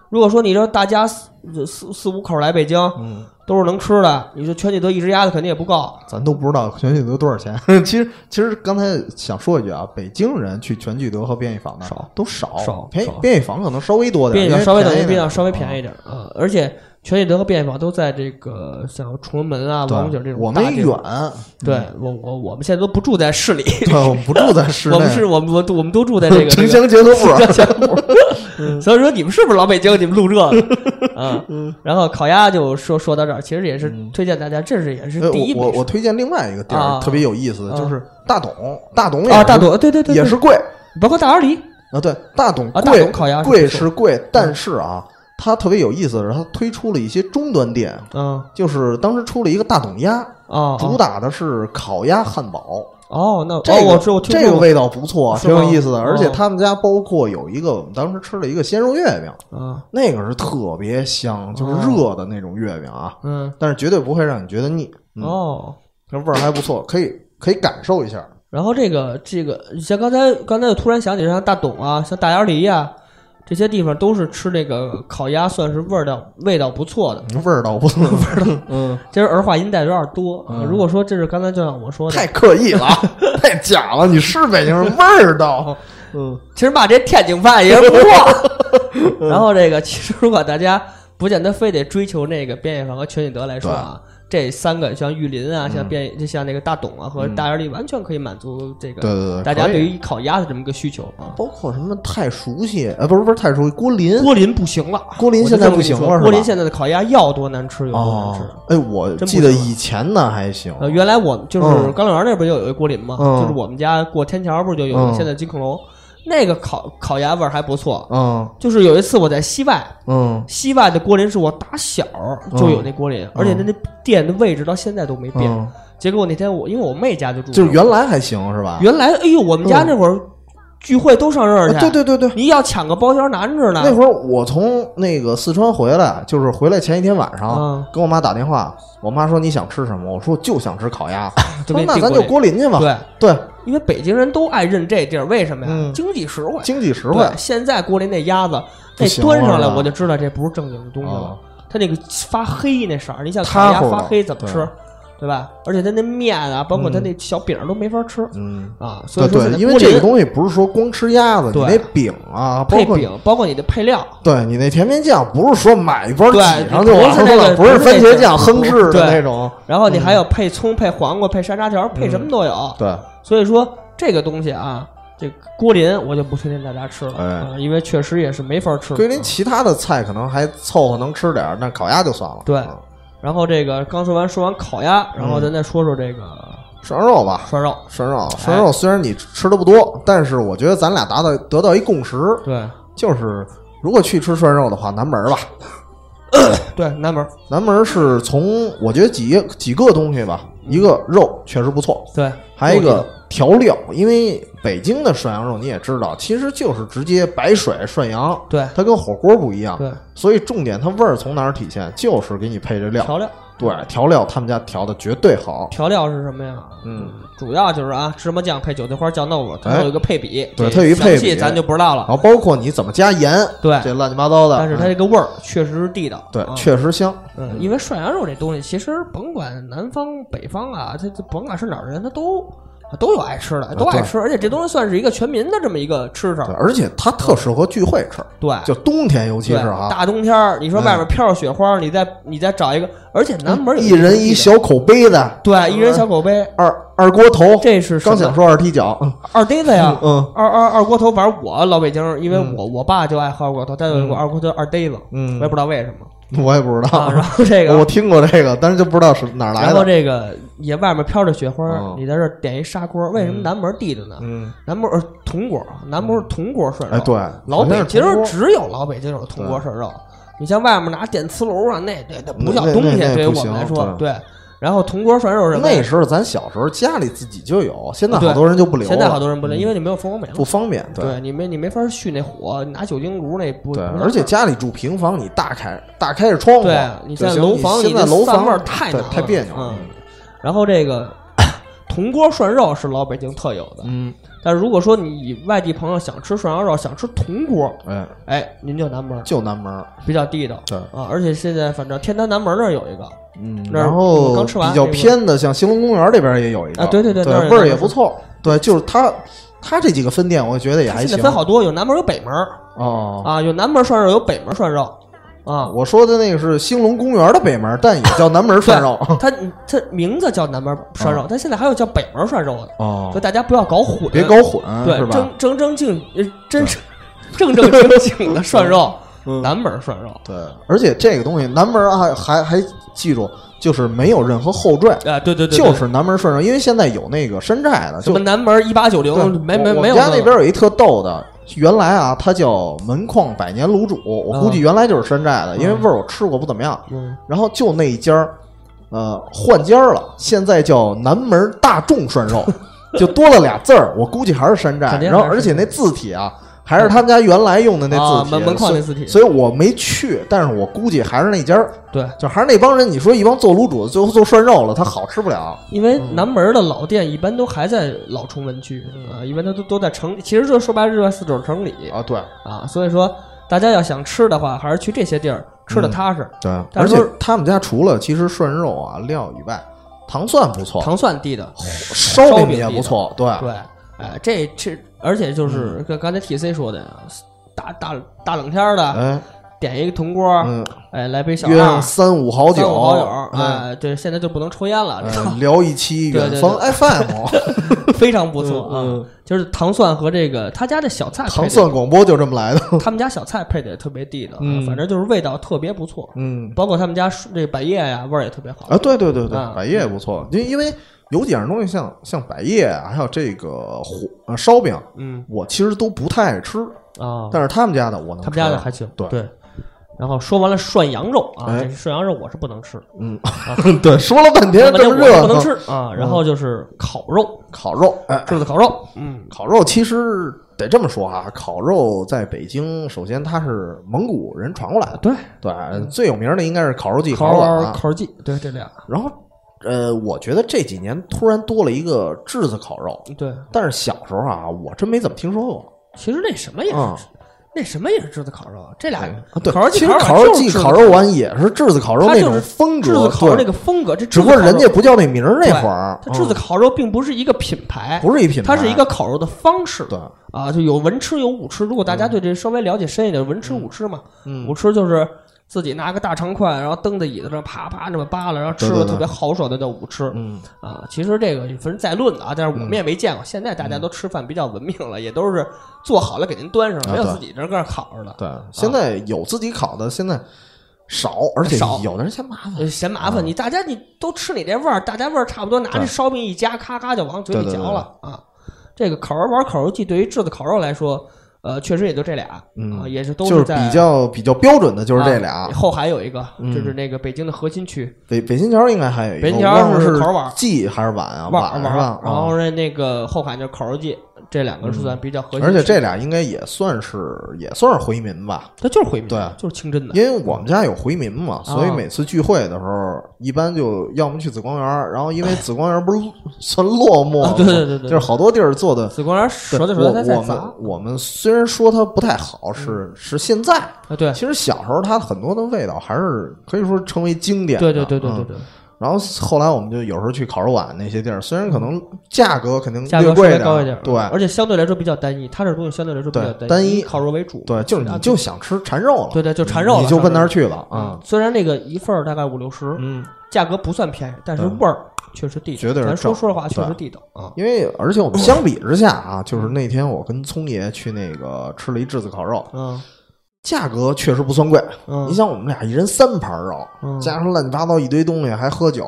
S2: 如果说你说大家四四四五口来北京
S1: 嗯，
S2: 都是能吃的，你说全聚德一只鸭子肯定也不够。
S1: 咱都不知道全聚德多少钱。 其实，其实刚才想说一句啊，北京人去全聚德和便宜坊那儿
S2: 少
S1: 都少，
S2: 少
S1: 便宜
S2: 少
S1: 便宜坊可能稍微多点，
S2: 便宜
S1: 因
S2: 坊
S1: 为
S2: 稍微等于
S1: 便宜
S2: 便宜
S1: 点
S2: 坊稍微便宜点啊，而且全聚德和便宜坊都在这个像崇文门啊、
S1: 对
S2: 王府井这
S1: 我
S2: 种
S1: 们
S2: 大
S1: 也
S2: 地
S1: 远嗯
S2: 方。，对我我我们现在都不住在 市里，
S1: 对，我们不住在市内，
S2: 我们是我们我我们都住在这 个
S1: 城乡结合部。
S2: 这个小伙儿所以说你们是不是老北京？你们录 这个啊？
S1: 嗯
S2: 然后烤鸭就说说到这儿，其实也是推荐大家，这是也是
S1: 呃
S2: 第一
S1: 我我
S2: 美食
S1: 我推荐另外一个地儿
S2: 啊
S1: 特别有意思，
S2: 啊
S1: 就是大董，大董也
S2: 啊，
S1: 是
S2: 大董对对对，
S1: 也
S2: 对
S1: 是贵
S2: 包括大耳梨
S1: 啊，对，大董
S2: 啊，大
S1: 贵
S2: 董烤鸭
S1: 贵
S2: 是
S1: 是贵，但是啊，它特别有意思的是，它推出了一些终端店，
S2: 嗯
S1: 就是当时出了一个大董鸭，
S2: 啊
S1: 主打的是烤鸭汉堡，
S2: 哦那
S1: 这
S2: 哦
S1: 个、
S2: 我知道我听
S1: 这个
S2: 说过
S1: 味道不错，啊
S2: 是
S1: 挺
S2: 吗
S1: 有意思的。
S2: 哦
S1: 而且他们家包括有一个，我们当时吃了一个鲜肉月饼，
S2: 啊
S1: 那个是特别香，
S2: 哦
S1: 就是热的那种月饼啊，
S2: 嗯
S1: 但是绝对不会让你觉得腻。嗯、，
S2: 哦。
S1: 这味儿还不错，可以可以感受一下。
S2: 然后这个这个像刚才刚才我突然想起，像大董啊，像大鸭梨呀。这些地方都是吃这个烤鸭，算是味道味道不错的，
S1: 味儿倒不 错，味儿倒，嗯，
S2: 就是儿化音带有点多。
S1: 嗯
S2: 如果说这是刚才就像我说的，
S1: 太刻意 了，太假了。你是北京人，味儿倒，嗯，
S2: 其实骂这天津饭也不 错。然后这个，其实如果大家不见得非得追求那个便宜坊和全聚德来说啊，这三个像玉林
S1: 嗯
S2: 啊，像便宜，就像那个大董啊和大鸭梨，完全可以满足
S1: 对
S2: 这个
S1: 对对，
S2: 大家
S1: 可以
S2: 对于烤鸭的这么一个需求啊。
S1: 包括什么太熟悉，呃，不是不是太熟悉，郭 林，
S2: 郭林不行了，
S1: 郭林现在不行了
S2: 我就这么跟你说
S1: 是吧
S2: 郭林现在的烤鸭要多难吃有多难吃。
S1: 哦，哎，我
S2: 真不
S1: 记得
S2: 行了
S1: 以前呢还行，
S2: 呃，原来我们就是
S1: 嗯
S2: 甘乐园那边就有一个郭林嘛，
S1: 嗯
S2: 就是我们家过天桥不是就有
S1: 嗯
S2: 现在金恐龙，那个烤烤鸭味儿还不错。
S1: 嗯
S2: 就是有一次我在西外，
S1: 嗯，
S2: 西外的郭林是我打小就有那郭林，而且那那店的位置到现在都没变。嗯
S1: 嗯
S2: 结果那天我因为我妹家就住，
S1: 就是原来还行是吧？
S2: 原来哎呦我们家那会儿聚会都上这儿去，
S1: 啊对对对对，
S2: 你要抢个包间难着呢。
S1: 那会儿我从那个四川回来，就是回来前一天晚上
S2: 嗯，
S1: 跟我妈打电话，我妈说你想吃什么？我说我就想吃烤鸭，她
S2: 就
S1: 说
S2: 给
S1: 那
S2: 订
S1: 咱
S2: 过
S1: 就
S2: 来
S1: 郭林去吧。
S2: 对，
S1: 对，
S2: 因为北京人都爱认这地儿，为什么呀？
S1: 嗯
S2: 经济实惠，
S1: 经济实
S2: 对
S1: 惠。
S2: 现在郭林那鸭子
S1: 不
S2: 那
S1: 行
S2: 端上来，
S1: 了是吧
S2: 我就知道这不是正经的东西
S1: 哦
S2: 了。它那个发黑那色儿，你想烤
S1: 塌
S2: 鸭
S1: 糊了
S2: 发黑怎么吃
S1: 对？
S2: 对吧？而且它那面啊，包括它
S1: 嗯
S2: 那小饼儿都没法吃。
S1: 嗯，
S2: 啊，所
S1: 对
S2: 以说现
S1: 对
S2: 在，
S1: 因为
S2: 郭
S1: 这
S2: 林
S1: 个东西不是说光吃鸭子，你
S2: 对
S1: 那饼啊，包
S2: 配
S1: 括
S2: 饼，包括你的配料，
S1: 对你那甜面酱，不是说买一包挤
S2: 对
S1: 上就完
S2: 不
S1: 了，
S2: 是那个
S1: 不是
S2: 不是
S1: 番
S2: 那
S1: 茄
S2: 种
S1: 酱哼制的
S2: 对
S1: 那种。
S2: 然后你还有配葱、配黄瓜、配山楂条、配什
S1: 嗯
S2: 么都有。
S1: 对，
S2: 所以说这个东西啊，这个郭林我就不推荐大家吃了，
S1: 哎
S2: 啊因为确实也是没法吃。
S1: 桂林其他的菜可能还凑合能吃点儿，那烤鸭就算了。
S2: 对
S1: 嗯
S2: 然后这个刚说完说完烤鸭，然后咱再说说这个
S1: 涮羊肉吧，
S2: 涮肉。
S1: 涮肉，涮
S2: 哎
S1: 肉虽然你吃的不多，但是我觉得咱俩达到得到一共识，
S2: 对
S1: 就是如果去吃涮肉的话，南门儿吧，
S2: 对，南门儿
S1: 南门儿是从我觉得几几个东西吧，一个肉确实不错，
S2: 对，
S1: 还有一
S2: 肉
S1: 个
S2: 里
S1: 调料，因为北京的涮羊肉你也知道，其实就是直接白水涮羊，
S2: 对
S1: 它跟火锅不一样，
S2: 对
S1: 所以重点它味儿从哪儿体现，就是给你配这料，
S2: 调料
S1: 对调料他们家调的绝对好，
S2: 调料是什么呀？
S1: 嗯，
S2: 主要就是啊，芝麻酱配韭菜花酱豆腐，它
S1: 哎
S2: 有一个配比，
S1: 对
S2: 这
S1: 它有一配比
S2: 详细咱就不知道
S1: 然
S2: 了。
S1: 后包括你怎么加盐，
S2: 对
S1: 这乱七八糟的，
S2: 但是它
S1: 嗯
S2: 这个味儿确实是地道，
S1: 对
S2: 啊
S1: 确实香，
S2: 嗯，因为涮羊肉这东西，其实甭管南方、北方啊，它它甭管是哪儿的人，他都都有爱吃
S1: 啊
S2: 的，都爱吃，而且这东西算是一个全民的这么一个吃
S1: 对，
S2: 法。
S1: 而且它特适合聚会吃，
S2: 对，
S1: 就冬天尤其
S2: 哎对
S1: 是啊，
S2: 大冬天儿，你说外面飘着雪花，你再你再找一个，而且南门有
S1: 一
S2: 个
S1: 人
S2: 地
S1: 一
S2: 道，
S1: 小口杯子，
S2: 对，一人小口杯，
S1: 二二锅头，
S2: 这是什
S1: 哦
S2: 么
S1: 刚
S2: 啊
S1: 想说二踢脚，嗯
S2: 二呆子呀，
S1: 嗯
S2: 二二二锅头，反正我老北京，因为我我爸就爱喝二锅头，他有一个二锅头二呆子，
S1: 嗯
S2: 我也不知道为什么。
S1: 我也不知道
S2: 啊，。然后这
S1: 我
S2: 个，
S1: 听过这个，但是就不知道是哪儿来
S2: 然后
S1: 的。
S2: 这个也外面飘着雪花
S1: 嗯，
S2: 你在这儿点一砂锅，为什
S1: 嗯
S2: 么南门地着呢？
S1: 嗯，
S2: 南门呃铜锅，南门是铜锅涮肉，
S1: 哎，对，
S2: 老北京
S1: 好像是
S2: 只有老北京有铜锅涮肉，你像外面拿电磁炉啊，那那那不叫东西，
S1: 那那那
S2: 对于
S1: 不
S2: 我
S1: 行
S2: 们来说，
S1: 对
S2: 对。然后铜锅涮肉是什
S1: 铜
S2: 么
S1: 锅
S2: 呀？
S1: 那时候咱小时候家里自己就有，现在
S2: 啊对
S1: 好多人就不留了。
S2: 现在好多人不能，因
S1: 为
S2: 为你没有蜂窝煤了
S1: 不，方便。
S2: 对你没你没法续那火，拿酒精炉那不
S1: 对，
S2: 不
S1: 而且家里住平房，你大开大开着窗户，
S2: 对你
S1: 就
S2: 在
S1: 行
S2: 楼房
S1: 你现
S2: 你
S1: 在
S2: 这
S1: 楼
S2: 散
S1: 房
S2: 味儿太
S1: 对
S2: 难
S1: 太
S2: 了
S1: 别扭了
S2: 嗯。然后这个 铜锅涮肉是老北京特有的，
S1: 嗯，
S2: 但如果说你外地朋友想吃涮羊肉，想吃铜锅，
S1: 哎，
S2: 哎，您就南门儿
S1: 就南门儿，
S2: 比较地道。
S1: 对
S2: 啊，而且现在反正天坛南门那儿有一个
S1: 嗯，
S2: 那儿
S1: 然
S2: 我
S1: 后
S2: 刚吃完
S1: 比较
S2: 那个
S1: 偏的，像兴隆公园这边也有一个
S2: 啊对对
S1: 对
S2: 对那儿也
S1: 味儿
S2: 有
S1: 也不错，对，就是它它这几个分店，我觉得也还
S2: 现
S1: 行
S2: 在分好多，有南门有北门儿
S1: 哦。
S2: 啊，有南门涮肉，有北门涮肉啊。
S1: 我说的那个是兴隆公园的北门，但也叫南门涮肉
S2: 它它名字叫南门涮肉，但现在还有叫北门涮肉的，所
S1: 哦
S2: 以，大家不要搞混，
S1: 别搞混
S2: 呃对
S1: 啊是吧？
S2: 正正正经呃真是正正经经的涮肉，
S1: 嗯
S2: 南门涮肉。
S1: 对，而且这个东西南门儿还还还记住，就是没有任何后缀，
S2: 啊，对对对，对
S1: 就是南门涮肉，因为现在有那个山寨的，
S2: 什
S1: 就
S2: 么南门一八九零
S1: 对，
S2: 没
S1: 我
S2: 没
S1: 我
S2: 没有
S1: 家
S2: 那
S1: 那边有一特逗的，原来啊，它叫门框百年卤煮，我估计原来就是山寨的，因为味儿我吃过不怎么样。
S2: 嗯
S1: 然后就那一家儿，呃，换家儿了，现在叫南门大众涮 肉，就多了俩字儿，我估计还是山寨。
S2: 肯定
S1: 然后
S2: 还是
S1: 而且那字体啊，还是他们家原来用的那字体，
S2: 啊门门框
S1: 所以
S2: 那字体
S1: 所以我没去，但是我估计还是那家儿，
S2: 对，
S1: 就还是那帮人。你说一帮做卤煮的，最后做涮肉了，他好吃不了。
S2: 因为
S1: 嗯
S2: 南门的老店一般都还在老崇文区啊，一般都都都在城里，其实这说白了就在四九城里
S1: 啊，对
S2: 啊，所以说大家要想吃的话，还是去这些地儿吃
S1: 嗯
S2: 的踏实。
S1: 对，
S2: 但
S1: 而
S2: 是
S1: 且他们家除了其实涮肉啊料以外，糖蒜不错，
S2: 糖蒜地的，
S1: 烧饼
S2: 饼
S1: 也
S2: 地
S1: 不
S2: 的
S1: 错，对
S2: 对，哎，这这，而且
S1: 嗯
S2: 就是跟刚才 T C 说的呀，大大大冷天儿的，
S1: 哎，
S2: 点一个铜锅，
S1: 嗯，
S2: 哎，来杯小
S1: 约
S2: 二
S1: 上，三五好
S2: 三
S1: 酒，
S2: 五好友，
S1: 哎，
S2: 哎，对，现在就不能抽烟了，这
S1: 呃聊一期
S2: 对
S1: 远
S2: 对
S1: 方哦
S2: 对
S1: FM，
S2: 非常不错嗯
S1: 嗯
S2: 啊。就是糖蒜和这个他家的小菜，
S1: 糖蒜，广播就这么来的，
S2: 他们家小菜配的也特别地道，啊
S1: 嗯
S2: 反正就是味道特别不错，
S1: 嗯，
S2: 包括他们家蔬这百叶呀，味儿也特别好
S1: 啊，。对对对对
S2: 啊，
S1: 百叶也不错，因因为有几样东西像像百叶啊，还有这个火呃烧饼，
S2: 嗯
S1: 我其实都不太爱吃，
S2: 啊，
S1: 但是他们家的我能吃，
S2: 他们家的还行，
S1: 对
S2: 然后说完了涮羊肉啊，
S1: 哎
S2: 这涮羊肉我是不能吃，
S1: 嗯， 对，说了半天
S2: 我
S1: 这么热
S2: 不能
S1: 腾，
S2: 吃啊。然后就是烤肉，
S1: 烤肉，哎，
S2: 炙子烤肉，嗯，
S1: 烤肉其实得这么说啊，烤肉在北京，首先它是蒙古人传过来的，
S2: 对，嗯
S1: 对，最有名的应该是烤肉季、
S2: 烤
S1: 肉馆
S2: 肉
S1: 啊。
S2: 烤肉季，对这俩，
S1: 然后，呃，我觉得这几年突然多了一个炙子烤肉，
S2: 对，
S1: 但是小时候啊，我真没怎么听说过。
S2: 其实那什么也
S1: 嗯
S2: 是，那什么也是炙子烤肉，这俩
S1: 啊对
S2: 哎烤肉，
S1: 其
S2: 季
S1: 实
S2: 烤
S1: 肉
S2: 就是
S1: 季、
S2: 炙子
S1: 烤肉丸也是炙子烤肉
S2: 它
S1: 那
S2: 就
S1: 种
S2: 是
S1: 风
S2: 炙子
S1: 格，
S2: 烤肉那
S1: 对，
S2: 个风格，这
S1: 只不过人家不叫那名儿那会儿，
S2: 它炙子
S1: 嗯
S2: 烤肉并不是一个品牌，
S1: 不是一品牌，
S2: 它是一个烤肉的方式
S1: 对，
S2: 啊，就有文吃有武吃。如果大家对这稍微了解深一点，文吃武吃嘛，
S1: 嗯
S2: 武吃就是自己拿个大长筷，然后蹬在椅子上啪啪那么扒拉，然后吃
S1: 对对
S2: 的
S1: 对
S2: 特别豪爽的叫武吃
S1: 嗯，
S2: 啊。其实这个反正再论的啊，但是我们也没见过。现在大
S1: 嗯
S2: 家都吃饭比较文明了，也都是做好了给您端上，
S1: 啊
S2: 没有
S1: 对
S2: 自己这搁那烤着的，
S1: 对。现在有自己烤的，现在少，而且
S2: 少
S1: 有的人嫌麻烦。
S2: 呃嫌麻烦。你大家你都吃你这味儿，大家味儿差不多，拿
S1: 啊对
S2: 这烧饼一夹，咔咔就往嘴里
S1: 对对
S2: 嚼
S1: 对
S2: 了啊。这个烤肉玩烤肉季对于炙子烤肉来说，呃，确实也就这俩，
S1: 嗯
S2: 啊，也是都
S1: 就是
S2: 在
S1: 比较比较标准的，就是这俩
S2: 啊。后海有一个，
S1: 嗯
S2: 就是那个北京的核心区
S1: 北北新桥应该还有一个，
S2: 北新桥
S1: 我忘了
S2: 是
S1: 是
S2: 烤碗
S1: 季还是碗啊？
S2: 腕
S1: 碗
S2: 儿
S1: 是
S2: 腕
S1: 吧
S2: 儿，？然
S1: 啊
S2: 后
S1: 嗯
S2: 呢，那个后海就是烤肉季，这两个是算比较核心区。
S1: 而且这俩应该也算是也算是回民吧，
S2: 它就是回民，
S1: 对
S2: 就是清真的。
S1: 因为我们家有回民嘛，所以
S2: 啊
S1: 每次聚会的时候，一般就要么去紫光园儿，然后因为紫光园儿不是 算落寞
S2: 啊
S1: 嘛，
S2: 对对对
S1: 就
S2: 对
S1: 是好多地儿做的。
S2: 紫光园
S1: 对
S2: 舌头舌
S1: 我
S2: 头在
S1: 我
S2: 在
S1: 们
S2: 砸
S1: 我们虽然说它不太好，是是现在，
S2: 啊，嗯对
S1: 其实小时候它很多的味道还是可以说成为经典的。
S2: 对对对对对
S1: 嗯
S2: 对，
S1: 然后后来我们就有时候去烤肉碗那些地儿，虽然可能价格肯定
S2: 价
S1: 略
S2: 格稍
S1: 贵
S2: 微高一点嗯
S1: 儿，，对
S2: 而且相对来说比较单一，它这东西相对来说比较
S1: 对单
S2: 单
S1: 一
S2: 以烤肉为主，
S1: 对，就是你就想吃馋肉了，
S2: 啊对对，就馋肉了，嗯
S1: 你就奔那儿
S2: 去
S1: 去了啊，
S2: 虽然那个一份儿大概五六十，
S1: 嗯，
S2: 价格不算便宜，但是
S1: 对
S2: 味儿确实地道。
S1: 绝对是
S2: 咱说
S1: 正
S2: 说实话，确实
S1: 对嗯
S2: 地道啊。
S1: 因为而且我们相比之下啊，就是那天我跟聪爷去那个吃了一炙子烤肉，
S2: 嗯，
S1: 价格确实不算贵。
S2: 嗯
S1: 你像我们俩一人三盘肉，
S2: 嗯
S1: 加上乱七八糟一堆东西，还喝酒，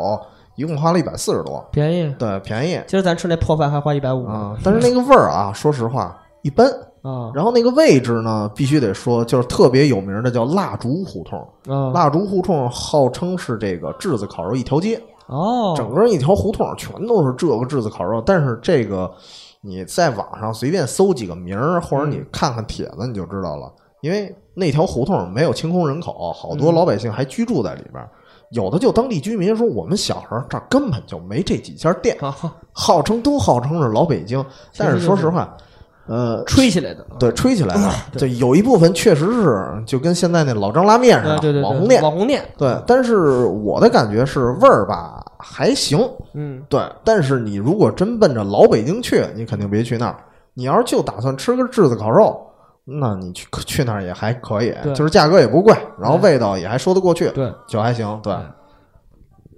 S1: 一共花了一百四十多，
S2: 便宜。
S1: 对，便宜
S2: 今儿咱吃那破饭还花一百五
S1: 啊、但是那个味儿啊，说实话一般。
S2: 啊
S1: 然后那个位置呢，必须得说，就是特别有名的叫蜡烛胡同。
S2: 啊
S1: 蜡烛胡同号称是这个炙子烤肉一条街，
S2: 哦，
S1: 整个一条胡同全都是这个炙子烤肉。但是这个你在网上随便搜几个名儿，或者你
S2: 嗯
S1: 看看帖子你就知道了，因为那条胡同没有清空人口，好多
S2: 嗯
S1: 老百姓还居住在里边儿。有的就当地居民说，我们小时候这儿根本就没这几家店，
S2: 啊
S1: 号称都号称是老北京，但是说实话，呃，
S2: 吹起来的，
S1: 对，吹起来了。
S2: 对
S1: 对，有一部分确实是就跟现在那老张拉面似
S2: 啊
S1: 的，
S2: 对对对，
S1: 网红店。
S2: 网红店，
S1: 对，但是我的感觉是味儿吧还行。
S2: 嗯
S1: 对，但是你如果真奔着老北京去，你肯定别去那儿。你要是就打算吃个炙子烤肉，那你去去那儿也还可以
S2: 对，
S1: 就是价格也不贵，然后
S2: 对嗯
S1: 味道也还说得过去，
S2: 对。
S1: 就还行。对，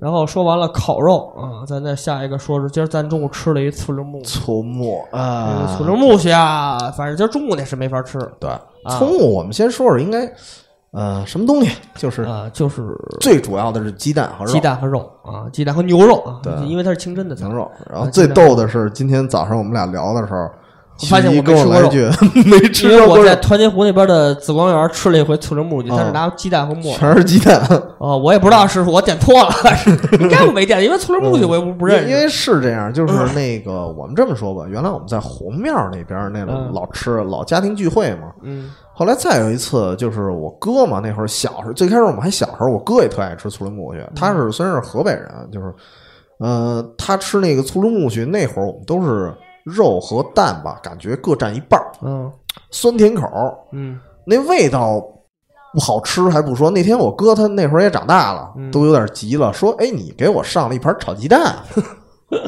S2: 然后说完了烤肉啊，咱再下一个说是今儿咱中午吃了一醋溜木，
S1: 醋木
S2: 嗯
S1: 啊，
S2: 醋溜木虾，反正今儿中午那是没法吃啊
S1: 对，葱木我们先说说应该呃什么东西，就是
S2: 啊，就是
S1: 最主要的是鸡蛋和肉
S2: 鸡。蛋和肉啊，鸡蛋和牛肉啊
S1: 对，
S2: 因为它是清真的菜
S1: 羊。肉。然后
S2: 啊
S1: 最
S2: 鸡蛋
S1: 逗的是，今天早上我们俩聊的时候，
S2: 我发现
S1: 徐一
S2: 我没
S1: 跟我
S2: 吃过
S1: 来一
S2: 肉
S1: 句 没
S2: 因
S1: 吃
S2: 为
S1: 过
S2: 我
S1: 肉
S2: 在，团结湖那边的紫光园吃了一回醋溜木鸡，它是拿鸡蛋和沫
S1: 哦全是鸡蛋，
S2: 啊，我也不知道是我点错了，还是应该我没点，因为醋溜木鸡我也不不认
S1: 嗯因
S2: 识嗯
S1: 为是这样，就是那个我们这么说吧，原来我们在红庙那边那
S2: 嗯
S1: 老吃老家庭聚会嘛。
S2: 嗯
S1: 后来再有一次，就是我哥嘛，那会儿小时候，最开始我们还小时候，我哥也特爱吃醋溜木须。
S2: 嗯
S1: 他是虽然是河北人，啊就是，呃，他吃那个醋溜木须那会儿，我们都是肉和蛋吧，感觉各占一半儿，
S2: 嗯
S1: 酸甜口，
S2: 嗯
S1: 那味道不好吃还不说，那天我哥他那会儿也长大了，
S2: 嗯
S1: 都有点急了，说：“哎，你给我上了一盘炒鸡蛋，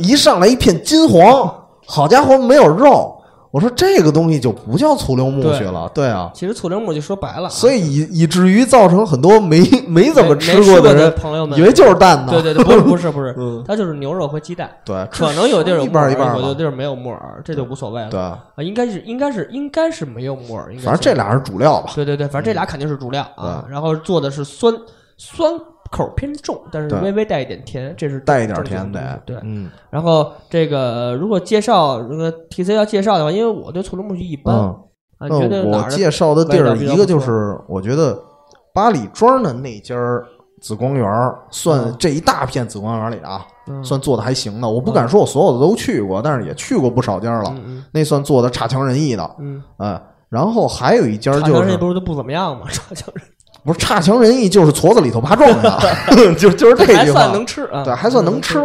S1: 一上来一片金黄，好家伙，没有肉。”我说这个东西就不叫醋溜木须了，对啊，
S2: 其实醋溜木鸡说白了啊，
S1: 所以以以至于造成很多没没怎么
S2: 没
S1: 吃
S2: 没
S1: 过
S2: 过
S1: 人
S2: 朋友们
S1: 以为就是蛋呢，
S2: 对对对，不是不是不是
S1: 嗯，
S2: 它就是牛肉和鸡蛋，
S1: 对，吃
S2: 可能有地儿有
S1: 一
S2: 木
S1: 半
S2: 耳，
S1: 一半吧，
S2: 有地儿没有木耳，这就无所谓了。
S1: 对，
S2: 啊，应该是应该是应该是没有木耳，应该
S1: 反正
S2: 是
S1: 这俩是主料吧，嗯
S2: 对对对，反正这俩肯定是主料啊。
S1: 对
S2: 然后做的是酸酸口偏重，但是
S1: 对
S2: 微微带一点甜，这是
S1: 带一点
S2: 正
S1: 甜
S2: 经的
S1: 得，
S2: 东西对，
S1: 嗯
S2: 然后这个如果介绍，如果 T C 要介绍的话，因为我对醋溜木须一般
S1: 嗯。
S2: 啊，你
S1: 那
S2: 觉得哪
S1: 我
S2: 儿的
S1: 介绍的地
S2: 味道
S1: 儿，
S2: 比较
S1: 一个就
S2: 不错
S1: 是我觉得八里庄的那家儿紫光园儿，算
S2: 嗯
S1: 这一大片紫光园里啊，
S2: 嗯
S1: 算做的还行的。我不敢说我所有的都去过，但是也去过不少家了，
S2: 嗯嗯
S1: 那算做的差强人意的。
S2: 嗯，
S1: 嗯，然后还有一家
S2: 长
S1: 就
S2: 江这
S1: 是
S2: 不是都不怎么样 吗？长江人
S1: 不是差强人意，就是矬子里头爬撞 的，就就是这
S2: 还
S1: 句
S2: 算
S1: 话。
S2: 能吃啊，嗯
S1: 对还算能
S2: 能
S1: 吃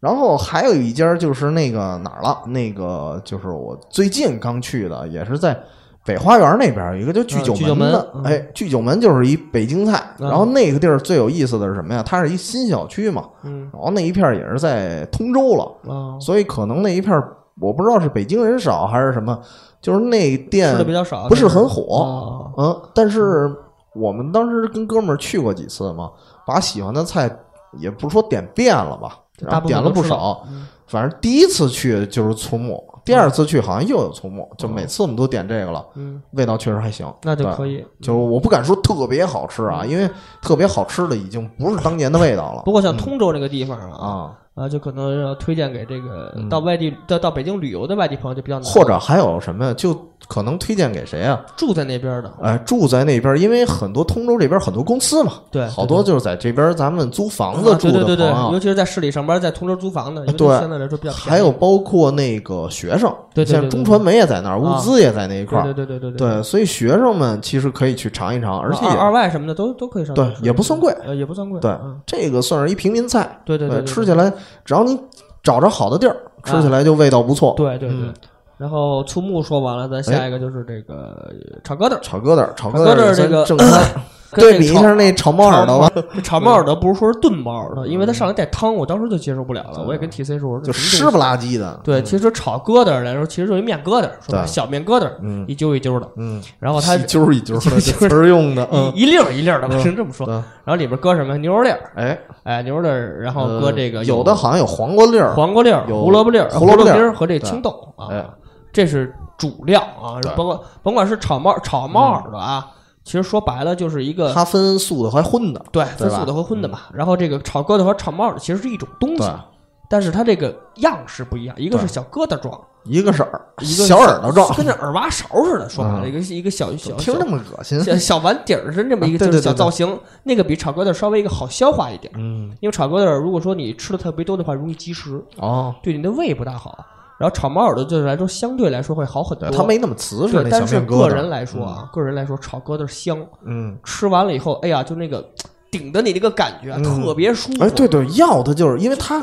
S1: 然后还有一家就是那个哪儿了，那个就是我最近刚去的，也是在北花园那边有一个叫聚
S2: 嗯
S1: 九
S2: 聚九
S1: 门的
S2: 门，嗯
S1: 哎，聚九门就是一北京菜。
S2: 嗯
S1: 然后那个地儿最有意思的是什么呀？它是一新小区嘛，
S2: 嗯
S1: 然后那一片儿也是在通州了，
S2: 嗯啊，
S1: 所以可能那一片儿我不知道是北京人少还是什么，就是那店
S2: 吃的比较少，
S1: 不是
S2: 这边
S1: 很火，
S2: 哦
S1: 嗯，但是我们当时跟哥们儿去过几次嘛，把喜欢的菜也不是说点遍了吧，
S2: 这
S1: 然
S2: 大
S1: 后
S2: 部分
S1: 点
S2: 都
S1: 了不
S2: 吃了
S1: 少。
S2: 嗯
S1: 反正第一次去就是醋木，第二次去好像又有醋木，就每次我们都点这个了，
S2: 嗯，
S1: 味道确实还行，
S2: 那就
S1: 对
S2: 可。以。嗯
S1: 就是我不敢说特别好吃啊，因为特别好吃的已经不是当年的味道了。
S2: 不过像
S1: 嗯
S2: 通州这个地方啊，
S1: 啊，
S2: 啊，就可能要推荐给这个
S1: 嗯
S2: 到外地到到北京旅游的外地朋友就比较难，
S1: 或者还有什么呀，就可能推荐给谁啊？
S2: 住在那边的，
S1: 呃，住在那边，因为很多通州这边很多公司嘛，
S2: 对
S1: 好多就是在这边咱们租房
S2: 啊
S1: 子住
S2: 对
S1: 的
S2: 对对对
S1: 朋友，
S2: 尤其是在市里上班，在通州租房的，因为
S1: 对
S2: 相对来说比较便宜
S1: 还有包括那个学生，
S2: 对对对
S1: 像
S2: 对
S1: 中传媒也在那儿，
S2: 啊
S1: 物资也在那一块
S2: 对
S1: 儿，
S2: 对对对对对啊
S1: 对，所以学生们其实可以去尝一尝，而且
S2: 二
S1: 也
S2: 二外什么的都都可以上，
S1: 对也不算贵
S2: 呃，也不算贵，
S1: 对
S2: 嗯，
S1: 这个算是一平民菜，
S2: 对对对，对啊
S1: 吃起，来只要你找着好的地儿，吃起来就味道不错。
S2: 对对对
S1: 嗯。哎
S2: 然后醋木说完了，咱下一个就是这个炒疙瘩，
S1: 炒疙瘩，炒
S2: 炒
S1: 疙
S2: 疙瘩
S1: 瘩
S2: 这个
S1: 正餐，
S2: 跟
S1: 对比一
S2: 炒
S1: 下嗯那炒猫耳朵吧，
S2: 这炒猫耳朵不是说是炖猫耳朵，因为它上来带汤，我当时就接受不了了。我也跟 T C 说，我说
S1: 就
S2: 这什
S1: 湿
S2: 么东西
S1: 不拉几的。
S2: 对，其实炒疙瘩来说，其实就是一面疙瘩，说白了
S1: 对
S2: 小面疙瘩，
S1: 嗯
S2: 一揪一揪的，
S1: 嗯，
S2: 然后它
S1: 一揪一揪的，这
S2: 一揪
S1: 词儿用的，嗯，
S2: 一一粒儿一粒儿的，
S1: 嗯
S2: 我是这么说。
S1: 对
S2: 然后里边搁什么牛肉粒儿，
S1: 哎，
S2: 哎，牛肉粒儿，然后搁这个
S1: 呃有的好像有黄瓜粒儿，
S2: 黄瓜粒儿、
S1: 有
S2: 胡萝卜粒儿、
S1: 胡萝卜粒儿
S2: 丁儿和这青豆
S1: 哎
S2: 啊，这是主料啊
S1: 对，
S2: 甭管甭管是炒猫炒猫耳朵啊，其实说白了就是一个
S1: 它分素的和荤的，
S2: 对，
S1: 对
S2: 分
S1: 吧嗯
S2: 素的和荤的嘛。然后这个炒疙瘩和炒帽的其实是一种东西
S1: 对，
S2: 但是它这个样式不一样，一个是小疙瘩状，
S1: 一个是耳，
S2: 一个
S1: 小耳朵状，
S2: 跟那耳挖勺似的，说白了，
S1: 嗯
S2: 一个是一个小小
S1: 听
S2: 小
S1: 那么恶心。
S2: 小小碗底儿是那么一个
S1: 啊对
S2: 就是
S1: 对对
S2: 小
S1: 对
S2: 造型，那个比炒疙瘩稍微一个好消化一点，
S1: 嗯，
S2: 因为炒疙瘩如果说你吃的特别多的话，容易积食，
S1: 哦，
S2: 对你的胃不大好。然后炒猫耳朵就是来说相对来说会好很多，
S1: 对，它没那么瓷实，
S2: 对，
S1: 那
S2: 但
S1: 小
S2: 是
S1: 面疙
S2: 个
S1: 瘩。
S2: 人来说啊，个人来说炒疙瘩香，
S1: 嗯，
S2: 吃完了以后，哎呀，就那个顶的你那个感觉啊
S1: 嗯
S2: 特别舒服。
S1: 哎，对对，要它就是因为它，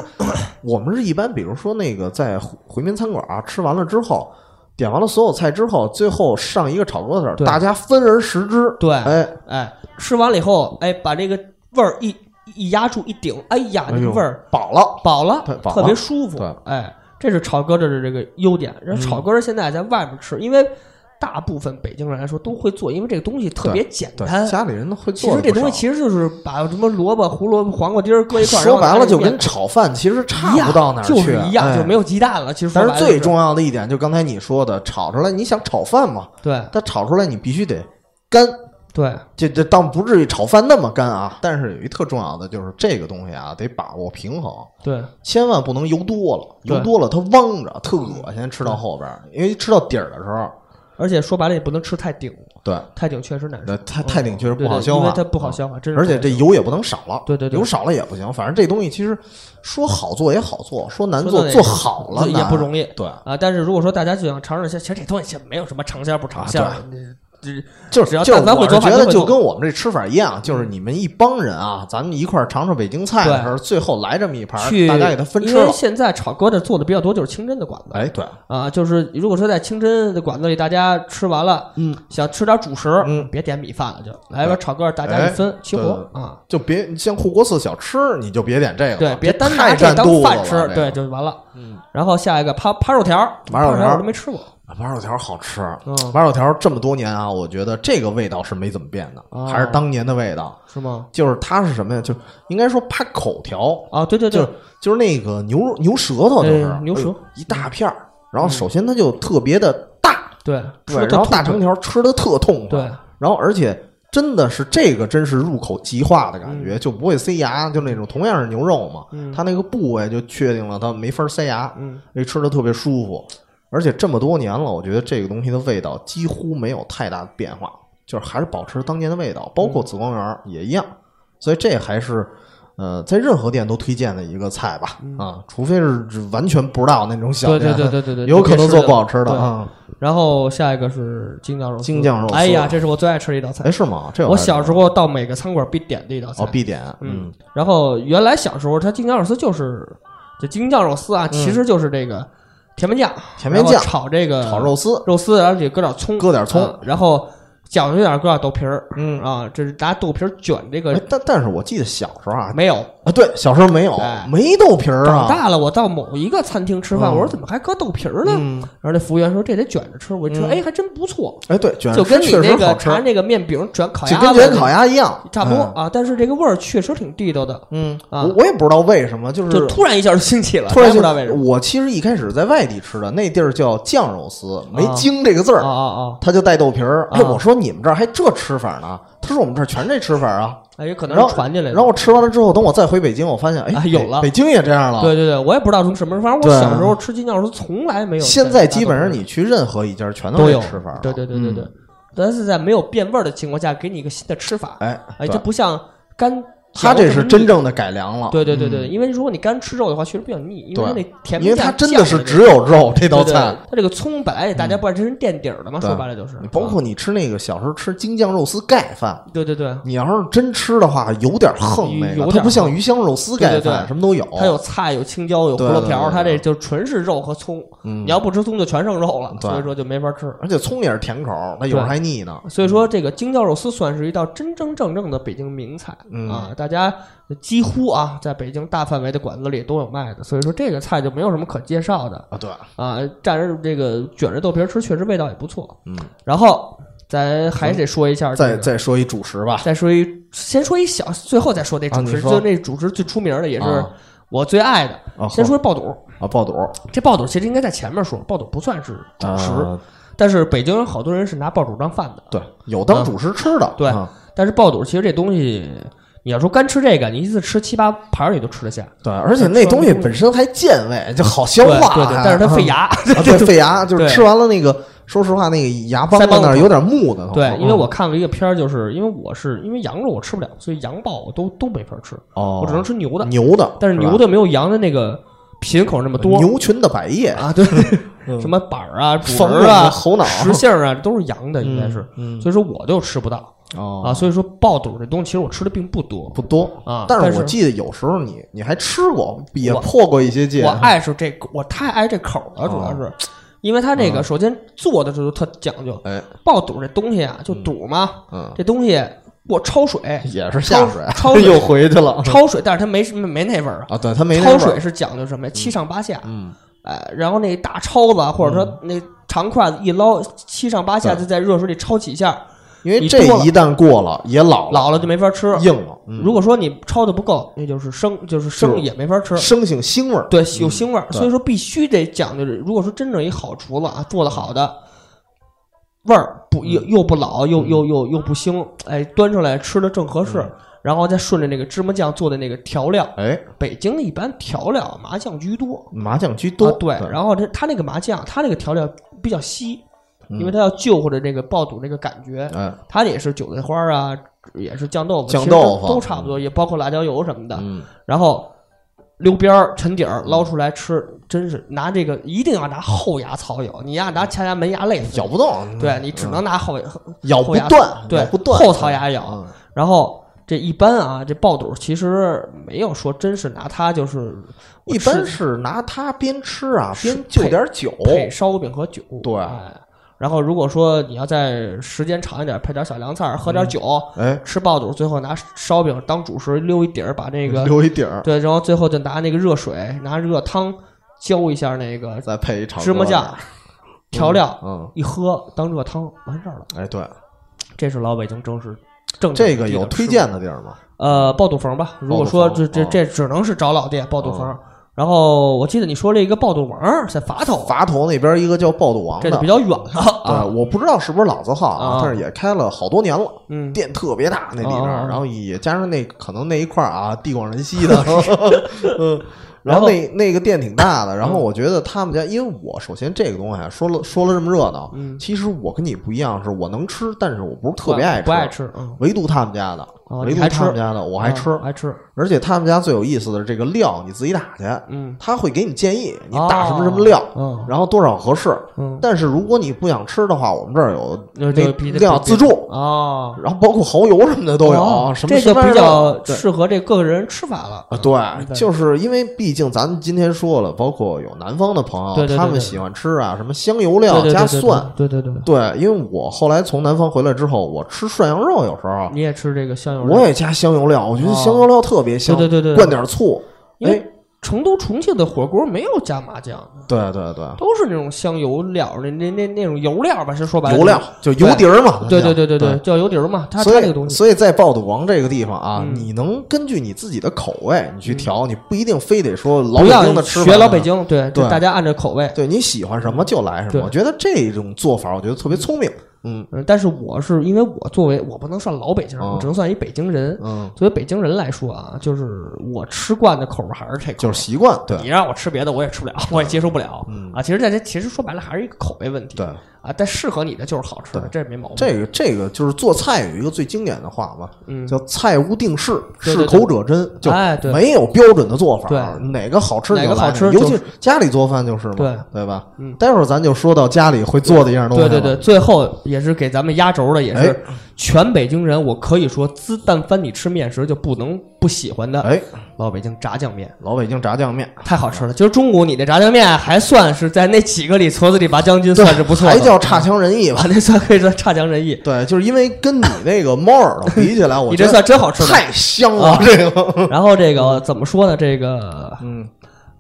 S1: 我们是一般，比如说那个在回回民餐馆啊，吃完了之后，点完了所有菜之后，最后上一个炒疙瘩，
S2: 对
S1: 大家分而食之。
S2: 对
S1: 哎，
S2: 哎，吃完了以后，哎，把这个味儿一一压住一顶，哎呀，那
S1: 哎
S2: 个
S1: 呦
S2: 味儿
S1: 饱了。
S2: 饱了，
S1: 对饱了
S2: 特别舒服
S1: 对。
S2: 哎，这是炒疙瘩的这个优点。然
S1: 嗯
S2: 后炒疙瘩现在在外面吃，因为大部分北京人来说都会做，因为这个东西特别简
S1: 对
S2: 单，。
S1: 哎家里人会
S2: 其
S1: 做
S2: 实
S1: 的不少。
S2: 这东西其实就是把什么萝卜、胡萝卜、黄瓜丁儿搁一块儿，
S1: 说
S2: 然
S1: 白
S2: 后拿
S1: 了
S2: 这
S1: 就
S2: 个面
S1: 跟炒饭其实差
S2: 一样
S1: 不到哪儿去，
S2: 就是一样，
S1: 哎
S2: 就没有鸡蛋了。其实说
S1: 但
S2: 白
S1: 是
S2: 了
S1: 最
S2: 就
S1: 重要的一点，就刚才你说的，炒出来你想炒饭嘛，
S2: 对
S1: 它炒出来你必须得干，
S2: 对
S1: 这这当不至于炒饭那么干啊。但是有一特重要的就是这个东西啊，得把握平衡，
S2: 对
S1: 千万不能油多了，
S2: 对
S1: 油多了它汪着，特恶心。吃到后边儿，因为吃到底儿的时候，
S2: 而且说白了也不能吃太顶，
S1: 对，
S2: 太顶确实难受
S1: 那，太太顶确实
S2: 嗯对
S1: 不好
S2: 对
S1: 消
S2: 因为
S1: 化，嗯
S2: 它不好消化，真是
S1: 而且这
S2: 不好消
S1: 油也不能少了，
S2: 对对对
S1: 油少了也不行。反正这东西其实说好做也好做，说难
S2: 说
S1: 做
S2: 到那
S1: 做好了
S2: 也不容
S1: 易。
S2: 易
S1: 对，
S2: 化啊。但是如果说大家就想尝试一下，其实这东西没有什么尝鲜不尝鲜
S1: 啊，
S2: 这
S1: 就
S2: 只
S1: 是
S2: 要
S1: 就是，
S2: 但凡会
S1: 我
S2: 做
S1: 是
S2: 饭
S1: 觉
S2: 都会
S1: 得就
S2: 做
S1: 跟我们这吃法一样，就是
S2: 嗯
S1: 你们一帮人啊，咱们一块儿尝尝北京菜的时候，最后来这么一盘
S2: 去
S1: 儿，大家给它分吃
S2: 因为
S1: 了。
S2: 现在炒疙瘩做的比较多，就是清真的馆子。
S1: 哎，对，
S2: 啊，就是如果说在清真的馆子里，大家吃完了，
S1: 嗯，
S2: 想吃点主食，
S1: 嗯
S2: 别点米饭了，就来碗炒疙瘩，大家一分齐
S1: 哎对
S2: 活啊。
S1: 就别像护国寺小吃，你就别点这个了，
S2: 对，别
S1: 这
S2: 单拿
S1: 太
S2: 这
S1: 占肚
S2: 当
S1: 子
S2: 饭
S1: 了。
S2: 吃，
S1: 这
S2: 对，
S1: 个，
S2: 就完了。
S1: 嗯，
S2: 然后下一个扒扒肉条儿，
S1: 扒肉
S2: 扒
S1: 条儿
S2: 我都没吃过，
S1: 麻肉条好吃，
S2: 嗯，
S1: 麻肉条这么多年啊，我觉得这个味道是没怎么变的，
S2: 哦
S1: 还是当年的味道。
S2: 是吗？
S1: 就是它是什么呀？就是应该说扒口条，
S2: 啊，对对
S1: 就
S2: 对
S1: 是，就是那个牛肉牛舌头，就是、
S2: 哎牛舌
S1: 哎呦一大片儿。然后首先它就特别的大，
S2: 对，吃
S1: 对，
S2: 的
S1: 然后大长
S2: 痛
S1: 条吃的特痛快，
S2: 对，
S1: 然后而且真的是这个真是入口即化的感觉，就不会塞牙，就那种同样是牛肉嘛，
S2: 嗯
S1: 它那个部位就确定了它没法塞牙，
S2: 嗯，
S1: 所以吃的特别舒服。而且这么多年了，我觉得这个东西的味道几乎没有太大的变化，就是还是保持当年的味道，包
S2: 嗯
S1: 括紫光园儿也一样。所以这还是，呃，在任何店都推荐的一个菜吧，啊，除非是完全不知道那种小
S2: 嗯对
S1: 店，
S2: 对对对对对，
S1: 有可能做不好
S2: 别
S1: 吃的
S2: 对
S1: 啊。
S2: 然后下一个是京酱肉丝，
S1: 京酱肉丝
S2: 哎呀，这是我最爱吃的一道菜
S1: 哎，，是吗？这
S2: 我小时
S1: 候
S2: 候到每个餐馆必点的一道菜
S1: 哦。必点，
S2: 嗯，然后原来小时候，它京酱肉丝就是这京酱肉丝啊，其实就是这个甜面酱，
S1: 嗯甜面
S2: 然后
S1: 酱
S2: 炒这个
S1: 炒肉丝，
S2: 肉丝，然后里搁点葱，
S1: 搁点葱
S2: 啊然后讲究点搁点豆皮儿，
S1: 嗯
S2: 啊，这是拿豆皮儿卷这
S1: 哎
S2: 个，
S1: 但但是我记得小时候啊，
S2: 没有。
S1: 啊对，小时候没有
S2: 嗯哎
S1: 没豆皮儿
S2: 长
S1: 啊，
S2: 大了，我到某一个餐厅吃饭，
S1: 嗯
S2: 我说怎么还搁豆皮儿呢？
S1: 嗯，
S2: 然后那服务员说这得卷着吃，我一吃，
S1: 嗯
S2: 哎，还真不错，
S1: 哎对，卷
S2: 就
S1: 着吃
S2: 跟你
S1: 确
S2: 那
S1: 实
S2: 个
S1: 好吃
S2: 拿，那个面饼卷烤
S1: 就
S2: 鸭
S1: 跟
S2: 子
S1: 卷烤鸭一样，
S2: 差不多
S1: 嗯。
S2: 啊，但是这个味儿确实挺地道的，
S1: 嗯，
S2: 啊
S1: 我我也不知道为什么，就是
S2: 就突然一下就兴起了，
S1: 突然
S2: 咱也不知道为什么。
S1: 我其实一开始在外地吃的，那地儿叫酱肉丝，没“
S2: 啊
S1: 京”这个字
S2: 啊
S1: 儿，
S2: 啊啊！
S1: 他就带豆皮儿。
S2: 啊
S1: 哎，我说你们这儿还这吃法呢？他说我们这儿全这吃法啊。
S2: 哎，有可能
S1: 然后
S2: 是传进来的。
S1: 然后我吃完了之后，等我再回北京，我发现
S2: 啊
S1: 哎，
S2: 有
S1: 北
S2: 了
S1: 北京也这样了。
S2: 对对对，我也不知道从什么时候，反正
S1: 对
S2: 我小时候吃鸡酱肉丝从来没有。
S1: 现在基本上你去任何一家全
S2: 都
S1: 是
S2: 有
S1: 吃法。
S2: 对对对对对
S1: 嗯，，
S2: 但是在没有变味儿的情况下，给你一个新的吃法，
S1: 哎
S2: 哎，
S1: 对
S2: 就不像干。
S1: 他这是真。正的改良了。
S2: 对对对对，
S1: 嗯，
S2: 因为如果你干吃肉的话，确实比较腻，因为它那甜
S1: 因
S2: 面
S1: 为
S2: 酱
S1: 它真的是
S2: 酱
S1: 只有肉这道
S2: 的那个
S1: 菜嗯
S2: 对。对对它这个葱本来也大家不爱吃，是垫底儿的嘛，
S1: 对
S2: 说白了就是。
S1: 你包括
S2: 啊
S1: 你吃那个小时候吃京酱肉丝盖饭，
S2: 对对对，
S1: 你要是真吃的话，有点横那
S2: 有
S1: 个，
S2: 点
S1: 它不像鱼香肉丝盖
S2: 对对
S1: 饭，
S2: 对
S1: 什么都有。
S2: 它有菜，有青椒，有胡
S1: 对
S2: 萝卜
S1: 对
S2: 条儿，
S1: 对
S2: 它
S1: 对
S2: 这就纯是肉和葱。
S1: 嗯
S2: 你要不吃葱，就全剩肉了，
S1: 对
S2: 所以说就没法吃。
S1: 而且葱也是甜口，它有时候
S2: 对
S1: 还腻呢。
S2: 所以说，这个京酱肉丝算是一道真真正正的北京名菜、
S1: 嗯
S2: 啊！大家几乎啊，在北京大范围的馆子里都有卖的，所以说这个菜就没有什么可介绍的
S1: 啊，对，
S2: 啊。蘸着这个卷着豆皮儿吃，确实味道也不错。
S1: 嗯，
S2: 然后咱还得说一下、这
S1: 再
S2: 个
S1: 再说一主食吧，
S2: 再说一，先说一小，最后再说那主
S1: 啊
S2: 食，
S1: 你说
S2: 就那主食最出名的，也是
S1: 啊
S2: 我最爱的。
S1: 啊
S2: 先说爆肚，
S1: 啊爆肚
S2: 这爆肚其实应该在前面说，爆肚不算是主食，
S1: 啊
S2: 但是北京有好多人是拿爆肚当饭的，
S1: 对，有当主食吃的，
S2: 对
S1: 啊
S2: 但是爆肚其实这东西，你要说干吃这个，你一次吃七八盘儿也就吃得下，
S1: 对，而且那东西本身还健胃，就好消化，
S2: 对对对，但是它费
S1: 啊，
S2: 牙。
S1: 啊对肺牙，就是
S2: 对
S1: 吃完了那个，说实话，那个牙帮
S2: 腮帮
S1: 子那儿
S2: 子
S1: 有点木的，
S2: 对，因为
S1: 嗯
S2: 我看了一个片儿，就是因为我是因为羊肉我吃不了，所以羊爆我都都没法吃，
S1: 哦，
S2: 我只能吃牛的。
S1: 牛的，
S2: 但是
S1: 吧
S2: 牛的没有羊的那个品口那么多。
S1: 牛群的百叶，
S2: 啊，对，
S1: 嗯
S2: 什么板儿啊、
S1: 冯
S2: 骨儿啊、
S1: 猴脑
S2: 实杏儿啊，都是羊的，应该是。
S1: 嗯
S2: 所以说我就吃不到
S1: 哦
S2: 啊，所以说爆肚这东西其实我吃的并不多。
S1: 不多
S2: 啊
S1: 但
S2: 但
S1: 是我
S2: 是
S1: 记得有时候你你还吃过，也
S2: 我
S1: 破过一些戒啊
S2: 我。爱是这，我太爱这口了，主要
S1: 哦
S2: 是，因为它这
S1: 嗯
S2: 个首先做的时候特讲究，
S1: 哎，
S2: 爆肚这东西啊，就肚嘛，
S1: 嗯，
S2: 这东西我焯水，
S1: 也是下水，
S2: 焯 水啊
S1: 又回去了
S2: 焯水，但是它没什么没那味儿啊。
S1: 啊。对，它啊没那味
S2: 焯
S1: 儿
S2: 水，是讲究什么呀？七上八下，
S1: 嗯，
S2: 哎，然后那大抄子啊或者说那长筷子一捞，七上八
S1: 嗯
S2: 下就在热水里焯几下，
S1: 因为
S2: 你
S1: 这
S2: 多了
S1: 一旦过了也老了，
S2: 老了就没法吃。
S1: 硬了。嗯
S2: 如果说你焯的不够，那就是生，就是
S1: 就
S2: 生
S1: 是
S2: 也没法吃。
S1: 生性腥味儿，
S2: 对，有腥味儿，
S1: 对
S2: 所以说必须得讲究。如果说真正一好厨子啊，做的好的，味儿不
S1: 嗯
S2: 又又不老，又又又又不腥，哎，端出来吃的正合
S1: 嗯
S2: 适，然后再顺着那个芝麻酱做的那个调料，
S1: 哎，
S2: 北京的一般调料麻酱居多，
S1: 麻酱居多。嗯
S2: 啊、对，然后它它那个麻酱，它那个调料比较稀，因为它要救或者这个爆肚那个感觉，
S1: 哎，
S2: 它也是韭菜花儿啊，也是酱豆腐，
S1: 酱
S2: 其实都
S1: 豆腐啊
S2: 都差不多，也包括辣椒油什么的，
S1: 嗯，
S2: 然后溜边儿沉底儿捞出来吃，真是拿这个一定要拿后牙槽咬，你呀拿前牙门牙累死
S1: 咬
S2: 你，
S1: 不动，
S2: 对你只能拿后牙，
S1: 咬嗯哦不
S2: 后牙
S1: 断，
S2: 对
S1: 咬不断，
S2: 后槽牙咬，
S1: 嗯
S2: 然后。这一般啊，这爆肚其实没有说真是拿它就是我
S1: 一般
S2: 吃
S1: 是拿它边吃啊，
S2: 是
S1: 边就
S2: 配
S1: 点酒，
S2: 配烧饼和酒。
S1: 哦对
S2: 哎然后如果说你要在时间长一点，配点小凉菜儿，喝点酒，
S1: 哎，
S2: 吃爆肚，最后拿烧饼当主食溜一底儿，把那个
S1: 留一底儿，
S2: 对，然后最后就拿那个热水，拿热汤浇一下那个
S1: 再配一炒
S2: 芝麻酱调料，
S1: 嗯，
S2: 一喝当热汤，完事儿了。
S1: 哎，对，
S2: 这是老北京正式正
S1: 这
S2: 经
S1: 个
S2: 的地
S1: 有
S2: 道
S1: 推
S2: 吃
S1: 荐的地儿吗？
S2: 呃，爆肚冯吧。如果说
S1: 爆肚
S2: 这
S1: 冯
S2: 这
S1: 嗯
S2: 这只能是找老店爆肚冯
S1: 嗯。
S2: 然后我记得你说了一个爆肚王儿在垡头，
S1: 垡头那边一个叫爆肚王
S2: 这
S1: 的
S2: 就比，较远了
S1: 对，
S2: 啊。
S1: 我不知道是不是老字号啊
S2: 啊，
S1: 但是也开了好多年了。
S2: 嗯，
S1: 店特别大，那里边
S2: 啊啊
S1: 儿，
S2: 啊
S1: 然后也加上那可能那一块儿啊，地广人稀的， 嗯，然
S2: 啊然
S1: 后
S2: 后嗯
S1: 那那个店挺大的，然后我觉得他们家，因为我首先这个东西啊说了说了这么热闹，
S2: 嗯
S1: 其实我跟你不一样，是我能吃，但是我不是特别爱吃，
S2: 不爱吃，嗯，
S1: 唯独他们家的，
S2: 哦
S1: 唯
S2: 你
S1: 独
S2: 还
S1: 他们
S2: 吃嗯
S1: 家的我
S2: 我
S1: 还吃，
S2: 爱吃，
S1: 而且他们家最有意思的是这个料你自己打去，
S2: 嗯
S1: 他会给你建议你
S2: 哦
S1: 打什么什么料，
S2: 嗯
S1: 然后多少合适。
S2: 嗯，
S1: 但是如果你不想吃的话，我们这儿有
S2: 那
S1: 那
S2: 就比
S1: 料自助，哦
S2: 啊，
S1: 然后包括蚝油什么的都有，
S2: 哦
S1: 什么
S2: 这
S1: 什
S2: 就
S1: 么
S2: 比
S1: 样的
S2: 较
S1: 对
S2: 适合这各个人吃法了。
S1: 啊，对，
S2: 对
S1: 就是因为毕竟咱们今天说了，包括有南方的朋
S2: 对
S1: 友，
S2: 对对
S1: 他们
S2: 对
S1: 喜欢吃啊，什么香油料
S2: 对对对
S1: 加
S2: 对
S1: 蒜。
S2: 对对对，对
S1: 对，因为我后来从南方回来之后，我吃涮羊肉有时候
S2: 你也吃这个香油料？
S1: 我也加香油料，我觉得
S2: 嗯哦
S1: 香油料特别香，
S2: 对对对对
S1: 灌点醋，
S2: 因
S1: 哎
S2: 为，成都、重庆的火锅没有加麻酱的，
S1: 对对对，
S2: 都是那种香油料，那那那那种油料吧，是说白了
S1: 油料。就油底儿嘛，
S2: 对
S1: 那叫
S2: 对对对
S1: 对
S2: 对，叫油碟儿嘛，它它
S1: 所
S2: 这个东
S1: 以，
S2: 西，
S1: 所以在爆肚王这个地方啊，
S2: 嗯
S1: 你能根据你自己的口味，你去调，你不一定非得说老
S2: 不
S1: 北
S2: 要
S1: 京的吃法
S2: 学老北，京，对，
S1: 对
S2: 就大家按照口味。
S1: 对你喜欢什么就来什么。
S2: 对
S1: 我觉得这种做法，我觉得特别聪明。嗯
S2: 嗯，但是我是因为我作为我不能算老北京人，
S1: 哦
S2: 我只能算一北京人。
S1: 嗯，
S2: 作为北京人来说啊，就是我吃惯的口味还是这口味，
S1: 就是习惯，对
S2: 你让我吃别的，我也吃不了， 我也接受不了、
S1: 嗯
S2: 啊。其实大家其实说白了还是一个口味问题，
S1: 对，
S2: 啊，但适合你的就是好吃的
S1: 对，
S2: 这没毛病。
S1: 这个这个就是做菜有一个最经典的话嘛，
S2: 嗯
S1: 叫“菜无定式，
S2: 对
S1: 适
S2: 对
S1: 口者真”，就
S2: 哎对
S1: 没有标准的做法，
S2: 对
S1: 哪个好吃
S2: 哪个
S1: 就来
S2: 好吃
S1: 尤
S2: 就
S1: 其家里做饭就是嘛，
S2: 对
S1: 对吧？
S2: 嗯
S1: 待会儿咱就说到家里会做的一样东西
S2: 对
S1: 了，
S2: 对对，最后也是给咱们压轴的，也
S1: 哎
S2: 是全北京人，我可以说，自但凡你吃面时就不能不喜欢的
S1: 哎，
S2: 老北京炸酱面，
S1: 老北京炸酱面。
S2: 太好
S1: 嗯
S2: 吃了。今儿中午你那炸酱面还算是在那几个里矬子里拔将军，算是不错的，
S1: 还叫差强人意吧
S2: 啊，？那算可以算差强人意。
S1: 对，就是因为跟你那个猫耳朵比 起来，我
S2: 你
S1: 觉得
S2: 这算真好吃的。
S1: 太香了
S2: 啊，
S1: 这 个，
S2: 然后这个怎么说呢？这个
S1: 嗯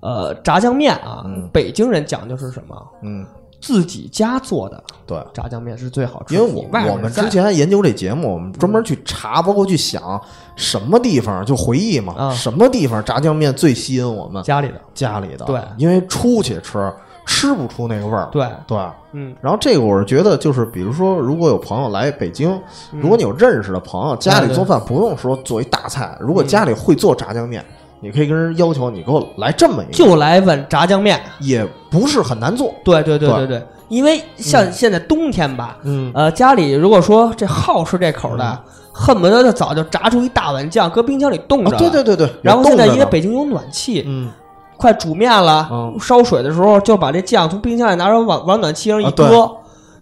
S2: 呃，炸酱面啊
S1: 嗯，
S2: 北京人讲究是什么？
S1: 嗯，
S2: 自己家做的
S1: 对。
S2: 炸酱面是最好吃
S1: 因
S2: 的。
S1: 为
S2: 你外
S1: 我我
S2: 边
S1: 们
S2: 干
S1: 之前研究这节目，我们专门去查，包括去想什么地方就回忆嘛，
S2: 啊
S1: 什么地方炸酱面最吸引我们？
S2: 家里的
S1: 家里的，
S2: 对
S1: 因为出去吃吃不出那个味儿。
S2: 对，
S1: 对，
S2: 嗯，
S1: 然后这个我是觉得，就是比如说，如果有朋友来北京，
S2: 嗯
S1: 如果你有认识的朋友，家里做饭不用说做一大菜，如果家里会做炸酱面，你可以跟人要求你给我来这么一个，
S2: 嗯就来碗炸酱面。
S1: 也不是很难做。
S2: 对对对
S1: 对
S2: 对对，因为像现在冬天吧，
S1: 嗯
S2: 呃，家里如果说这好吃这口的，恨不得就早就炸出一大碗酱，搁冰箱里冻着、
S1: 啊，对对。对对。
S2: 然后现在
S1: 有冻着
S2: 因为
S1: 呢，
S2: 北京啊有暖气，
S1: 嗯，
S2: 快煮面了，
S1: 嗯
S2: 烧水的时候就把这酱从冰箱里拿出来往往暖气上一
S1: 啊对
S2: 搁，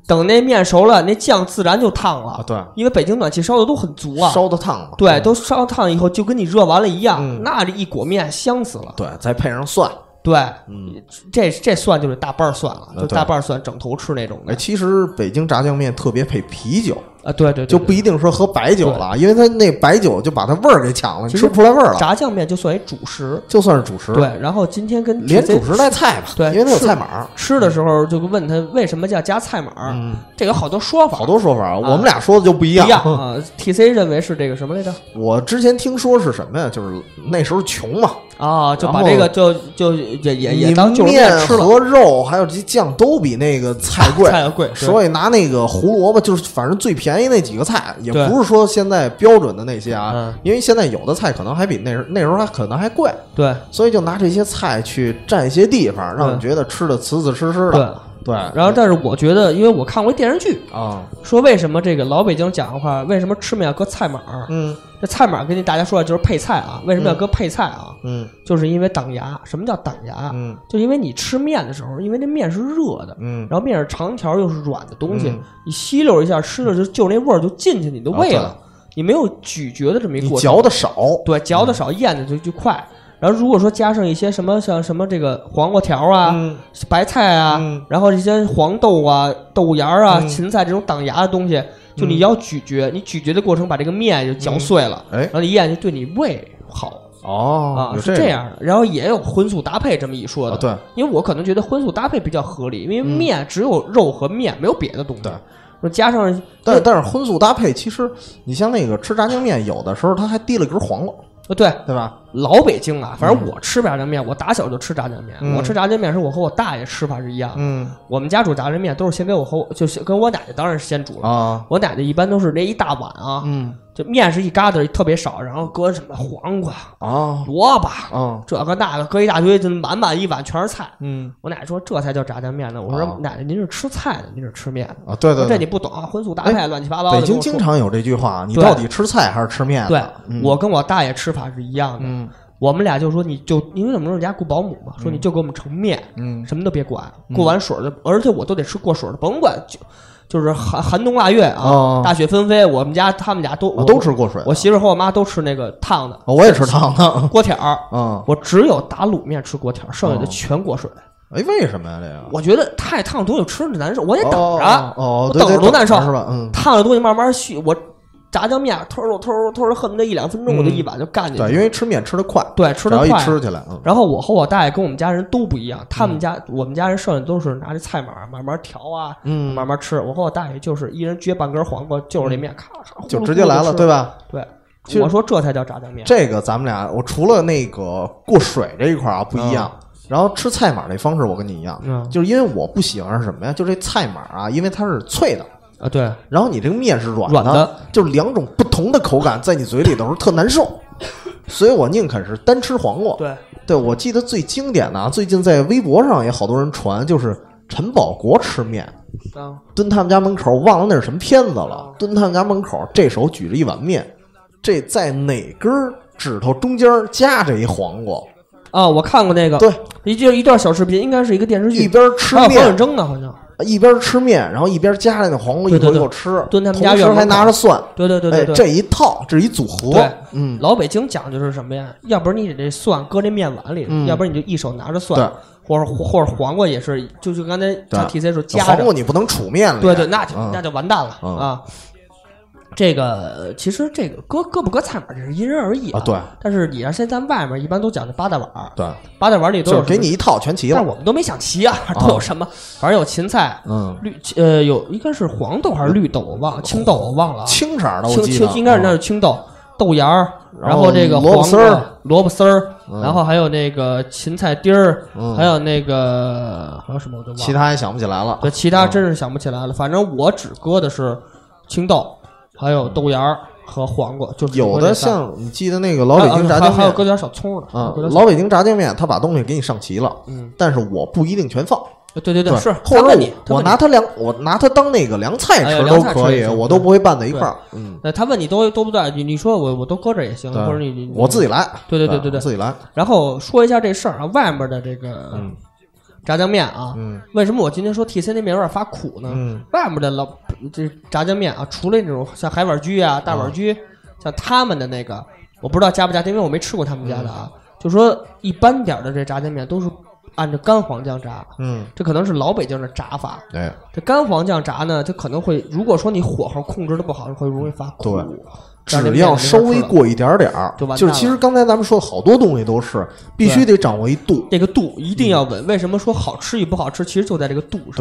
S2: 等那面熟了，那酱自然就烫了。
S1: 啊对，
S2: 因为北京暖气烧的都很足啊，
S1: 烧的烫嘛。
S2: 对，都烧烫以后就跟你热完了一样，
S1: 嗯
S2: 那这一裹面香死了。
S1: 对，再配上蒜。
S2: 对，
S1: 嗯
S2: 这这蒜就是大瓣蒜了，
S1: 啊
S2: 就
S1: 对
S2: 大瓣蒜整头吃那种的
S1: 哎，其实北京炸酱面特别配啤酒，
S2: 啊，对对对，
S1: 就
S2: 对
S1: 不一定说喝白酒了，因为它那白酒就把它味儿给抢了，你吃不出来味儿了。
S2: 炸酱面就算一主食。
S1: 就算是主食，
S2: 对，，然后今天跟
S1: 连
S2: TC
S1: 主食带菜吧，
S2: 对
S1: 因为它有
S2: 是
S1: 菜码。
S2: 吃的时候就问他为什么叫加菜码儿，
S1: 嗯，
S2: 这有好多说法，
S1: 好多说法啊，我们俩说的就不一
S2: 一
S1: 样。
S2: 样啊。TC 认为是这个什么来着？
S1: 我之前听说是什么呀？就是那时候穷嘛，
S2: 啊，就把
S1: 然后
S2: 这个就就也也也
S1: 你
S2: 当就是面吃了，
S1: 和肉还有这酱都比那个菜贵，
S2: 菜 贵，对
S1: 所以拿那个胡萝卜就是反正最便宜那几个菜，也
S2: 对
S1: 不是说现在标准的那些啊
S2: 嗯，
S1: 因为现在有的菜可能还比那时候那时候还可能还贵，
S2: 对
S1: 所以就拿这些菜去占一些地方，让你
S2: 嗯
S1: 觉得吃的瓷瓷实实
S2: 对
S1: 的。。对，
S2: 然后，但是我觉得，因为我看过一电视剧，
S1: 啊，
S2: 说为什么这个老北京讲话，为什么吃面要搁菜码儿？
S1: 嗯
S2: 这菜码儿跟大家说的就是配菜啊，为什么要搁配菜啊？
S1: 嗯
S2: 就是因为挡牙。什么叫挡牙？
S1: 嗯
S2: 就因为你吃面的时候，因为那面是热的，
S1: 嗯，
S2: 然后面是长条又是软的东西，
S1: 嗯
S2: 你吸溜一下吃了就就那味儿就进去你的胃了，
S1: 啊
S2: 你没有咀嚼的这么一
S1: 你
S2: 过程，
S1: 嚼的少，
S2: 对嚼的少，咽的就就快。然后如果说加上一些什么像什么这个黄瓜条啊、
S1: 嗯
S2: 白菜啊，
S1: 嗯
S2: 然后一些黄豆啊、豆芽儿啊、
S1: 嗯
S2: 芹菜这种挡牙的东西，就你要咀嚼，你咀嚼的过程把这个面就嚼碎了，
S1: 哎
S2: 然后你咽就对你胃好。
S1: 哦
S2: 啊，是这，样的。然后也有荤素搭配这么一说的，
S1: 啊对，嗯
S2: 因为我可能觉得荤素搭配比较合理，因为面只有肉和面，没有别的东西。
S1: 对
S2: 对，加上
S1: 但但是荤素搭配，其实你像那个吃炸酱面，有的时候它还滴了根黄瓜，
S2: 呃对
S1: 对吧？
S2: 老北京啊，反正我吃炸酱面，我打小就吃炸酱面。
S1: 嗯
S2: 我吃炸酱面是我和我大爷吃法是一样的。
S1: 嗯
S2: 我们家煮炸酱面都是先给我和我，就是跟我奶奶当然是先煮了。
S1: 啊，
S2: 我奶奶一般都是那一大碗啊，
S1: 嗯
S2: 就面是一疙瘩，特别少，然后搁什么黄瓜、
S1: 啊
S2: 萝卜，
S1: 啊
S2: 这个那个搁一大堆，就满满一碗全是菜。
S1: 嗯
S2: 我奶奶说这才叫炸酱面呢。我
S1: 哦
S2: 说奶奶，您是吃菜的，您是吃面的。
S1: 啊，对对
S2: 说这
S1: 对，
S2: 你不懂啊，荤素搭
S1: 哎
S2: 配，乱七八糟的。
S1: 北京
S2: 跟我说
S1: 经常有这句话，你
S2: 对
S1: 到底吃菜还是吃面？
S2: 对
S1: 嗯，
S2: 我跟我大爷吃法是一样的。
S1: 嗯
S2: 我们俩就说，你就因为我们家雇保姆嘛，说你就给我们盛面，
S1: 嗯
S2: 什么都别管，过完水的，而且我都得吃过水的，甭管就就是寒寒冬腊月
S1: 哦
S2: 啊，大雪纷飞，我们家他们家都
S1: 我啊都吃，过水的，
S2: 我媳妇儿和我妈都吃那个烫的
S1: 啊我也吃汤的，
S2: 锅条儿。
S1: 嗯，
S2: 我只有打卤面吃锅条儿，剩下的
S1: 哦
S2: 全过水。
S1: 哎，为什么呀？这个
S2: 我觉得太烫的东西吃着难受，我得等
S1: 哦
S2: 着，
S1: 哦，
S2: 我
S1: 对
S2: 等
S1: 对
S2: 着多难受
S1: 是吧？嗯，
S2: 烫的东西慢慢续。我炸酱面偷着偷着偷着，恨不得一两分钟我就一碗就干进去了。
S1: 嗯对，因为吃面吃的快，
S2: 对吃的
S1: 只要
S2: 快
S1: 一。吃起嗯来，嗯
S2: 然后我和我大爷跟我们家人都不一样，他们家、我们家人剩下都是拿着菜码慢慢调啊，
S1: 嗯
S2: 慢慢吃。我和我大爷就是一人撅半根黄瓜，就是那面咔咔，
S1: 嗯就直接来了，对
S2: 吧？
S1: 吧？其
S2: 对，
S1: 实
S2: 我说这才叫炸酱面。
S1: 这个咱们俩，我除了那个过水这一块啊不一样，然后吃菜码那方式我跟你一样，
S2: 嗯
S1: 就是因为我不喜欢是什么呀？就这菜码啊，因为它是脆的，
S2: 啊，对，
S1: 然后你这个面是软
S2: 软的
S1: 就是两种不同的口感在你嘴里的时候特难受，所以我宁肯是单吃黄瓜。
S2: 对，
S1: 对，我记得最经典的啊，最近在微博上也好多人传，就是陈宝国吃面。
S2: 嗯，
S1: 蹲他们家门口，忘了那是什么片子了
S2: 啊。
S1: 蹲他们家门口，这手举着一碗面，这在哪根儿指头中间夹着一黄瓜，
S2: 啊，我看过那个，
S1: 对，
S2: 一就一段小视频，应该是一个电视剧，
S1: 一边吃
S2: 还有黄远
S1: 面
S2: 征呢，好像，
S1: 一边吃面，然后一边夹着那黄瓜一
S2: 对对
S1: 口一
S2: 对
S1: 口吃，
S2: 蹲他们家
S1: 同时
S2: 院门
S1: 还拿着蒜，
S2: 对对对
S1: 哎
S2: 对，对，
S1: 这一套，这是一组合
S2: 对，
S1: 嗯，
S2: 老北京讲究是什么呀？要不然你得这蒜搁这面碗里，
S1: 嗯
S2: 要不然你就一手拿着蒜，
S1: 对
S2: 或者或者黄瓜也是，就就刚才像 T C 说夹
S1: 黄
S2: 着
S1: 瓜，你不能杵面里，
S2: 对对，那就、
S1: 嗯
S2: 那就完蛋了、
S1: 嗯
S2: 啊。这个其实这个搁搁不搁菜码这是因人而异
S1: 啊对
S2: 但是你要现在外面一般都讲究八大碗儿，
S1: 对，
S2: 八大碗里都
S1: 就
S2: 有
S1: 是给
S2: 什么
S1: 你，一套全齐
S2: 但
S1: 了
S2: 是，我们都没想齐啊，都有什么？反正有芹菜、
S1: 嗯，
S2: 绿呃有应该是黄豆还是绿豆，我忘了青豆我忘了啊。
S1: 哦青色儿的我
S2: 青
S1: 记得
S2: 青应该是那是
S1: 嗯
S2: 青豆，豆芽儿，
S1: 然
S2: 然
S1: 后
S2: 后这个
S1: 萝卜
S2: 黄
S1: 丝儿
S2: 瓜、萝卜丝儿，
S1: 嗯
S2: 然后还有那个芹菜丁儿，
S1: 嗯
S2: 还有那个还有什么我都忘了。
S1: 其他也想不起来了。
S2: 对，其他真是想不起来了。反正我只搁的是青豆，还有豆芽儿和黄瓜，就只搁
S1: 嗯有
S2: 这
S1: 的
S2: 仨
S1: 像你记得那个老北京炸
S2: 还有
S1: 酱
S2: 啊还有
S1: 面
S2: 搁点小葱呢。
S1: 啊
S2: 搁点，小
S1: 老北京炸酱面，他把东西给你上齐了，
S2: 嗯，
S1: 但是我不一定全放。
S2: 对对是，
S1: 或
S2: 他
S1: 者
S2: 问你，
S1: 我我
S2: 他问你
S1: 拿它凉，我拿它当那个凉菜
S2: 哎呀
S1: 吃
S2: 凉
S1: 都
S2: 菜
S1: 可
S2: 吃也
S1: 以，
S2: 行
S1: 我都
S2: 对
S1: 不会拌在一块儿。嗯，
S2: 呃，他问你都都不对，你你说我我都搁这儿也行，
S1: 对
S2: 或者你你
S1: 我自己。来。
S2: 对对对对
S1: 我
S2: 对
S1: 自己来。
S2: 然后说一下这事儿啊，外面的这个
S1: 嗯
S2: 炸酱面啊，
S1: 嗯
S2: 为什么我今天说 T C 那面有点发苦呢？
S1: 嗯
S2: 外面的老这炸酱面啊，除了那种像海碗居啊、大
S1: 嗯
S2: 碗居，像他们的那个，我不知道加不加，因为我没吃过他们家的啊。
S1: 嗯
S2: 就说一般点儿的这炸酱面都是按照干黄酱炸，
S1: 嗯，
S2: 这可能是老北京的炸法。
S1: 哎，
S2: 这干黄酱炸呢，就可能会，如果说你火候控制的不好，会容易发苦。
S1: 对
S2: 炸酱
S1: 只
S2: 面
S1: 要
S2: 就没法
S1: 稍微
S2: 吃了
S1: 过一点点儿
S2: 就，完
S1: 就是
S2: 蛋
S1: 其
S2: 了
S1: 实刚才咱们说的好多东西都是必须得掌握一度。
S2: 这个度一定
S1: 嗯
S2: 要稳。为什么说好吃与不好吃，其实就在这个度上。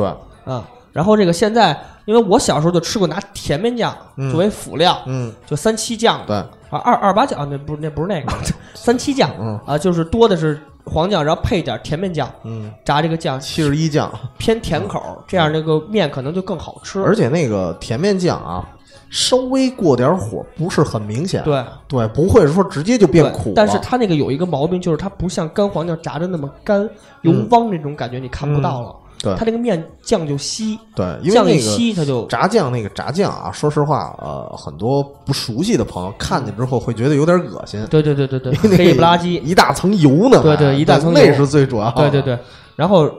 S1: 对，
S2: 啊，然后这个现在，因为我小时候就吃过拿甜面酱
S1: 嗯
S2: 作为辅料，
S1: 嗯，
S2: 就三七酱
S1: 对，
S2: 啊，二二八酱啊那不是那不是那个三七酱
S1: 嗯
S2: 啊，就是多的是黄酱，然后配点甜面酱，
S1: 嗯，
S2: 炸这个酱
S1: 七十一酱，
S2: 偏甜口，这样这个面可能就更好吃。
S1: 嗯而且那个甜面酱啊，稍微过点火不是很明显，
S2: 对，
S1: 对，不会说直接就变
S2: 对
S1: 苦了。啊
S2: 但是它那个有一个毛病，就是它不像干黄酱炸的那么干，油
S1: 嗯
S2: 汪那种感觉你看不到了。
S1: 对
S2: 它这个面酱就稀，
S1: 对，因为
S2: 酱一
S1: 那个
S2: 稀 它就
S1: 炸酱那个炸酱啊，说实话，呃，很多不熟悉的朋友看见之后会觉得有点恶心，
S2: 对对对对对，
S1: 那
S2: 黑不拉几，
S1: 一大层油呢，
S2: 对对
S1: 还
S2: 一大层油
S1: 那是最主要
S2: 对
S1: 的，
S2: 对对，然后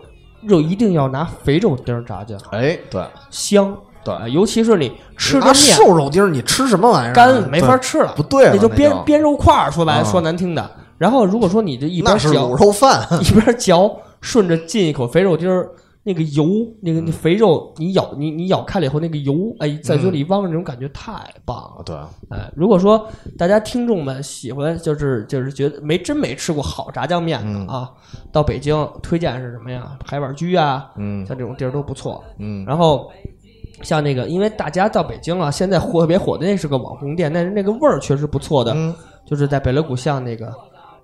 S2: 肉一定要拿肥肉丁儿炸酱，
S1: 哎，对，
S2: 香。
S1: 对
S2: 啊尤其是你吃
S1: 拿
S2: 着面
S1: 瘦肉丁儿，你吃什么玩意儿啊？
S2: 干没法
S1: 对，
S2: 吃了，
S1: 不对了
S2: 那就
S1: 那
S2: 边
S1: 就
S2: 边肉块儿，说白了，
S1: 啊
S2: 说难听的。然后如果说你这一边
S1: 那是
S2: 嚼
S1: 卤肉饭，
S2: 一边嚼，顺着进一口肥肉丁儿，那个油，那
S1: 嗯
S2: 个那肥肉，你咬你你咬开了以后，那个油，哎，在嘴
S1: 嗯
S2: 里汪的那种感觉太棒了。
S1: 对，
S2: 哎，如果说大家听众们喜欢，就是就是觉得没真没吃过好炸酱面
S1: 嗯
S2: 的啊，到北京推荐是什么呀？海碗居啊，
S1: 嗯
S2: 像这种地儿都不错。
S1: 嗯，
S2: 然后像那个，因为大家到北京啊，现在火特别火的那是个网红店，但是那个味儿确实不错的，
S1: 嗯
S2: 就是在北锣鼓巷那个。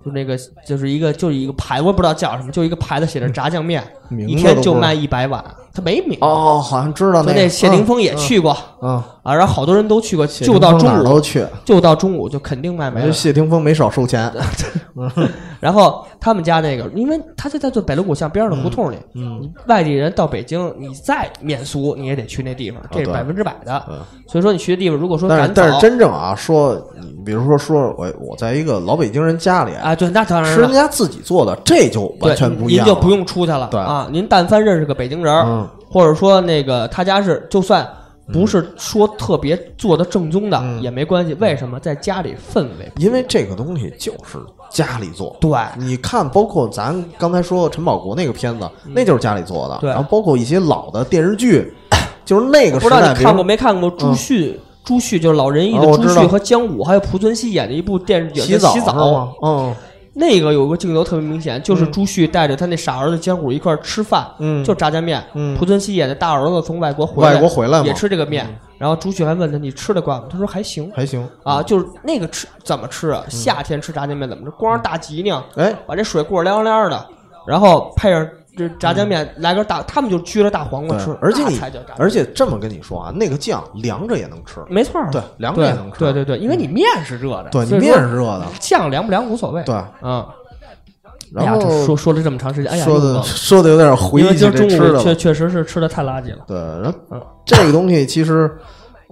S2: 就那个，就是一个，就是一个牌，我也不知道叫什么，就一个牌子写着炸酱面，
S1: 名字
S2: 一天
S1: 都
S2: 就
S1: 不知道
S2: 卖一百碗，它没名。
S1: 哦，好像知道
S2: 就
S1: 个，
S2: 那谢霆锋也
S1: 嗯，
S2: 去过
S1: 嗯，
S2: 啊，然后好多人都去过，
S1: 谢
S2: 就到
S1: 霆锋
S2: 中
S1: 哪儿
S2: 午
S1: 都，去，
S2: 就到中午就肯定卖没了。
S1: 谢霆锋没少收钱，
S2: 然后他们家那个，因为他就在这北锣鼓巷边上的胡同里，
S1: 嗯，
S2: 外地人到北京，你再免俗，你也得去那地方，这是
S1: 哦对
S2: 百分之百的。
S1: 嗯
S2: 所以说，你去的地方，如果 说
S1: 但是
S2: 赶
S1: 但是
S2: 早
S1: 真正啊，说你比如说说我我在一个老北京人家里
S2: 啊，对，那当然
S1: 吃人
S2: 了，
S1: 家自己做的，这就
S2: 对
S1: 完全不一
S2: 您
S1: 样
S2: 就
S1: 了。
S2: 不用出去了
S1: 对
S2: 啊。您但凡认识个北京人儿，
S1: 嗯
S2: 或者说那个他家是，就算不是说特别做的正宗的、
S1: 嗯
S2: 也没关系。为什么在家里氛围？
S1: 因为这个东西就是家里做。
S2: 对，
S1: 你看，包括咱刚才说陈宝国那个片子，那就是家里做的。
S2: 嗯对
S1: 然后包括一些老的电视剧， 就是那个时
S2: 不知道
S1: 代，
S2: 你看
S1: 比
S2: 过
S1: 如嗯
S2: 没看过朱旭？朱旭就是老仁义的
S1: 啊我
S2: 朱
S1: 知
S2: 旭
S1: 道
S2: 和姜武，还有濮存昕演的一部电视剧叫
S1: 洗澡
S2: 洗澡
S1: 是吗？嗯，
S2: 那个有个镜头特别明显，就是朱旭带着他那傻儿子姜武一块儿吃饭，
S1: 嗯
S2: 就炸酱面。
S1: 嗯
S2: 濮存昕演的大儿子从外国回来，
S1: 外国回来嘛嗯
S2: 也吃这个面。然后朱旭还问他：“你吃得惯吗？”他说：“还行。
S1: 还行”。
S2: 啊，就是那个吃怎么吃啊？
S1: 嗯
S2: 夏天吃炸酱面怎么着？光着大脊梁，
S1: 哎，
S2: 把这水过凉凉的，然后配上这炸酱面，来根大，他们就撅着大黄瓜
S1: 嗯对
S2: 吃，，
S1: 而且
S2: 那
S1: 你
S2: 才叫炸，酱面。
S1: 而且这么跟你说啊，那个酱凉着也能吃，
S2: 没错儿，
S1: 对凉着
S2: 对
S1: 也能吃嗯
S2: 对对对，因为你面是热的，
S1: 对，你
S2: 所以说
S1: 面是热的，
S2: 酱凉不凉无所谓。
S1: 对。
S2: 嗯，哎
S1: 然
S2: 呀，这
S1: 后
S2: 说说了这么长时间，哎呀，
S1: 说
S2: 又饿
S1: 的
S2: 了
S1: 说的有点回
S2: 因为
S1: 忆
S2: 今
S1: 起
S2: 儿中
S1: 这吃的
S2: 午
S1: 了
S2: 确嗯确实是吃的太垃圾了。
S1: 对，然后这个东西其实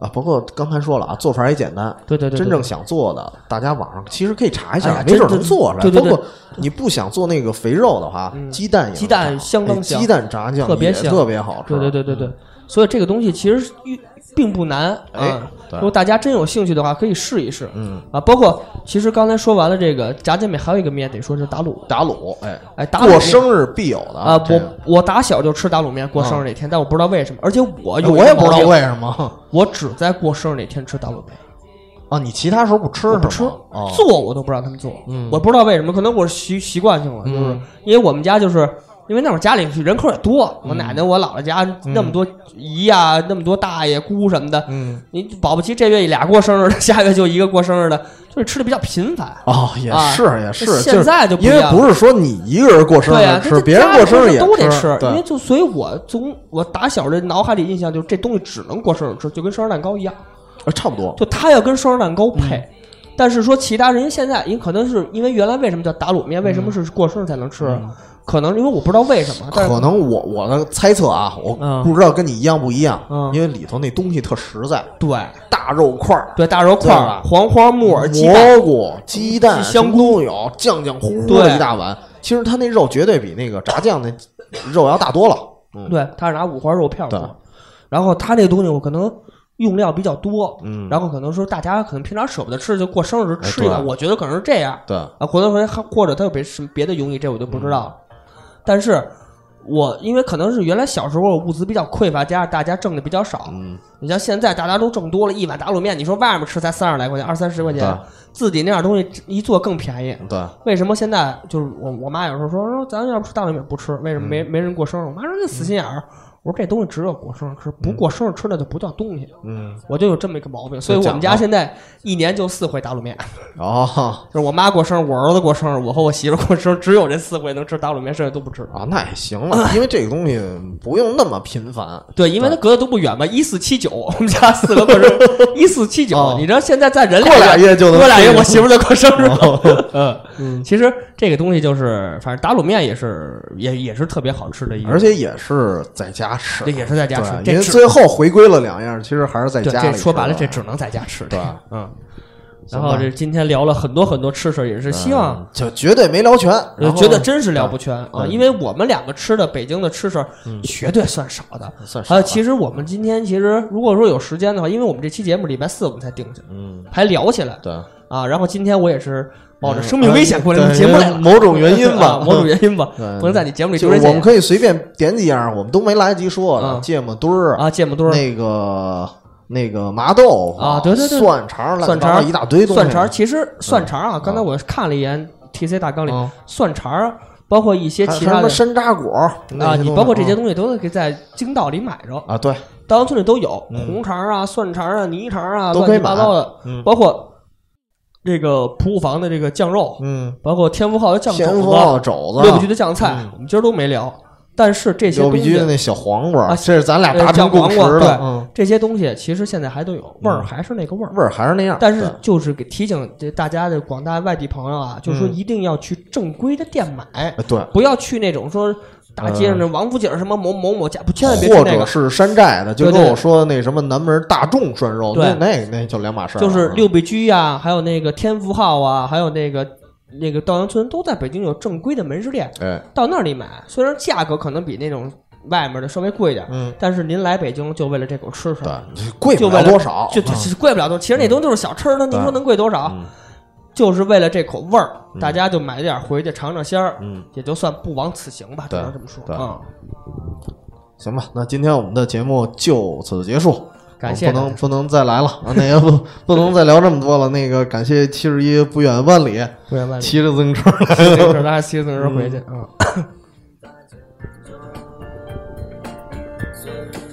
S1: 啊，包括刚才说了啊，做法也简单。
S2: 对对对，对
S1: 真正想做的，大家网上其实可以查一下，
S2: 哎呀
S1: 没准
S2: 真
S1: 能做出来。
S2: 对对对
S1: 包括你不想做那个肥肉的话，
S2: 嗯
S1: 鸡蛋也能
S2: 鸡蛋
S1: 炸
S2: 相当
S1: 哎
S2: 香
S1: 鸡蛋炸酱
S2: 特别
S1: 也
S2: 香
S1: 特别好吃。
S2: 对对对对对，所以这个东西其实是遇并不难
S1: 嗯哎
S2: 啊。
S1: 对
S2: 如果大家真有兴趣的话，可以试一试
S1: 嗯，
S2: 啊。包括其实刚才说完了这个炸酱面，还有一个面得说是打卤，
S1: 打卤，哎，
S2: 哎，打卤
S1: 过
S2: 面
S1: 生日必有的
S2: 啊，
S1: 这
S2: 我我打小就吃打卤面过生日那天，但我不知道为什么，而且我
S1: 个
S2: 有
S1: 哎我也不知道
S2: 为，
S1: 为什么
S2: 我只在过生日那天吃打卤面，
S1: 啊，你其他时候不吃
S2: 我
S1: 是
S2: 不
S1: 吗？
S2: 吃
S1: 哦，嗯
S2: 做我都不让他们做，我不知道为什么，可能我是习习惯性了，就是因为我们家就是因为那会儿家里人口也多，
S1: 嗯
S2: 我奶奶、我姥姥家那么多姨呀、那么多大爷姑什么的，
S1: 嗯，
S2: 你保不齐这月俩过生日的， 下月就一个过生日的，就是吃的比较频繁。
S1: 哦，也
S2: 啊
S1: 是也是，
S2: 现在就
S1: 就是因为
S2: 不
S1: 不是说你一个人过生
S2: 对呀、
S1: 日
S2: 啊，这
S1: 吃，别人过生日也
S2: 都得
S1: 吃，
S2: 因为
S1: 对，
S2: 就所以，我从我打小的脑海里印象就是这东西只能过生日吃，就跟生日蛋糕一样，
S1: 呃差不多。
S2: 就它要跟生日蛋糕配。
S1: 嗯
S2: 但是说其他人现在，因为可能是因为原来为什么叫打卤面，为什么
S1: 嗯
S2: 是过生日才能吃？可能因为我不知道为什么，但是
S1: 可能我我的猜测啊，我
S2: 嗯
S1: 不知道跟你一样不一样
S2: 嗯，
S1: 因为里头那东西特实在，
S2: 对
S1: 大肉块儿、
S2: 对，大肉块
S1: 对
S2: 儿啊
S1: 吧、
S2: 黄花木耳、鸡蛋，
S1: 蘑菇、鸡蛋、
S2: 鸡香菇
S1: 什么都有，酱酱乎乎
S2: 对
S1: 的一大碗。其实它那肉绝对比那个炸酱那肉要大多了。嗯，
S2: 对，他是拿五花肉片儿
S1: 对
S2: 做，然后他这个东西我可能用料比较多，
S1: 嗯
S2: 然后可能说大家可能平常舍不得吃，就过生日时候
S1: 哎
S2: 吃一个，
S1: 对
S2: 我觉得可能是这样
S1: 对，
S2: 啊，回头回还或者他有别什么别的用意，这我就不知道了。
S1: 嗯
S2: 但是我因为可能是原来小时候物资比较匮乏，加上大家挣的比较少，
S1: 嗯，
S2: 你像现在大家都挣多了，一碗打卤面，你说外面吃才三十来块钱，二三十块钱
S1: 对，
S2: 自己那点东西一做更便宜。
S1: 对，
S2: 为什么现在就是我我妈有时候说说咱要不吃大卤面不吃，为什么
S1: 嗯
S2: 没、没人过生日？我妈说那死心眼儿。我说这东西只有过生日吃，不过生日吃那就不叫东西。
S1: 嗯，
S2: 我就有这么一个毛病，所以
S1: 就
S2: 我
S1: 讲
S2: 们家现在一年就四回打卤面，
S1: 哦
S2: 就是我妈过生日，我儿子过生日，我和我媳妇儿过生日，只有这四回能吃打卤面，剩下都不吃。
S1: 啊，那也行了，因为这个东西不用那么频繁。
S2: 对，因为它隔得都不远嘛，一四七九，我们家四个过生 日，一四七九
S1: 哦，
S2: 你知道现在在人
S1: 过俩月就能
S2: 过俩
S1: 吃哦
S2: 月
S1: 一
S2: 我
S1: 次
S2: 媳妇儿就过生 日了。嗯嗯，其实这个东西就是，反正打卤面也是也也是特别好吃的一个，
S1: 而且也是在家吃，
S2: 这也是在家吃
S1: 对，
S2: 这
S1: 您
S2: 只
S1: 最后回归了两样，其实还是在
S2: 对
S1: 家
S2: 这
S1: 里。
S2: 说白了这只能在家吃。
S1: 对，啊
S2: 嗯。
S1: 行
S2: 然
S1: 吧
S2: 后这今天聊了很多很多吃食，也是希望
S1: 嗯就绝对没聊全，
S2: 我
S1: 然后
S2: 觉得真是聊不全啊，
S1: 嗯
S2: 因为我们两个吃的北京的吃食儿绝对算少的。
S1: 嗯算是
S2: 还有，其实我们今天其实如果说有时间的话，因为我们这期节目礼拜四我们才定下来，
S1: 嗯，
S2: 还聊起来
S1: 对，
S2: 啊。然后今天我也是冒着生命危险过来录节目来
S1: 嗯对
S2: 了，
S1: 某种原因吧
S2: 啊某种原因吧，
S1: 对
S2: 不能在你节目里
S1: 就
S2: 丢
S1: 是
S2: 人
S1: 我们
S2: 现眼
S1: 可以随便点几样，我们都没来得及说呢
S2: 嗯，
S1: 芥末墩儿
S2: 啊。芥末墩儿、
S1: 那个那个麻豆腐
S2: 啊对对对
S1: 蒜肠、乱
S2: 蒜
S1: 七八糟
S2: 肠
S1: 一大堆东西，嗯
S2: 蒜肠，其实蒜肠啊，刚才我看了一眼 TC 大纲里
S1: 嗯，
S2: 蒜肠包括一些
S1: 还有
S2: 其
S1: 什
S2: 他
S1: 么
S2: 的
S1: 山楂果那
S2: 啊，
S1: 些
S2: 你
S1: 东西
S2: 包括这些
S1: 嗯
S2: 东西都能可以在京道里买着。
S1: 啊，对，
S2: 稻香村里都有，
S1: 嗯
S2: 红肠啊、蒜肠啊、泥肠啊，
S1: 都可以
S2: 乱七八
S1: 买
S2: 糟的，
S1: 嗯
S2: 包括这个普务房的这个酱肉，
S1: 嗯，
S2: 包括天福号的酱肘
S1: 咸
S2: 子，
S1: 丰肘
S2: 六必居
S1: 子，
S2: 的酱菜，
S1: 嗯
S2: 我们今儿都没聊。但是这些
S1: 六
S2: 东
S1: 必居的
S2: 西，
S1: 那小黄瓜，
S2: 啊
S1: 这是咱俩
S2: 呃
S1: 达成
S2: 酱
S1: 共
S2: 黄
S1: 识
S2: 瓜对
S1: 的，嗯，
S2: 这些东西其实现在还都有，味儿
S1: 嗯
S2: 还是那个味儿。
S1: 味儿还是那样，
S2: 但是
S1: 对
S2: 就是给提醒这大家的广大外地朋友啊，就是说
S1: 嗯
S2: 一定要去正规的店买，
S1: 呃对，
S2: 不要去那种说大街上的王府井什么某某某家，不千万别去
S1: 嗯或
S2: 那个
S1: 者。是山寨的，就
S2: 对对
S1: 跟我
S2: 对
S1: 说那什么南门大众涮肉，那
S2: 对
S1: 那那就两码事儿了，啊嗯
S2: 就是六必居呀、还有那个天福号啊，还有那个那个稻香村，都在北京有正规的门市店，
S1: 哎，
S2: 到那里买。虽然价格可能比那种外面的稍微贵点，
S1: 嗯，
S2: 但是您来北京就为了这口吃食，
S1: 对，贵
S2: 就
S1: 不
S2: 为
S1: 了
S2: 了
S1: 多少，
S2: 就就就贵不了多少。其实那东西都是小吃儿，那您说能贵多少？
S1: 嗯
S2: 就是为了这口味儿，大家就买点儿回去尝尝鲜儿，
S1: 嗯，
S2: 也就算不枉此行吧，只
S1: 对
S2: 能这么说
S1: 对
S2: 啊、嗯
S1: 行吧，那今天我们的节目就此结束。嗯
S2: 感谢
S1: 不
S2: 大
S1: 能
S2: 家
S1: 不能再来了，啊那个不不能再聊这么多了。那个感谢七十一不远万里
S2: 不远万里，
S1: 骑着自行车来
S2: 这个事儿大家骑自行车回去啊。嗯
S3: 随风